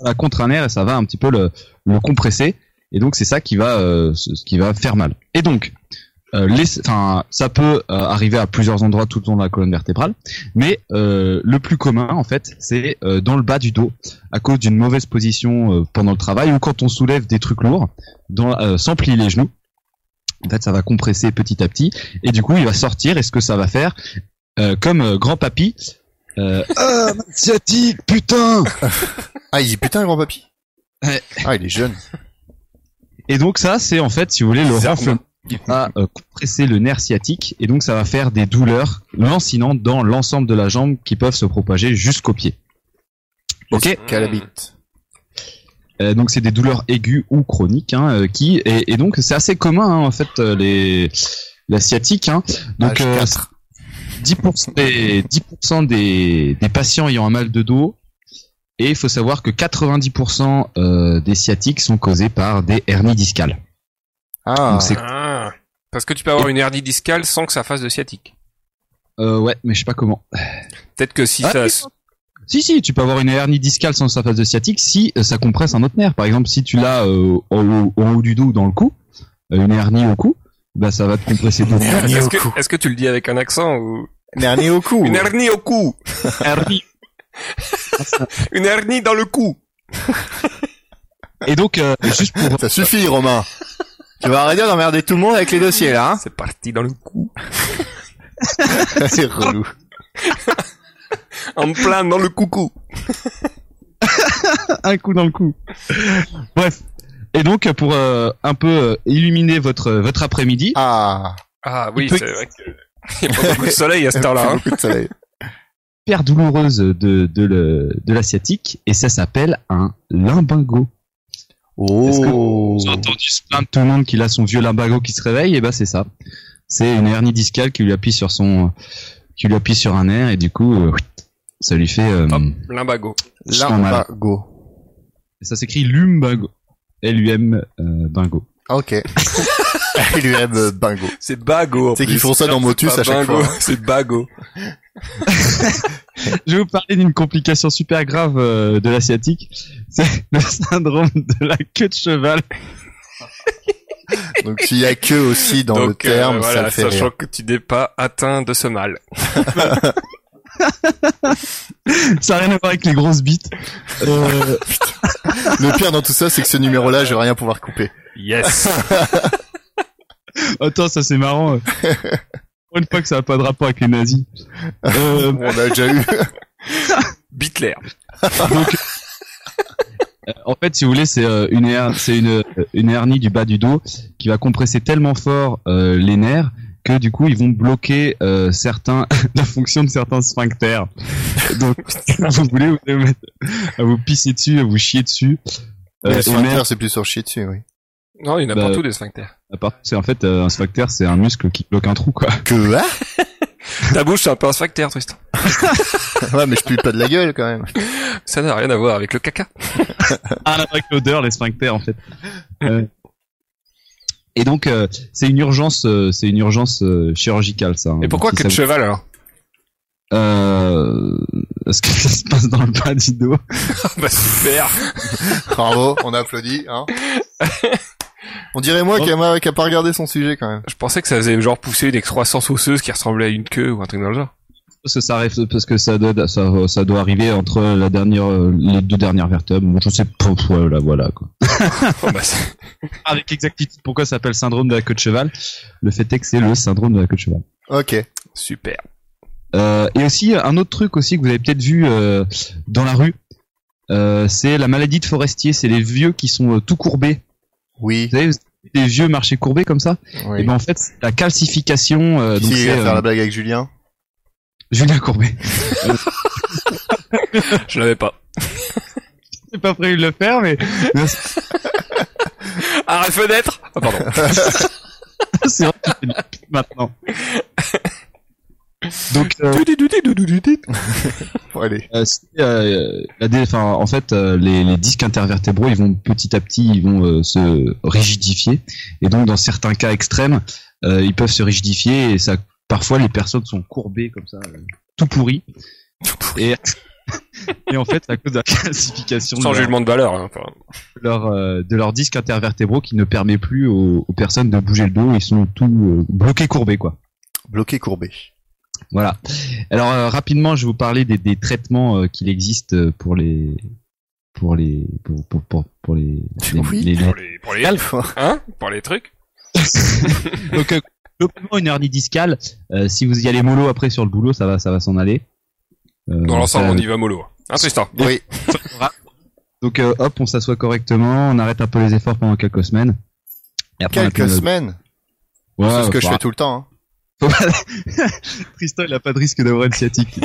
Speaker 6: à contre un nerf et ça va un petit peu le, le compresser et donc c'est ça qui va euh, ce ce qui va faire mal. Et donc euh, les- enfin, ça peut euh, arriver à plusieurs endroits tout au long de la colonne vertébrale, mais euh, le plus commun en fait, c'est euh, dans le bas du dos, à cause d'une mauvaise position euh, pendant le travail ou quand on soulève des trucs lourds, dans, euh, sans plier les genoux. En fait, ça va compresser petit à petit, et du coup, il va sortir. Et ce que ça va faire, euh, comme euh, grand papy, euh, ah, ma sciatique, putain,
Speaker 5: Ah, il dit putain, grand papy.
Speaker 6: Ouais.
Speaker 5: Ah, il est jeune.
Speaker 6: Et donc ça, c'est en fait, si vous voulez, le
Speaker 4: Bizarre,
Speaker 6: renflement qui va euh, compresser le nerf sciatique et donc ça va faire des douleurs lancinantes dans l'ensemble de la jambe qui peuvent se propager jusqu'au pied. Ok,
Speaker 4: Mm.
Speaker 5: Calabite.
Speaker 6: Euh, donc c'est des douleurs aiguës ou chroniques hein, euh, qui et, et donc c'est assez commun hein, en fait euh, les la sciatique. Hein. Donc
Speaker 5: H4.
Speaker 6: euh, 10% des, 10% des, des patients ayant un mal de dos. Et il faut savoir que 90% euh, des sciatiques sont causées par des hernies discales.
Speaker 5: Ah,
Speaker 6: Donc c'est
Speaker 4: Ah. Parce que tu peux avoir une hernie discale sans que ça fasse de sciatique.
Speaker 6: Euh, ouais, mais je sais pas comment.
Speaker 4: Peut-être que si
Speaker 6: Ah,
Speaker 4: ça...
Speaker 6: Si, si, tu peux avoir une hernie discale sans sa phase de sciatique si euh, ça compresse un autre nerf. Par exemple, si tu l'as euh, en, haut- en haut du dos ou dans le cou, euh, une hernie au cou, bah ça va te compresser ton nerf.
Speaker 4: Est-ce que, est-ce que tu le dis avec un accent ou...
Speaker 5: dernier au cou.
Speaker 4: Une hernie au cou Une hernie dans le cou
Speaker 6: Et donc, euh, juste pour...
Speaker 5: Ça suffit, Romain. tu vas arrêter d'emmerder tout le monde avec les dossiers, là. hein.
Speaker 4: C'est parti dans le cou.
Speaker 5: c'est relou.
Speaker 4: En plein dans le coucou.
Speaker 6: un coup dans le cou. Bref. Et donc, pour euh, un peu euh, illuminer votre, votre après-midi,
Speaker 5: Ah,
Speaker 4: Ah oui,
Speaker 6: Il peut-
Speaker 4: c'est vrai que... Il y a pas beaucoup de soleil à cette heure-là. hein.
Speaker 5: beaucoup de soleil.
Speaker 6: hyper douloureuse de, de, le- de l'asiatique et ça s'appelle un limbago. Est-ce que
Speaker 5: Oh.
Speaker 6: J'ai entendu se plaindre tout le monde qu'il a son vieux limbago qui se réveille, et ben c'est ça. C'est une hernie discale qui lui appuie sur son, qui lui appuie sur un nerf et du coup, euh, ça lui fait. euh,
Speaker 4: Hop. Limbago.
Speaker 6: Chiant mal.
Speaker 5: Limbago.
Speaker 6: ça s'écrit lumbago. L-U-M euh, bingo.
Speaker 5: Ah, ok. Il lui aime euh, bingo.
Speaker 4: C'est bago. en
Speaker 5: C'est qu'ils
Speaker 4: plus.
Speaker 5: font ça dans
Speaker 4: C'est
Speaker 5: Motus
Speaker 4: pas
Speaker 5: à chaque
Speaker 4: bingo,
Speaker 5: fois.
Speaker 4: C'est bago.
Speaker 6: Je vais vous parler d'une complication super grave euh, de l'asiatique. C'est le syndrome de la queue de cheval.
Speaker 5: Donc s'il y a que aussi dans le
Speaker 4: Donc, euh,
Speaker 5: terme, ça
Speaker 4: voilà,
Speaker 5: le fait
Speaker 4: sachant
Speaker 5: rire.
Speaker 4: que tu n'es pas atteint de ce mal.
Speaker 6: Ça n'a rien à voir avec les grosses bites. Euh,
Speaker 5: Le pire dans tout ça, c'est que ce numéro-là, je vais rien pouvoir couper.
Speaker 4: Yes.
Speaker 6: attends, ça c'est marrant. Pour Une fois que ça n'a pas de rapport avec les nazis. Euh,
Speaker 5: On a déjà eu.
Speaker 4: Bitler.
Speaker 6: Euh, En fait, si vous voulez, c'est euh, une, her- c'est une, une hernie du bas du dos qui va compresser tellement fort euh, les nerfs que du coup, ils vont bloquer euh, certains, la fonction de certains sphincters. Donc, vous voulez vous allez vous mettre à vous pisser dessus, à vous chier dessus. Euh,
Speaker 5: Le
Speaker 6: aux nerfs,
Speaker 5: sphincter, c'est plus sur chier dessus, oui.
Speaker 4: Non, il y en a
Speaker 6: Bah,
Speaker 4: partout des sphincters.
Speaker 6: à part- c'est en fait euh, un sphincter, c'est un muscle qui bloque un trou, quoi.
Speaker 5: Que ah
Speaker 4: Ta bouche, c'est un peu un sphincter, Tristan.
Speaker 5: Ouais, mais je pue pas de la gueule quand même.
Speaker 4: Ça n'a rien à voir avec le caca.
Speaker 6: Ah, la vraie odeur, les sphincters, en fait. Euh, et donc, euh, c'est une urgence, euh, c'est une urgence euh, chirurgicale, ça. hein.
Speaker 4: Et pourquoi
Speaker 6: Si
Speaker 4: que
Speaker 6: ça
Speaker 4: de cheval alors
Speaker 6: Euh, ce que ça se passe dans le bas du dos.
Speaker 4: Ah Bah super.
Speaker 5: Bravo, on applaudit, hein. On dirait moi qui a, ma- qui a pas regardé son sujet quand même.
Speaker 4: Je pensais que ça faisait genre pousser une excroissance osseuse qui ressemblait à une queue ou un truc dans le genre.
Speaker 6: Parce que ça, arrive- parce que ça doit, ça, ça doit arriver entre la dernière, euh, les deux dernières vertèbres. Bon, je sais pas, pff, voilà, voilà, quoi.
Speaker 4: Oh, bah, c'est-
Speaker 6: Avec exactitude, pourquoi ça s'appelle syndrome de la queue de cheval? Le fait est que c'est le syndrome de la queue de cheval.
Speaker 5: Ok.
Speaker 4: super.
Speaker 6: Euh, et aussi, un autre truc aussi que vous avez peut-être vu, euh, dans la rue. euh, c'est la maladie de Forestier, c'est les vieux qui sont euh, tout courbés.
Speaker 5: Oui.
Speaker 6: Vous savez, vous avez vu des vieux marchés courbés comme ça.
Speaker 5: oui.
Speaker 6: Et ben en fait, c'est la calcification. euh,
Speaker 5: Qui
Speaker 6: donc
Speaker 5: c'est
Speaker 6: c'est,
Speaker 5: à faire
Speaker 6: euh,
Speaker 5: la blague avec Julien
Speaker 6: Julien Courbet.
Speaker 4: Je l'avais pas.
Speaker 6: J'ai pas prévu de le faire, mais
Speaker 4: Arrête fenêtre. Ah pardon.
Speaker 6: c'est vrai que tu fais de la pub maintenant. Donc, euh,
Speaker 5: Bon, Allez.
Speaker 6: euh, c'est, euh, la dé- enfin, en fait, euh, les, les disques intervertébraux, ils vont petit à petit, ils vont euh, se rigidifier, et donc dans certains cas extrêmes, euh, ils peuvent se rigidifier, et ça, parfois, les personnes sont courbées comme ça, euh, tout pourries. Et, et en fait, à cause de la calcification de
Speaker 4: Sans
Speaker 6: leur,
Speaker 4: jugement de valeur. hein, enfin.
Speaker 6: de leur, euh, de leur disque intervertébraux qui ne permet plus aux, aux personnes de bouger le dos, ils sont tout euh, bloqués, courbés, quoi.
Speaker 5: Bloqué courbé.
Speaker 6: Eh, Voilà. Alors euh, rapidement, je vais vous parler des, des traitements euh, qu'il existe euh, pour les pour les pour pour pour, pour les, les,
Speaker 5: Oui.
Speaker 6: les-
Speaker 4: Pour les, pour les, hein, pour les trucs.
Speaker 6: Donc euh, globalement une hernie discale, euh, si vous y allez mollo après sur le boulot, ça va ça va s'en aller. Euh,
Speaker 4: Dans l'ensemble,
Speaker 6: ça-
Speaker 4: on y va mollo. Hein, Tristan.
Speaker 5: Oui.
Speaker 6: Donc euh, hop, on s'assoit correctement, on arrête un peu les efforts pendant quelques semaines. Et après, on a plus
Speaker 5: Quelques
Speaker 6: mal.
Speaker 5: semaines.
Speaker 6: Ouais, bah.
Speaker 5: c'est ce que
Speaker 6: faut
Speaker 5: je fais tout le temps. hein.
Speaker 6: Tristan, il a pas de risque d'avoir une sciatique.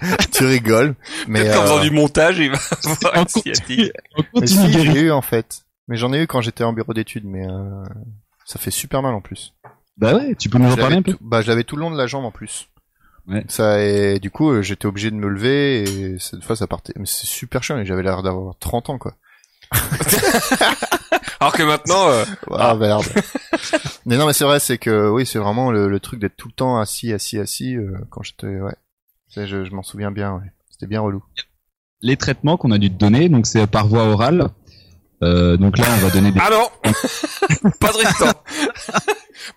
Speaker 5: hein. tu rigoles. Mais,
Speaker 4: Peut-être qu'en
Speaker 5: euh,
Speaker 4: faisant du montage, il va avoir un
Speaker 6: en continu.
Speaker 4: sciatique.
Speaker 6: on
Speaker 5: mais
Speaker 6: continue
Speaker 5: si,
Speaker 6: guérir.
Speaker 5: j'ai eu en fait. Mais j'en ai eu quand j'étais en bureau d'études, mais euh, ça fait super mal en plus.
Speaker 6: Bah ouais, tu peux nous
Speaker 5: Je
Speaker 6: en
Speaker 5: l'avais
Speaker 6: parler un peu
Speaker 5: tout- Bah, je l'avais tout le long de la jambe en plus.
Speaker 6: Ouais.
Speaker 5: Ça et du coup, euh, j'étais obligé de me lever et cette fois ça partait. Mais c'est super chiant et j'avais l'air d'avoir 30 ans quoi.
Speaker 4: Alors que maintenant, euh,
Speaker 5: Ah, merde. mais non, mais c'est vrai, c'est que oui, c'est vraiment le, le truc d'être tout le temps assis, assis, assis euh, quand j'étais ouais. Ça, je, je m'en souviens bien. Ouais. C'était bien relou.
Speaker 6: les traitements qu'on a dû te donner, donc c'est par voie orale. Euh, donc là, on va donner des...
Speaker 4: ah non, pas Tristan.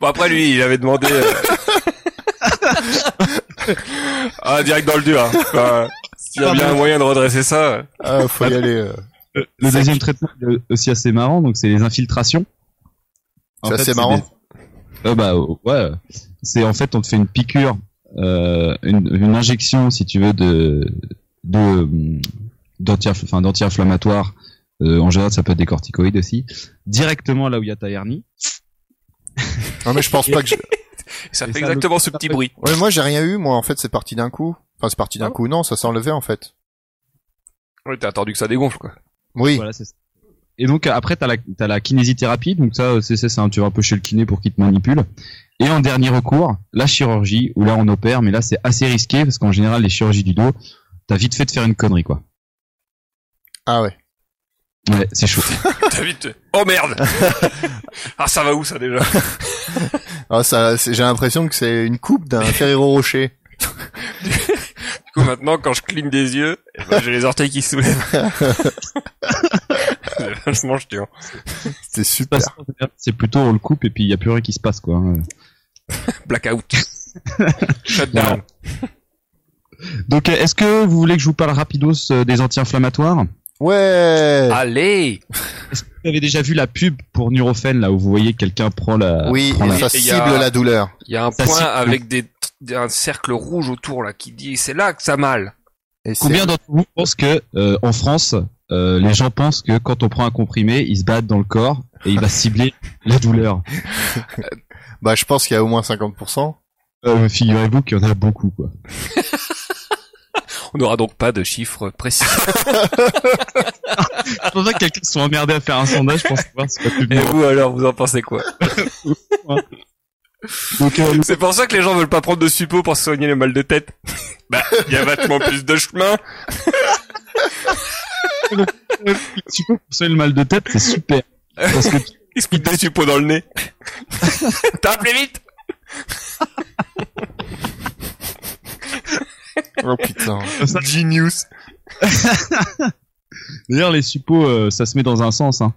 Speaker 4: bon après lui, il avait demandé. euh, ah direct dans le dur. hein. Enfin, S'il y
Speaker 6: Ah,
Speaker 4: a bien un moyen de redresser ça. euh.
Speaker 5: Ah, faut y aller. euh.
Speaker 6: Le deuxième traitement est aussi assez marrant, donc c'est les infiltrations. En
Speaker 5: C'est
Speaker 6: fait,
Speaker 5: assez marrant.
Speaker 6: des- Euh, bah ouais, c'est en fait on te fait une piqûre, euh, une, une injection si tu veux de de hum, d'anti enfin d'anti-inflammatoire. Euh, en général, ça peut être des corticoïdes aussi. Directement là où il y a ta hernie.
Speaker 5: Non, mais je pense pas que. Je...
Speaker 4: Ça
Speaker 6: Et
Speaker 4: fait
Speaker 6: ça,
Speaker 4: exactement ce petit bruit.
Speaker 5: Ouais, moi j'ai rien eu. Moi, en fait, c'est parti d'un coup. Enfin, c'est parti d'un
Speaker 4: Ah bon
Speaker 5: coup. Non, ça s'est enlevé en fait.
Speaker 4: Ouais, t'as attendu que ça dégonfle, quoi.
Speaker 5: Oui.
Speaker 6: Voilà, c'est ça. Et donc après t'as la t'as la kinésithérapie, donc ça euh, c'est c'est ça, tu vas un peu chez le kiné pour qu'il te manipule. Et en dernier recours, la chirurgie où là on opère, mais là c'est assez risqué parce qu'en général les chirurgies du dos, t'as vite fait de faire une connerie quoi.
Speaker 5: Ah ouais.
Speaker 6: Ouais, c'est chaud.
Speaker 4: T'as vite. Oh merde! ah, ça va où, ça, déjà?
Speaker 5: Ah, ça, c'est- j'ai l'impression que c'est une coupe d'un Ferrero Rocher.
Speaker 4: Du coup, maintenant, quand je cligne des yeux, eh ben, j'ai les orteils qui se soulèvent. C'est vachement chiant.
Speaker 5: C'est
Speaker 6: De
Speaker 5: super.
Speaker 6: toute façon, C'est plutôt on le coupe et puis il y a plus rien qui se passe quoi. hein.
Speaker 4: Blackout.
Speaker 5: Bah
Speaker 4: Shutdown.
Speaker 6: Donc euh, est-ce que vous voulez que je vous parle rapidos euh, des anti-inflammatoires
Speaker 5: Ouais.
Speaker 4: Ah, Allez!
Speaker 6: Vous avez déjà vu la pub pour Nurofen là où vous voyez quelqu'un prend la
Speaker 5: oui,
Speaker 6: prend la-
Speaker 5: ça
Speaker 4: euh, Et
Speaker 5: cible
Speaker 4: y a-
Speaker 5: la douleur.
Speaker 4: Il y a un
Speaker 6: Ça
Speaker 4: point
Speaker 6: siffle.
Speaker 4: avec des, un cercle rouge autour, là, qui dit, c'est là que ça mal.
Speaker 5: Et c'est-
Speaker 6: Combien d'entre vous pensent que euh, en France, euh, les gens pensent que quand on prend un comprimé, il se battent dans le corps et il va cibler la douleur
Speaker 5: Bah, je pense qu'il y a au moins 50%.
Speaker 6: euh, Figurez-vous qu'il y en a beaucoup quoi.
Speaker 4: On n'aura donc pas de chiffres précis.
Speaker 6: Je pense pas que quelqu'un soit emmerdé à faire un sondage pour savoir si c'est pas plus
Speaker 4: Et vous, alors, vous en pensez quoi?
Speaker 6: Donc, euh,
Speaker 4: C'est pour ça que les gens veulent pas prendre de suppo pour soigner les mal de tête. bah, il y a vachement plus de chemin.
Speaker 6: tu peux pour soigner le mal de tête, c'est super. Parce que
Speaker 4: Ils se foutent des suppos dans le nez. T'as appelé vite!
Speaker 5: Oh putain.
Speaker 6: ça-
Speaker 4: Genius.
Speaker 6: d'ailleurs les suppos, euh, ça se met dans un sens. Hein.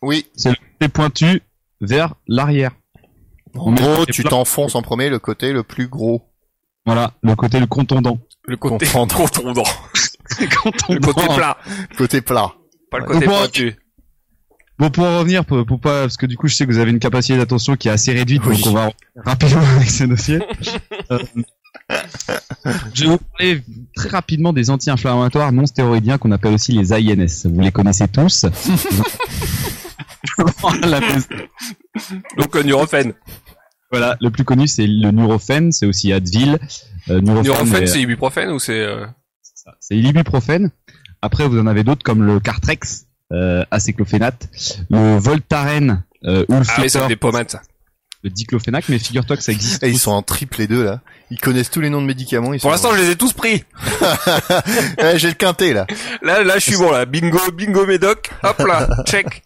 Speaker 5: Oui.
Speaker 6: C'est pointu vers l'arrière.
Speaker 5: En gros, tu t'enfonces en premier le côté le plus gros.
Speaker 6: Voilà, le côté le contondant.
Speaker 4: Le côté
Speaker 5: Contondant.
Speaker 4: contondant.
Speaker 6: contondant.
Speaker 4: Le côté plat.
Speaker 5: Côté plat.
Speaker 4: Pas le côté
Speaker 6: Bon,
Speaker 4: pointu.
Speaker 6: Bon, pour en revenir, pour, pour pas, parce que du coup, je sais que vous avez une capacité d'attention qui est assez réduite,
Speaker 5: Oui.
Speaker 6: donc on va rapidement avec ces dossiers. Euh, je vais vous parler très rapidement des anti-inflammatoires non stéroïdiens qu'on appelle aussi les INS. Vous les connaissez tous. La maison.
Speaker 4: Donc, euh, Nurofen.
Speaker 6: voilà, le plus connu, c'est le Nurofen, c'est aussi Advil. Euh, Nurofen,
Speaker 4: Nurofen,
Speaker 6: est-
Speaker 4: c'est ibuprofène ou c'est, euh,
Speaker 6: ça. C'est l'ibuprofène. Après, vous en avez d'autres comme le Cartrex, euh, acéclophénate, le Voltaren, euh, ou le
Speaker 4: ah, mais c'est
Speaker 6: Flutter,
Speaker 4: des pommades, ça.
Speaker 6: le diclofénac, mais figure-toi que ça existe.
Speaker 5: Et ils sont en triple les deux là. Ils connaissent tous les noms de médicaments. Ils
Speaker 4: Pour
Speaker 5: sont-
Speaker 4: l'instant, je les ai tous pris.
Speaker 5: Ouais, j'ai le quintet là.
Speaker 4: Là, là, je suis bon, là. Bingo, bingo, médoc. Hop là. Check.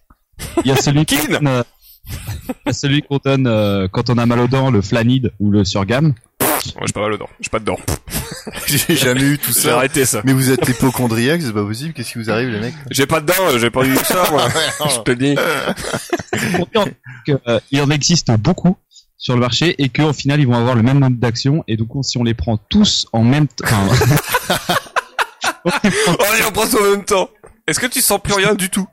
Speaker 6: Il y a celui qu'on
Speaker 4: Kin.
Speaker 6: donne, euh, il y a celui qu'on donne euh, quand on a mal aux dents, le flanide ou le surgam.
Speaker 4: Moi, j'ai pas mal dedans. J'ai pas dedans.
Speaker 5: j'ai jamais eu tout
Speaker 4: J'ai
Speaker 5: ça.
Speaker 4: arrêté ça.
Speaker 5: Mais vous êtes hypochondriaque, c'est pas possible. Qu'est-ce qui vous arrive les mecs
Speaker 4: J'ai pas dedans, euh, j'ai pas eu ça, moi. Je te le dis.
Speaker 6: Pour dire que, euh, il en existe beaucoup sur le marché et qu'au final ils vont avoir le même nombre d'actions et donc on- si on les prend tous en même temps, enfin,
Speaker 4: Oh, et on prend ça en même temps. Est-ce que tu sens plus rien du tout?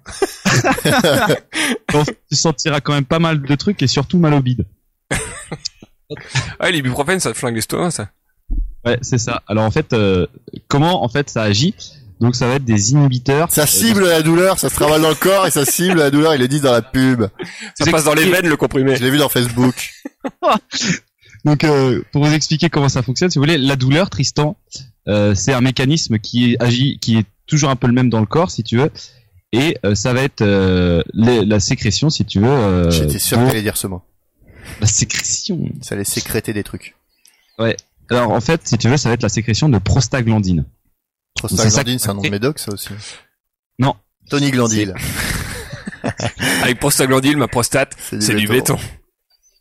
Speaker 6: on- tu sentiras quand même pas mal de trucs et surtout mal au bide.
Speaker 4: Ah, l'ibuprofène, ça te flingue l'estomac, ça.
Speaker 6: Ouais, c'est ça. Alors en fait, euh, comment en fait ça agit Donc ça va être des inhibiteurs. euh,
Speaker 5: Ça cible la douleur, ça se travaille dans le corps et ça cible la douleur. Ils le disent dans la pub.
Speaker 4: Ça passe dans les veines, le comprimé.
Speaker 5: Je l'ai vu dans Facebook.
Speaker 6: Donc, euh, pour vous expliquer comment ça fonctionne, si vous voulez, la douleur, Tristan, euh, c'est un mécanisme qui est, agit, qui est toujours un peu le même dans le corps, si tu veux, et euh, ça va être euh, les- la sécrétion, si tu veux. euh,
Speaker 5: J'étais sûr
Speaker 6: pour-
Speaker 5: qu'elle allait dire ce mot.
Speaker 6: La sécrétion.
Speaker 5: Ça allait sécréter des trucs.
Speaker 6: Alors, en fait, si tu veux, ça va être la sécrétion de prostaglandine.
Speaker 5: Prostaglandine, c'est un nom de médoc ça aussi.
Speaker 6: Non.
Speaker 5: Tony Glandil.
Speaker 4: Avec prostaglandine, ma prostate, c'est du béton.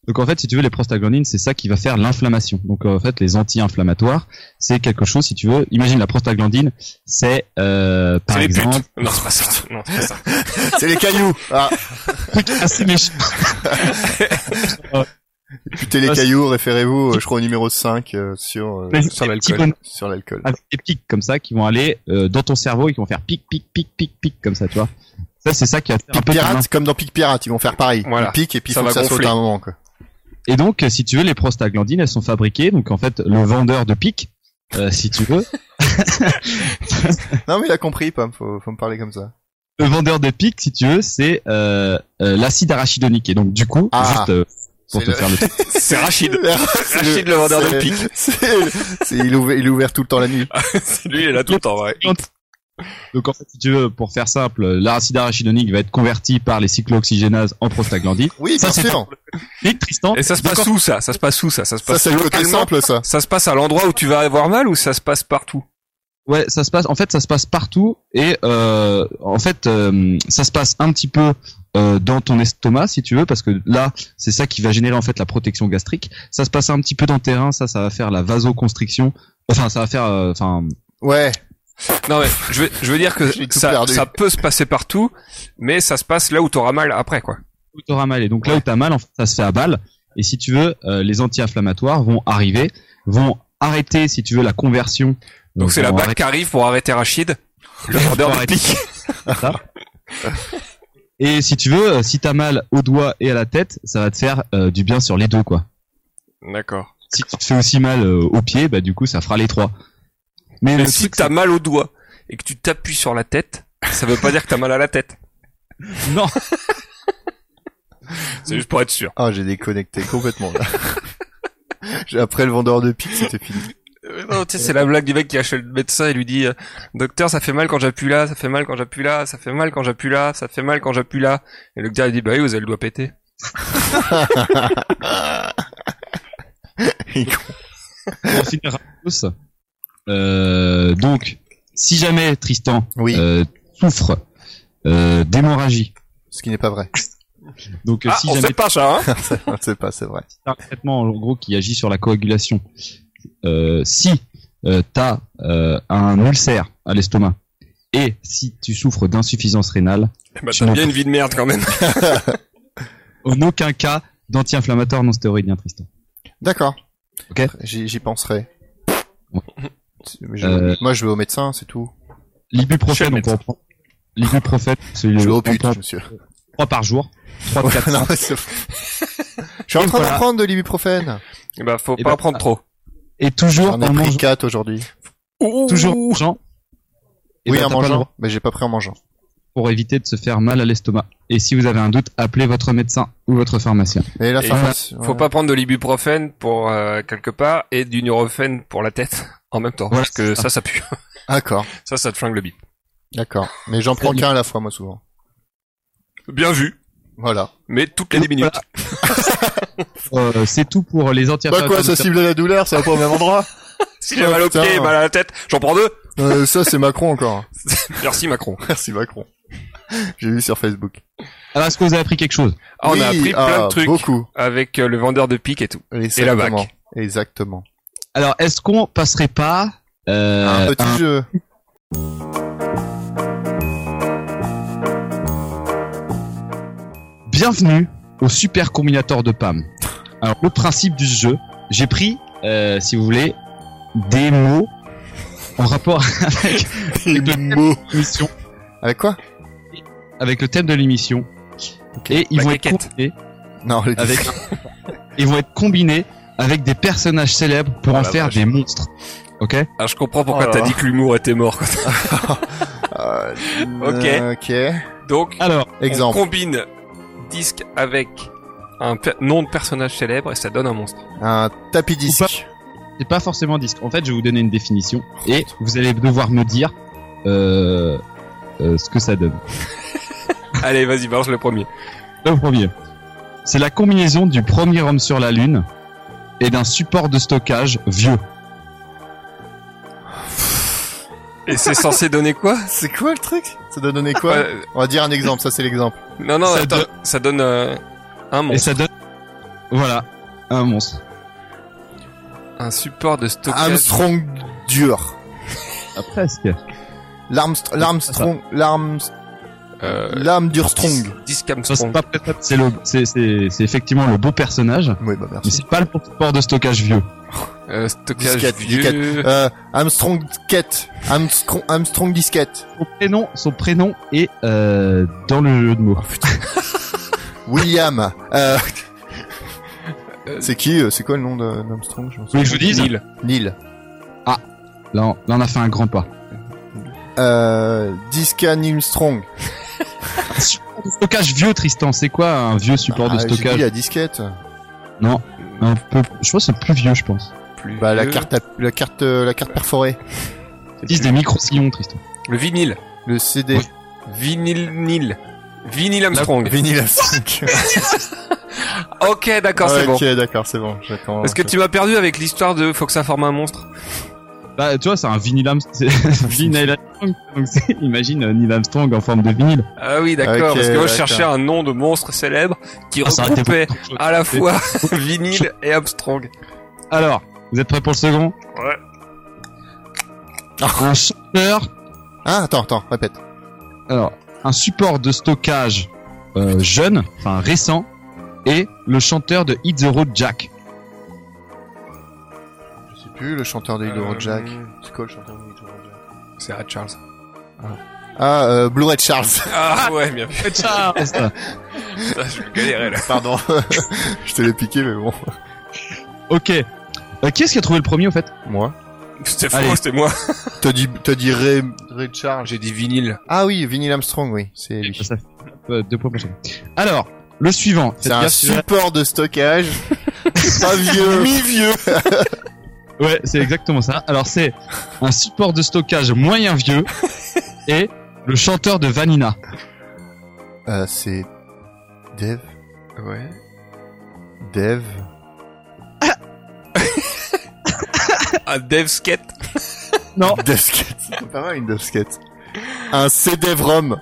Speaker 6: Donc, en fait, si tu veux, les prostaglandines, c'est ça qui va faire l'inflammation. Donc, euh, en fait, les anti-inflammatoires, c'est quelque chose, si tu veux. Imagine la prostaglandine, c'est euh, par
Speaker 4: C'est les
Speaker 6: exemple.
Speaker 4: putes. Non, c'est pas ça. Non, c'est pas ça.
Speaker 5: C'est les cailloux. Ah,
Speaker 6: Assez méchant.
Speaker 5: putez les
Speaker 6: Ah, c'est-
Speaker 5: cailloux, référez-vous, euh, je crois au numéro 5 euh, sur, euh,
Speaker 4: Sur
Speaker 6: Les petits
Speaker 4: l'alcool.
Speaker 6: bonhommes
Speaker 5: sur
Speaker 4: Ah,
Speaker 5: l'alcool.
Speaker 6: avec des pics comme ça qui vont aller euh, dans ton cerveau et qui vont faire pic pic pic pic pic comme ça tu vois ça c'est ça qui va te faire un
Speaker 5: Pic
Speaker 6: peu ton
Speaker 5: pirate, comme dans Pic Pirate, ils vont faire pareil.
Speaker 4: Voilà.
Speaker 5: Ils piquent et puis
Speaker 4: Ça
Speaker 5: faut
Speaker 4: va
Speaker 5: que ça saute
Speaker 4: gonfler.
Speaker 5: à un moment, quoi.
Speaker 6: inf- et donc euh, si tu veux les prostaglandines elles sont fabriquées donc en fait le vendeur de pics euh, si tu veux
Speaker 5: Non, mais il a compris, Pam, faut, faut me parler comme ça.
Speaker 6: le vendeur de pics si tu veux c'est euh, euh, l'acide arachidonique et donc du coup
Speaker 5: Ah.
Speaker 6: juste euh, pour
Speaker 5: C'est
Speaker 6: te
Speaker 5: le-
Speaker 6: faire le
Speaker 4: C'est Rachid.
Speaker 5: C'est
Speaker 4: Rachid Ah, le vendeur de
Speaker 5: c'est-
Speaker 4: pique.
Speaker 5: c'est- c'est- il, est ouvert, il est ouvert tout le temps la nuit.
Speaker 4: Lui, il est là tout le temps, ouais.
Speaker 6: Donc en fait, si tu veux, pour faire simple, l'aracide arachidonique va être converti par les cyclooxygénases en prostaglandine.
Speaker 5: Oui,
Speaker 6: Ça,
Speaker 5: bien
Speaker 6: c'est
Speaker 5: sûr.
Speaker 6: Et Tristan,
Speaker 4: Et ça se passe où, ça? Ça se passe où, ça? Ça se
Speaker 5: Ça,
Speaker 4: passe
Speaker 5: c'est le côté
Speaker 4: localement
Speaker 5: simple, ça.
Speaker 4: Ça se passe à l'endroit où tu vas avoir mal ou ça se passe partout
Speaker 6: ouais, ça se passe. En fait, ça se passe partout et euh, en fait, euh, ça se passe un petit peu euh, dans ton estomac, si tu veux, parce que là, c'est ça qui va générer en fait la protection gastrique. Ça se passe un petit peu dans le terrain. Ça, ça va faire la vasoconstriction. Enfin, ça va faire. euh, Enfin,
Speaker 5: Ouais.
Speaker 4: Non mais je veux, je veux dire que
Speaker 5: J'ai tout
Speaker 4: ça,
Speaker 5: perdu.
Speaker 4: ça peut se passer partout, mais ça se passe là où t'auras mal après quoi.
Speaker 6: où t'auras mal. Et donc là où t'as mal, en fait, ça se fait à balle. Et si tu veux, euh, les anti-inflammatoires vont arriver, vont arrêter, si tu veux, la conversion.
Speaker 4: Donc c'est la
Speaker 6: vont
Speaker 4: balle qui arrive pour arrêter Rachid. Le vendeur de
Speaker 6: arrêter.
Speaker 4: pique.
Speaker 6: ça. Et si tu veux, euh, si t'as mal au doigt et à la tête, ça va te faire euh, du bien sur les deux, quoi.
Speaker 4: D'accord.
Speaker 6: Si tu te fais aussi mal euh, aux pieds, bah du coup, ça fera les trois. Mais
Speaker 4: Mais
Speaker 6: le
Speaker 4: si
Speaker 6: truc,
Speaker 4: t'as mal au doigt et que tu t'appuies sur la tête, ça veut pas dire que t'as mal à la tête.
Speaker 6: Non.
Speaker 4: C'est juste pour être sûr.
Speaker 5: Ah, j'ai déconnecté complètement, là. J'ai- Après le vendeur de pique, c'était fini.
Speaker 4: Euh, non, tu sais, c'est la blague du mec qui achète le médecin et lui dit euh, Docteur, ça fait mal quand j'appuie là, ça fait mal quand j'appuie là, ça fait mal quand j'appuie là, ça fait mal quand j'appuie là. Et le docteur il dit Bah oui, vous avez le doigt pété.
Speaker 6: c'est qu'on finira tous. Euh, donc, si jamais Tristan
Speaker 5: Oui.
Speaker 6: euh, souffre euh, d'hémorragie,
Speaker 5: Ce qui n'est pas vrai.
Speaker 6: donc euh,
Speaker 4: ah,
Speaker 6: si
Speaker 4: on
Speaker 6: jamais
Speaker 4: sait pas ça, hein
Speaker 5: C'est pas, c'est vrai.
Speaker 6: c'est un traitement en gros qui agit sur la coagulation. Euh, si euh, tu as un ulcère à l'estomac et si tu souffres d'insuffisance rénale,
Speaker 4: Bah t'as bien une vie de merde quand même.
Speaker 6: en aucun cas d'anti-inflammatoire non stéroïdien, Tristan.
Speaker 5: D'accord.
Speaker 6: Ok.
Speaker 5: J'y j'y penserai.
Speaker 6: Ouais.
Speaker 5: Je-
Speaker 6: Euh,
Speaker 5: Moi, je vais au médecin, c'est tout.
Speaker 6: L'ibuprofène, on peut en prendre. L'ibuprofène, celui
Speaker 5: Je vais
Speaker 6: on
Speaker 5: au
Speaker 6: prend
Speaker 5: pute, monsieur.
Speaker 6: 3 par jour, 3 de 400.
Speaker 5: Non, mais c'est- je suis en train
Speaker 6: voilà.
Speaker 5: d'en prendre de l'ibuprofène.
Speaker 4: Et bah faut
Speaker 6: Eh
Speaker 4: pas
Speaker 6: ben,
Speaker 4: en prendre trop.
Speaker 6: Et toujours en,
Speaker 5: J'en ai pris
Speaker 6: mangeant.
Speaker 5: 4 aujourd'hui.
Speaker 6: Toujours en mangeant. Et
Speaker 5: Oui,
Speaker 6: ben,
Speaker 5: en
Speaker 6: t'as pas le
Speaker 5: mangeant.
Speaker 6: droit
Speaker 5: Mais j'ai pas pris en mangeant.
Speaker 6: Pour éviter de se faire mal à l'estomac. Et si vous avez un doute, appelez votre médecin ou votre pharmacien.
Speaker 5: Mais la
Speaker 4: Et
Speaker 5: pharmacie.
Speaker 4: Faut
Speaker 5: ouais.
Speaker 4: pas prendre de l'ibuprofène pour euh, quelque part et du nurophène pour la tête en même temps
Speaker 6: Voilà,
Speaker 4: parce que
Speaker 6: c'est
Speaker 4: ça ça pue.
Speaker 5: D'accord.
Speaker 4: Ça ça te flingue le bip.
Speaker 5: D'accord. Mais j'en prends qu'un à la fois, moi, souvent.
Speaker 4: Bien vu,
Speaker 5: Voilà.
Speaker 4: mais toutes les 10 minutes.
Speaker 6: Euh, c'est tout pour les
Speaker 5: Bah
Speaker 6: anti-inflammatoires.
Speaker 5: quoi, ça cible la douleur, ça va pas au même endroit.
Speaker 4: Si j'ai mal au
Speaker 5: Putain.
Speaker 4: pied, mal à la tête, j'en prends deux.
Speaker 5: Euh, ça, c'est Macron encore.
Speaker 4: Merci Macron.
Speaker 5: Merci Macron. J'ai vu sur Facebook.
Speaker 6: Alors, Ah, est-ce que vous avez appris quelque chose
Speaker 4: Ah, on
Speaker 5: Oui,
Speaker 4: a appris plein
Speaker 5: ah,
Speaker 4: de trucs
Speaker 5: Beaucoup.
Speaker 4: avec euh, le vendeur de pique et tout.
Speaker 5: Exactement.
Speaker 4: la vac.
Speaker 5: Exactement.
Speaker 6: Alors, est-ce qu'on passerait pas
Speaker 5: un
Speaker 6: euh,
Speaker 5: petit
Speaker 6: un-
Speaker 5: jeu.
Speaker 6: bienvenue au super combinator de PAM Alors, le principe du jeu, j'ai pris, euh, si vous voulez, des mots en rapport avec, avec le thème de l'émission,
Speaker 5: Avec quoi
Speaker 6: avec le thème de l'émission, et ils
Speaker 4: La
Speaker 6: vont, être
Speaker 4: quéquette.
Speaker 6: combinés
Speaker 5: Non, le
Speaker 6: avec, ils vont être combinés avec des personnages célèbres pour
Speaker 4: Oh
Speaker 6: en
Speaker 4: la
Speaker 6: faire
Speaker 4: vache.
Speaker 6: des monstres. Ok
Speaker 4: Ah, je comprends pourquoi
Speaker 5: Oh là
Speaker 4: t'as
Speaker 5: là.
Speaker 4: dit que l'humour était mort. quoi.
Speaker 5: Euh,
Speaker 4: Ok.
Speaker 5: euh, Ok.
Speaker 4: Donc
Speaker 6: Alors,
Speaker 5: Ah, Exemple.
Speaker 4: on combine disque avec un pe- nom de personnage célèbre et ça donne un monstre.
Speaker 5: Un tapis disque.
Speaker 6: C'est pas forcément disque. En fait, je vais vous donner une définition et vous allez devoir me dire euh, euh, ce que ça donne.
Speaker 4: Allez, vas-y, balance le premier.
Speaker 6: Le premier, c'est la combinaison du premier homme sur la Lune et d'un support de stockage vieux.
Speaker 4: Et c'est censé donner quoi
Speaker 5: C'est quoi le truc Ça doit donner quoi
Speaker 4: Euh,
Speaker 5: On va dire un exemple, ça c'est l'exemple.
Speaker 4: Non non,
Speaker 6: Ça
Speaker 4: attends, ça donne euh, un
Speaker 6: Et
Speaker 4: monstre.
Speaker 6: ça donne, voilà, un monstre.
Speaker 4: Un support de stockage.
Speaker 5: Armstrong dur.
Speaker 6: Ah, presque.
Speaker 5: L'armstr- L'armstrong, l'arms-
Speaker 4: Euh,
Speaker 5: l'arme dur strong.
Speaker 4: Dis- Disque
Speaker 6: Ça, c'est
Speaker 4: Armstrong.
Speaker 6: pas presque, c'est le, c'est, c'est, c'est effectivement le beau personnage,
Speaker 5: Oui, bah
Speaker 6: mais
Speaker 5: merci.
Speaker 6: c'est pas le support de stockage vieux.
Speaker 4: Euh, stockage
Speaker 5: Disquette,
Speaker 4: vieux.
Speaker 5: Euh, Armstrong disquette. Armstrong, Armstrong disquette.
Speaker 6: Son prénom, son prénom est euh, dans le jeu de mots.
Speaker 5: William. Euh,
Speaker 4: Euh,
Speaker 5: c'est qui euh, C'est quoi le nom de- d'Armstrong je m'en
Speaker 6: Vous voulez que je vous dise
Speaker 4: Neil.
Speaker 5: souviens. Neil.
Speaker 6: là on, là, on a fait un grand pas.
Speaker 5: Euh, Discan Armstrong.
Speaker 6: Support de stockage vieux, Tristan. C'est quoi un vieux support
Speaker 5: Ah,
Speaker 6: de
Speaker 5: j'ai
Speaker 6: stockage
Speaker 5: dit la disquette.
Speaker 6: Non, un peu. Je crois que c'est plus vieux, je pense.
Speaker 4: Plus
Speaker 5: Bah la
Speaker 4: vieux.
Speaker 5: carte, à- la carte, euh, la carte perforée,
Speaker 6: Disent des micro-sillons, Tristan.
Speaker 4: Le vinyle.
Speaker 5: le CD,
Speaker 6: Oui.
Speaker 4: Vinyle Nil. Vinyle Armstrong.
Speaker 5: vinyle à 5.
Speaker 4: Ok, d'accord, c'est bon.
Speaker 5: Ah, Ok, d'accord, c'est bon. J'attends.
Speaker 4: Est-ce que tu m'as perdu avec l'histoire de faut que ça forme un monstre
Speaker 6: Bah, tu vois, c'est un vinyle Armstrong. c'est- vinyle Armstrong. Donc, c'est- imagine euh, Neil Armstrong en forme de vinyle.
Speaker 4: Ah oui, d'accord,
Speaker 5: Ok,
Speaker 4: parce que moi je
Speaker 5: d'accord.
Speaker 4: cherchais un nom de monstre célèbre qui
Speaker 6: Ah, ça aurait été
Speaker 4: recoupait
Speaker 6: beaucoup trop chaud.
Speaker 4: à la fois vinyle et Armstrong.
Speaker 6: Alors, vous êtes prêts pour le second
Speaker 4: Ouais.
Speaker 6: Un chanteur.
Speaker 5: Ah, attends, attends, répète.
Speaker 6: Alors, un support de stockage euh, jeune, enfin récent, et le chanteur de Hit the Road Jack.
Speaker 5: Je sais plus le chanteur de Hydro
Speaker 4: Euh,
Speaker 5: Jack. C'est quoi le chanteur de Hydro Jack
Speaker 4: C'est Ray Charles.
Speaker 5: Ah, euh, Blue Red Charles.
Speaker 4: Ah ouais, bien fait.
Speaker 6: Charles.
Speaker 4: Putain, je galérais là.
Speaker 5: Pardon, je te l'ai piqué, mais bon.
Speaker 6: ok. Euh, qui est-ce qui a trouvé le premier, au fait
Speaker 5: Moi.
Speaker 4: C'était
Speaker 6: Allez.
Speaker 4: faux, c'était moi.
Speaker 5: T'as dit, t'as dit Ray, Ray Charles.
Speaker 4: J'ai dit vinyle.
Speaker 5: Ah oui, Vinyl Armstrong, oui, c'est lui.
Speaker 6: Ça fait euh, deux points pour chacun. Alors, le suivant.
Speaker 5: C'est
Speaker 6: Faites
Speaker 5: un
Speaker 6: gaffe, celui-là.
Speaker 5: support de stockage. Pas vieux. Mi-vieux.
Speaker 6: Ouais, c'est exactement ça. Alors, c'est un support de stockage moyen vieux et le chanteur de Vanina.
Speaker 5: Euh, c'est Dev. Ouais. Dev.
Speaker 4: Un dev skate.
Speaker 6: Non.
Speaker 5: Devskate. C'est pas mal une Devskate. Un E CD-ROM.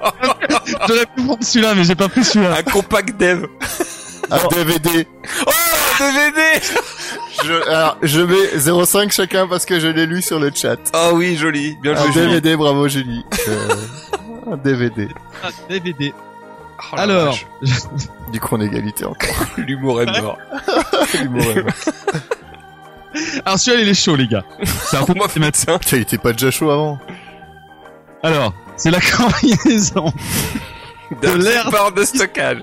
Speaker 6: J'aurais pu prendre celui-là, mais j'ai pas pris celui-là.
Speaker 4: Un compact dev.
Speaker 5: Un DVD.
Speaker 4: Oh, DVD
Speaker 5: Je, alors, je mets 0,5 chacun parce que je l'ai lu sur le chat.
Speaker 4: Oh oui, joli. Bien
Speaker 5: Un
Speaker 4: joué, Julie.
Speaker 5: DVD, bravo Julie. Euh, un DVD.
Speaker 6: DVD.
Speaker 4: Oh la
Speaker 6: Alors,
Speaker 4: vache,
Speaker 5: Du coup, on est égalité encore.
Speaker 4: l'humour est mort.
Speaker 5: L'humour est mort.
Speaker 6: alors celui-là, il est chaud, les gars. C'est un peu
Speaker 4: Moi, médecin.
Speaker 5: Putain, il était pas déjà chaud avant.
Speaker 6: Alors, c'est la combinaison
Speaker 4: D'un
Speaker 6: l'air.
Speaker 4: support de stockage.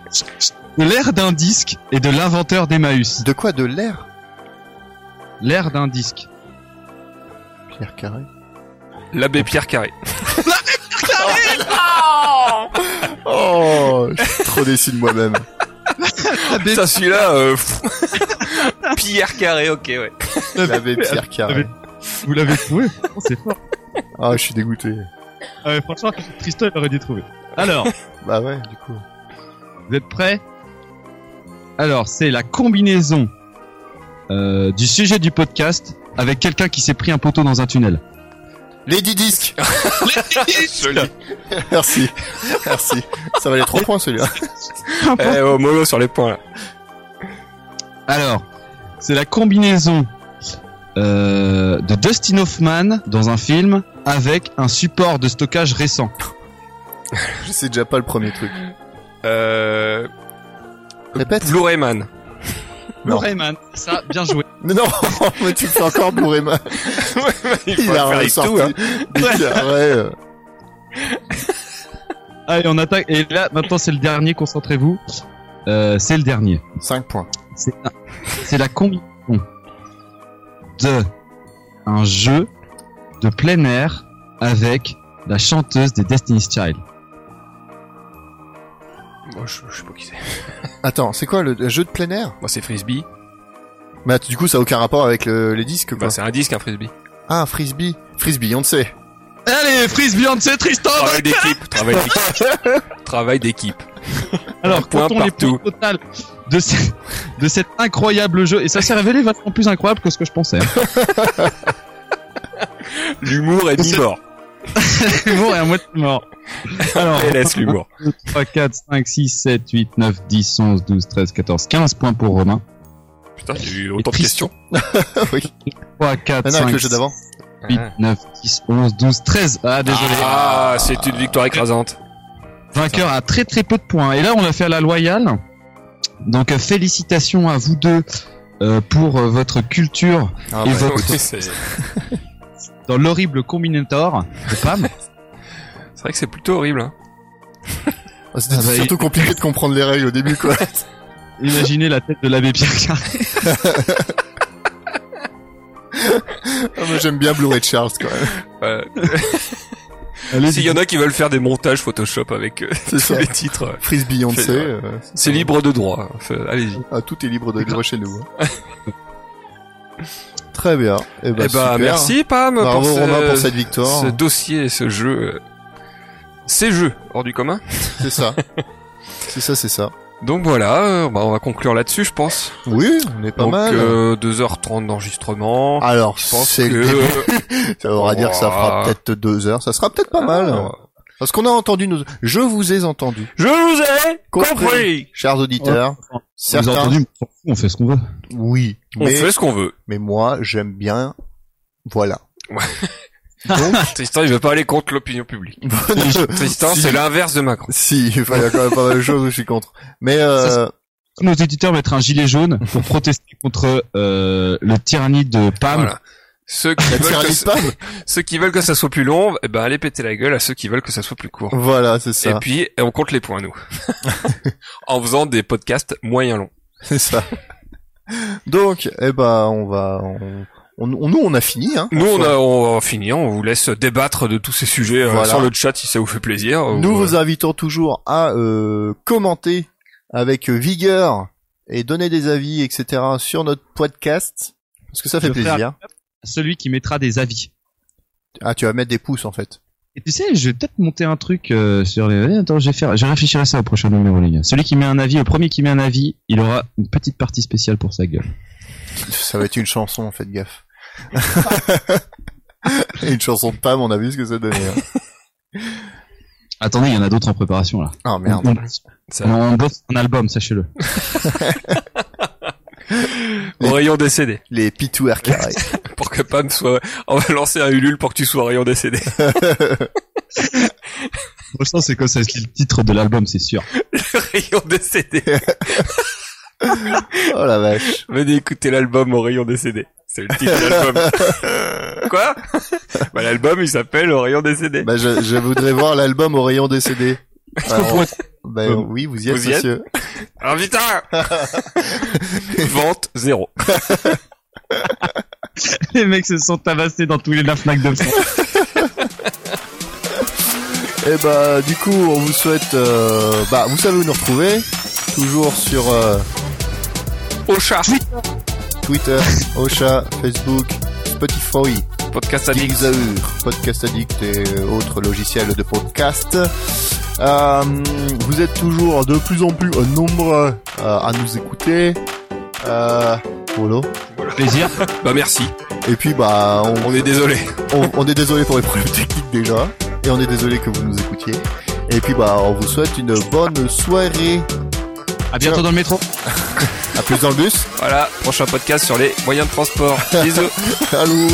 Speaker 6: de l'ère d'un disque et de l'inventeur d'Emmaüs.
Speaker 5: De quoi De l'air
Speaker 6: L'ère d'un disque.
Speaker 5: Pierre Carré.
Speaker 4: L'abbé Pierre Carré.
Speaker 5: Oh, je suis trop déçu de moi-même.
Speaker 4: Ça, celui-là, euh, pff. Pierre Carré, ok, ouais.
Speaker 5: L'abbé Pierre Carré.
Speaker 6: Vous l'avez trouvé Franchement, C'est fort.
Speaker 5: Ah, je suis dégoûté.
Speaker 6: Ah ouais, franchement, Tristan il aurait dû trouver. Alors,
Speaker 5: Bah ouais, du coup.
Speaker 6: vous êtes prêts Alors, c'est la combinaison euh, du sujet du podcast avec quelqu'un qui s'est pris un poteau dans un tunnel.
Speaker 5: Lady Disc.
Speaker 4: Joli.
Speaker 5: Merci. Merci. Ça valait trop points celui-là.
Speaker 4: Eh, oh, mollo sur les points, là.
Speaker 6: Alors, c'est la combinaison euh, de Dustin Hoffman dans un film avec un support de stockage récent.
Speaker 5: Je sais déjà pas le premier truc.
Speaker 4: Euh,
Speaker 5: Répète.
Speaker 4: Blu-rayman.
Speaker 5: Non.
Speaker 6: Rayman, ça, bien joué.
Speaker 5: Mais non, mais tu fais encore bourrer ma.
Speaker 4: Il faut faire avec tout, hein.
Speaker 5: Des
Speaker 6: Ouais.
Speaker 5: carrés, euh.
Speaker 6: Allez, on attaque. Et là, maintenant, c'est le dernier. Concentrez-vous. Euh, c'est le dernier.
Speaker 5: 5 points.
Speaker 6: C'est un- c'est la combinaison de un jeu de plein air avec la chanteuse des Destiny's Child.
Speaker 4: Moi, je, je sais pas qui c'est.
Speaker 5: Attends, c'est quoi le le jeu de plein air
Speaker 4: Moi, c'est Frisbee.
Speaker 5: Bah du coup ça a aucun rapport avec le- les disques quoi.
Speaker 4: Bah, c'est un disque, un Frisbee.
Speaker 5: ah frisbee, frisbee on le sait.
Speaker 6: Allez, frisbee on sait Tristan.
Speaker 4: Travail d'équipe. Travail d'équipe. Travail d'équipe.
Speaker 6: Alors,
Speaker 4: point
Speaker 6: comptons les points
Speaker 4: partout.
Speaker 6: total de ce- de cet incroyable jeu. Et ça s'est révélé vachement plus incroyable que ce que je pensais. hein.
Speaker 4: L'humour est bivore.
Speaker 6: L'humour est à moitié mort. Alors,
Speaker 4: laisse l'humour.
Speaker 6: 2, 3, 4, 5, 6, 7, 8, 9, 10, 11, 12, 13, 14, 15 points pour Romain.
Speaker 4: Putain, il y a eu
Speaker 6: autant
Speaker 4: autant
Speaker 6: de
Speaker 4: de
Speaker 6: Tristan.
Speaker 4: questions.
Speaker 6: 3, 4,
Speaker 5: Ah non
Speaker 6: 5,
Speaker 5: avec le jeu d'avant.
Speaker 6: 8, 9, 10, 11, 12, 13. Ah, désolé.
Speaker 4: Ah, c'est une victoire écrasante.
Speaker 6: Vainqueur à très très peu de points. Et là, on l'a fait à la loyale. Donc, euh, félicitations à vous deux euh, pour euh, votre culture
Speaker 5: Ah,
Speaker 6: et
Speaker 5: ouais.
Speaker 6: votre
Speaker 4: Oui, c'est c'est
Speaker 6: dans l'horrible Combinator de Pam.
Speaker 4: vrai que c'est plutôt horrible. Hein.
Speaker 5: Ah, C'était
Speaker 6: Ah, bah,
Speaker 5: surtout compliqué de comprendre les règles au début quoi.
Speaker 6: Imaginez la tête de l'abbé Pierre Carré.
Speaker 5: Ah, moi j'aime bien Blue Ray Charles quand même.
Speaker 4: Euh, S'il y en a qui veulent faire des montages Photoshop avec euh, tous
Speaker 5: ça.
Speaker 4: les titres, euh,
Speaker 5: Frise Beyoncé,
Speaker 4: Fait, ouais.
Speaker 5: euh,
Speaker 4: c'est libre de droit. hein. Fait- Allez-y.
Speaker 5: ah, tout est libre de libre chez nous. hein. Très bien. Eh
Speaker 4: eh ben,
Speaker 5: ben, super.
Speaker 4: merci Pam
Speaker 5: Bravo
Speaker 4: pour, ce,
Speaker 5: Romain pour cette victoire.
Speaker 4: ce dossier, et ce jeu, euh, ces jeux hors du commun.
Speaker 5: C'est ça. c'est ça, c'est ça.
Speaker 4: Donc voilà, euh, bah, on va conclure là-dessus, je pense.
Speaker 5: Oui, on est pas
Speaker 4: Donc
Speaker 5: mal.
Speaker 4: euh, 2h30 d'enregistrement.
Speaker 5: Alors,
Speaker 4: je pense
Speaker 5: c'est
Speaker 4: que
Speaker 5: ça voudra dire que ça fera
Speaker 4: Ouah. Ah.
Speaker 5: peut-être deux heures. Ça sera peut-être pas mal. Parce qu'on a entendu nos... Je vous ai entendu,
Speaker 4: je vous ai
Speaker 5: Compris.
Speaker 4: compris.
Speaker 5: chers auditeurs.
Speaker 6: Vous avez
Speaker 5: Certains,
Speaker 6: entendu, on fait ce qu'on veut.
Speaker 5: oui.
Speaker 4: On
Speaker 5: Mais,
Speaker 4: fait ce qu'on veut.
Speaker 5: mais moi, j'aime bien... Voilà.
Speaker 4: Tristan, il veut pas aller contre l'opinion publique. Tristan,
Speaker 5: Si.
Speaker 4: c'est l'inverse de Macron.
Speaker 5: si, enfin, il y a quand même pas mal de choses où je suis contre. Mais euh,
Speaker 6: Nos éditeurs mettre un gilet jaune pour protester contre euh, le tyrannie de Pam.
Speaker 4: Voilà. Ceux qui,
Speaker 5: la
Speaker 4: veulent que,
Speaker 5: tyrannie de
Speaker 4: ça-
Speaker 5: Pam
Speaker 4: ceux qui veulent que ça soit plus long, eh ben allez péter la gueule à ceux qui veulent que ça soit plus court.
Speaker 5: Voilà, c'est
Speaker 4: Et
Speaker 5: ça.
Speaker 4: puis on compte les points nous, en faisant des podcasts moyen longs.
Speaker 5: C'est ça. Donc, eh ben, on va... On, on- on- nous, on a fini. Hein,
Speaker 4: Nous on
Speaker 5: Enfin,
Speaker 4: a on va finir, on vous laisse débattre de tous ces sujets euh,
Speaker 5: Voilà.
Speaker 4: sur le chat si ça vous fait plaisir.
Speaker 5: Nous
Speaker 4: Ou, euh,
Speaker 5: vous invitons toujours à euh, commenter avec vigueur et donner des avis, etc. sur notre podcast. Parce que ça fait
Speaker 6: Je vais
Speaker 5: plaisir.
Speaker 6: Celui qui mettra des avis.
Speaker 5: Ah, tu vas mettre des pouces en fait.
Speaker 6: Et tu sais, je vais peut-être monter un truc euh, sur les. Attends, je vais faire. Je réfléchirai à ça au prochain numéro, les gars. Celui qui met un avis, le premier qui met un avis, il aura une petite partie spéciale pour sa gueule.
Speaker 5: Ça va être une chanson, faites gaffe. Et une chanson de Pam, on a vu ce que ça donnait. hein.
Speaker 6: Attendez, il y en a d'autres en préparation là.
Speaker 5: Ah merde.
Speaker 6: On,
Speaker 4: Ça-
Speaker 6: on, on bosse un album, sachez-le.
Speaker 4: au rayon décédé
Speaker 5: Les pitouers carrés.
Speaker 4: pour que Pam soit. On va lancer un ulule pour que tu sois au rayon décédé.
Speaker 6: Pour l'instant, c'est comme ça, c'est le titre de l'album, c'est sûr.
Speaker 4: rayon décédé.
Speaker 5: Oh la vache.
Speaker 4: Venez écouter l'album au rayon décédé. C'est le titre de l'album. Quoi Bah l'album il s'appelle au rayon décédé.
Speaker 5: Bah, je, je voudrais voir l'album au rayon des CD. Bah, on- bah,
Speaker 4: Euh,
Speaker 5: oui, vous y êtes,
Speaker 4: vous y êtes
Speaker 5: monsieur.
Speaker 4: Ah putain Vente zéro.
Speaker 6: les mecs se sont tabassés dans tous les Fnac de France.
Speaker 5: Et bah du coup on vous souhaite euh, bah vous savez où nous retrouver toujours sur euh,
Speaker 4: Au chat.
Speaker 5: Twitter, Ocha, Facebook, Spotify,
Speaker 4: Podcast addict.
Speaker 5: Dixaur, Podcast Addict et euh, autres logiciels de podcast. Euh, vous êtes toujours de plus en plus nombreux euh, à nous écouter. Euh, voilà.
Speaker 6: Plaisir.
Speaker 4: Bah merci.
Speaker 5: Et puis bah on,
Speaker 4: On est désolé.
Speaker 5: on- on est désolé pour les problèmes techniques déjà et on est désolé que vous nous écoutiez. Et puis bah on vous souhaite une bonne soirée.
Speaker 6: À bientôt dans le métro.
Speaker 5: À plus dans le bus.
Speaker 4: Voilà, prochain podcast sur les moyens de transport. Bisous.
Speaker 5: Allô.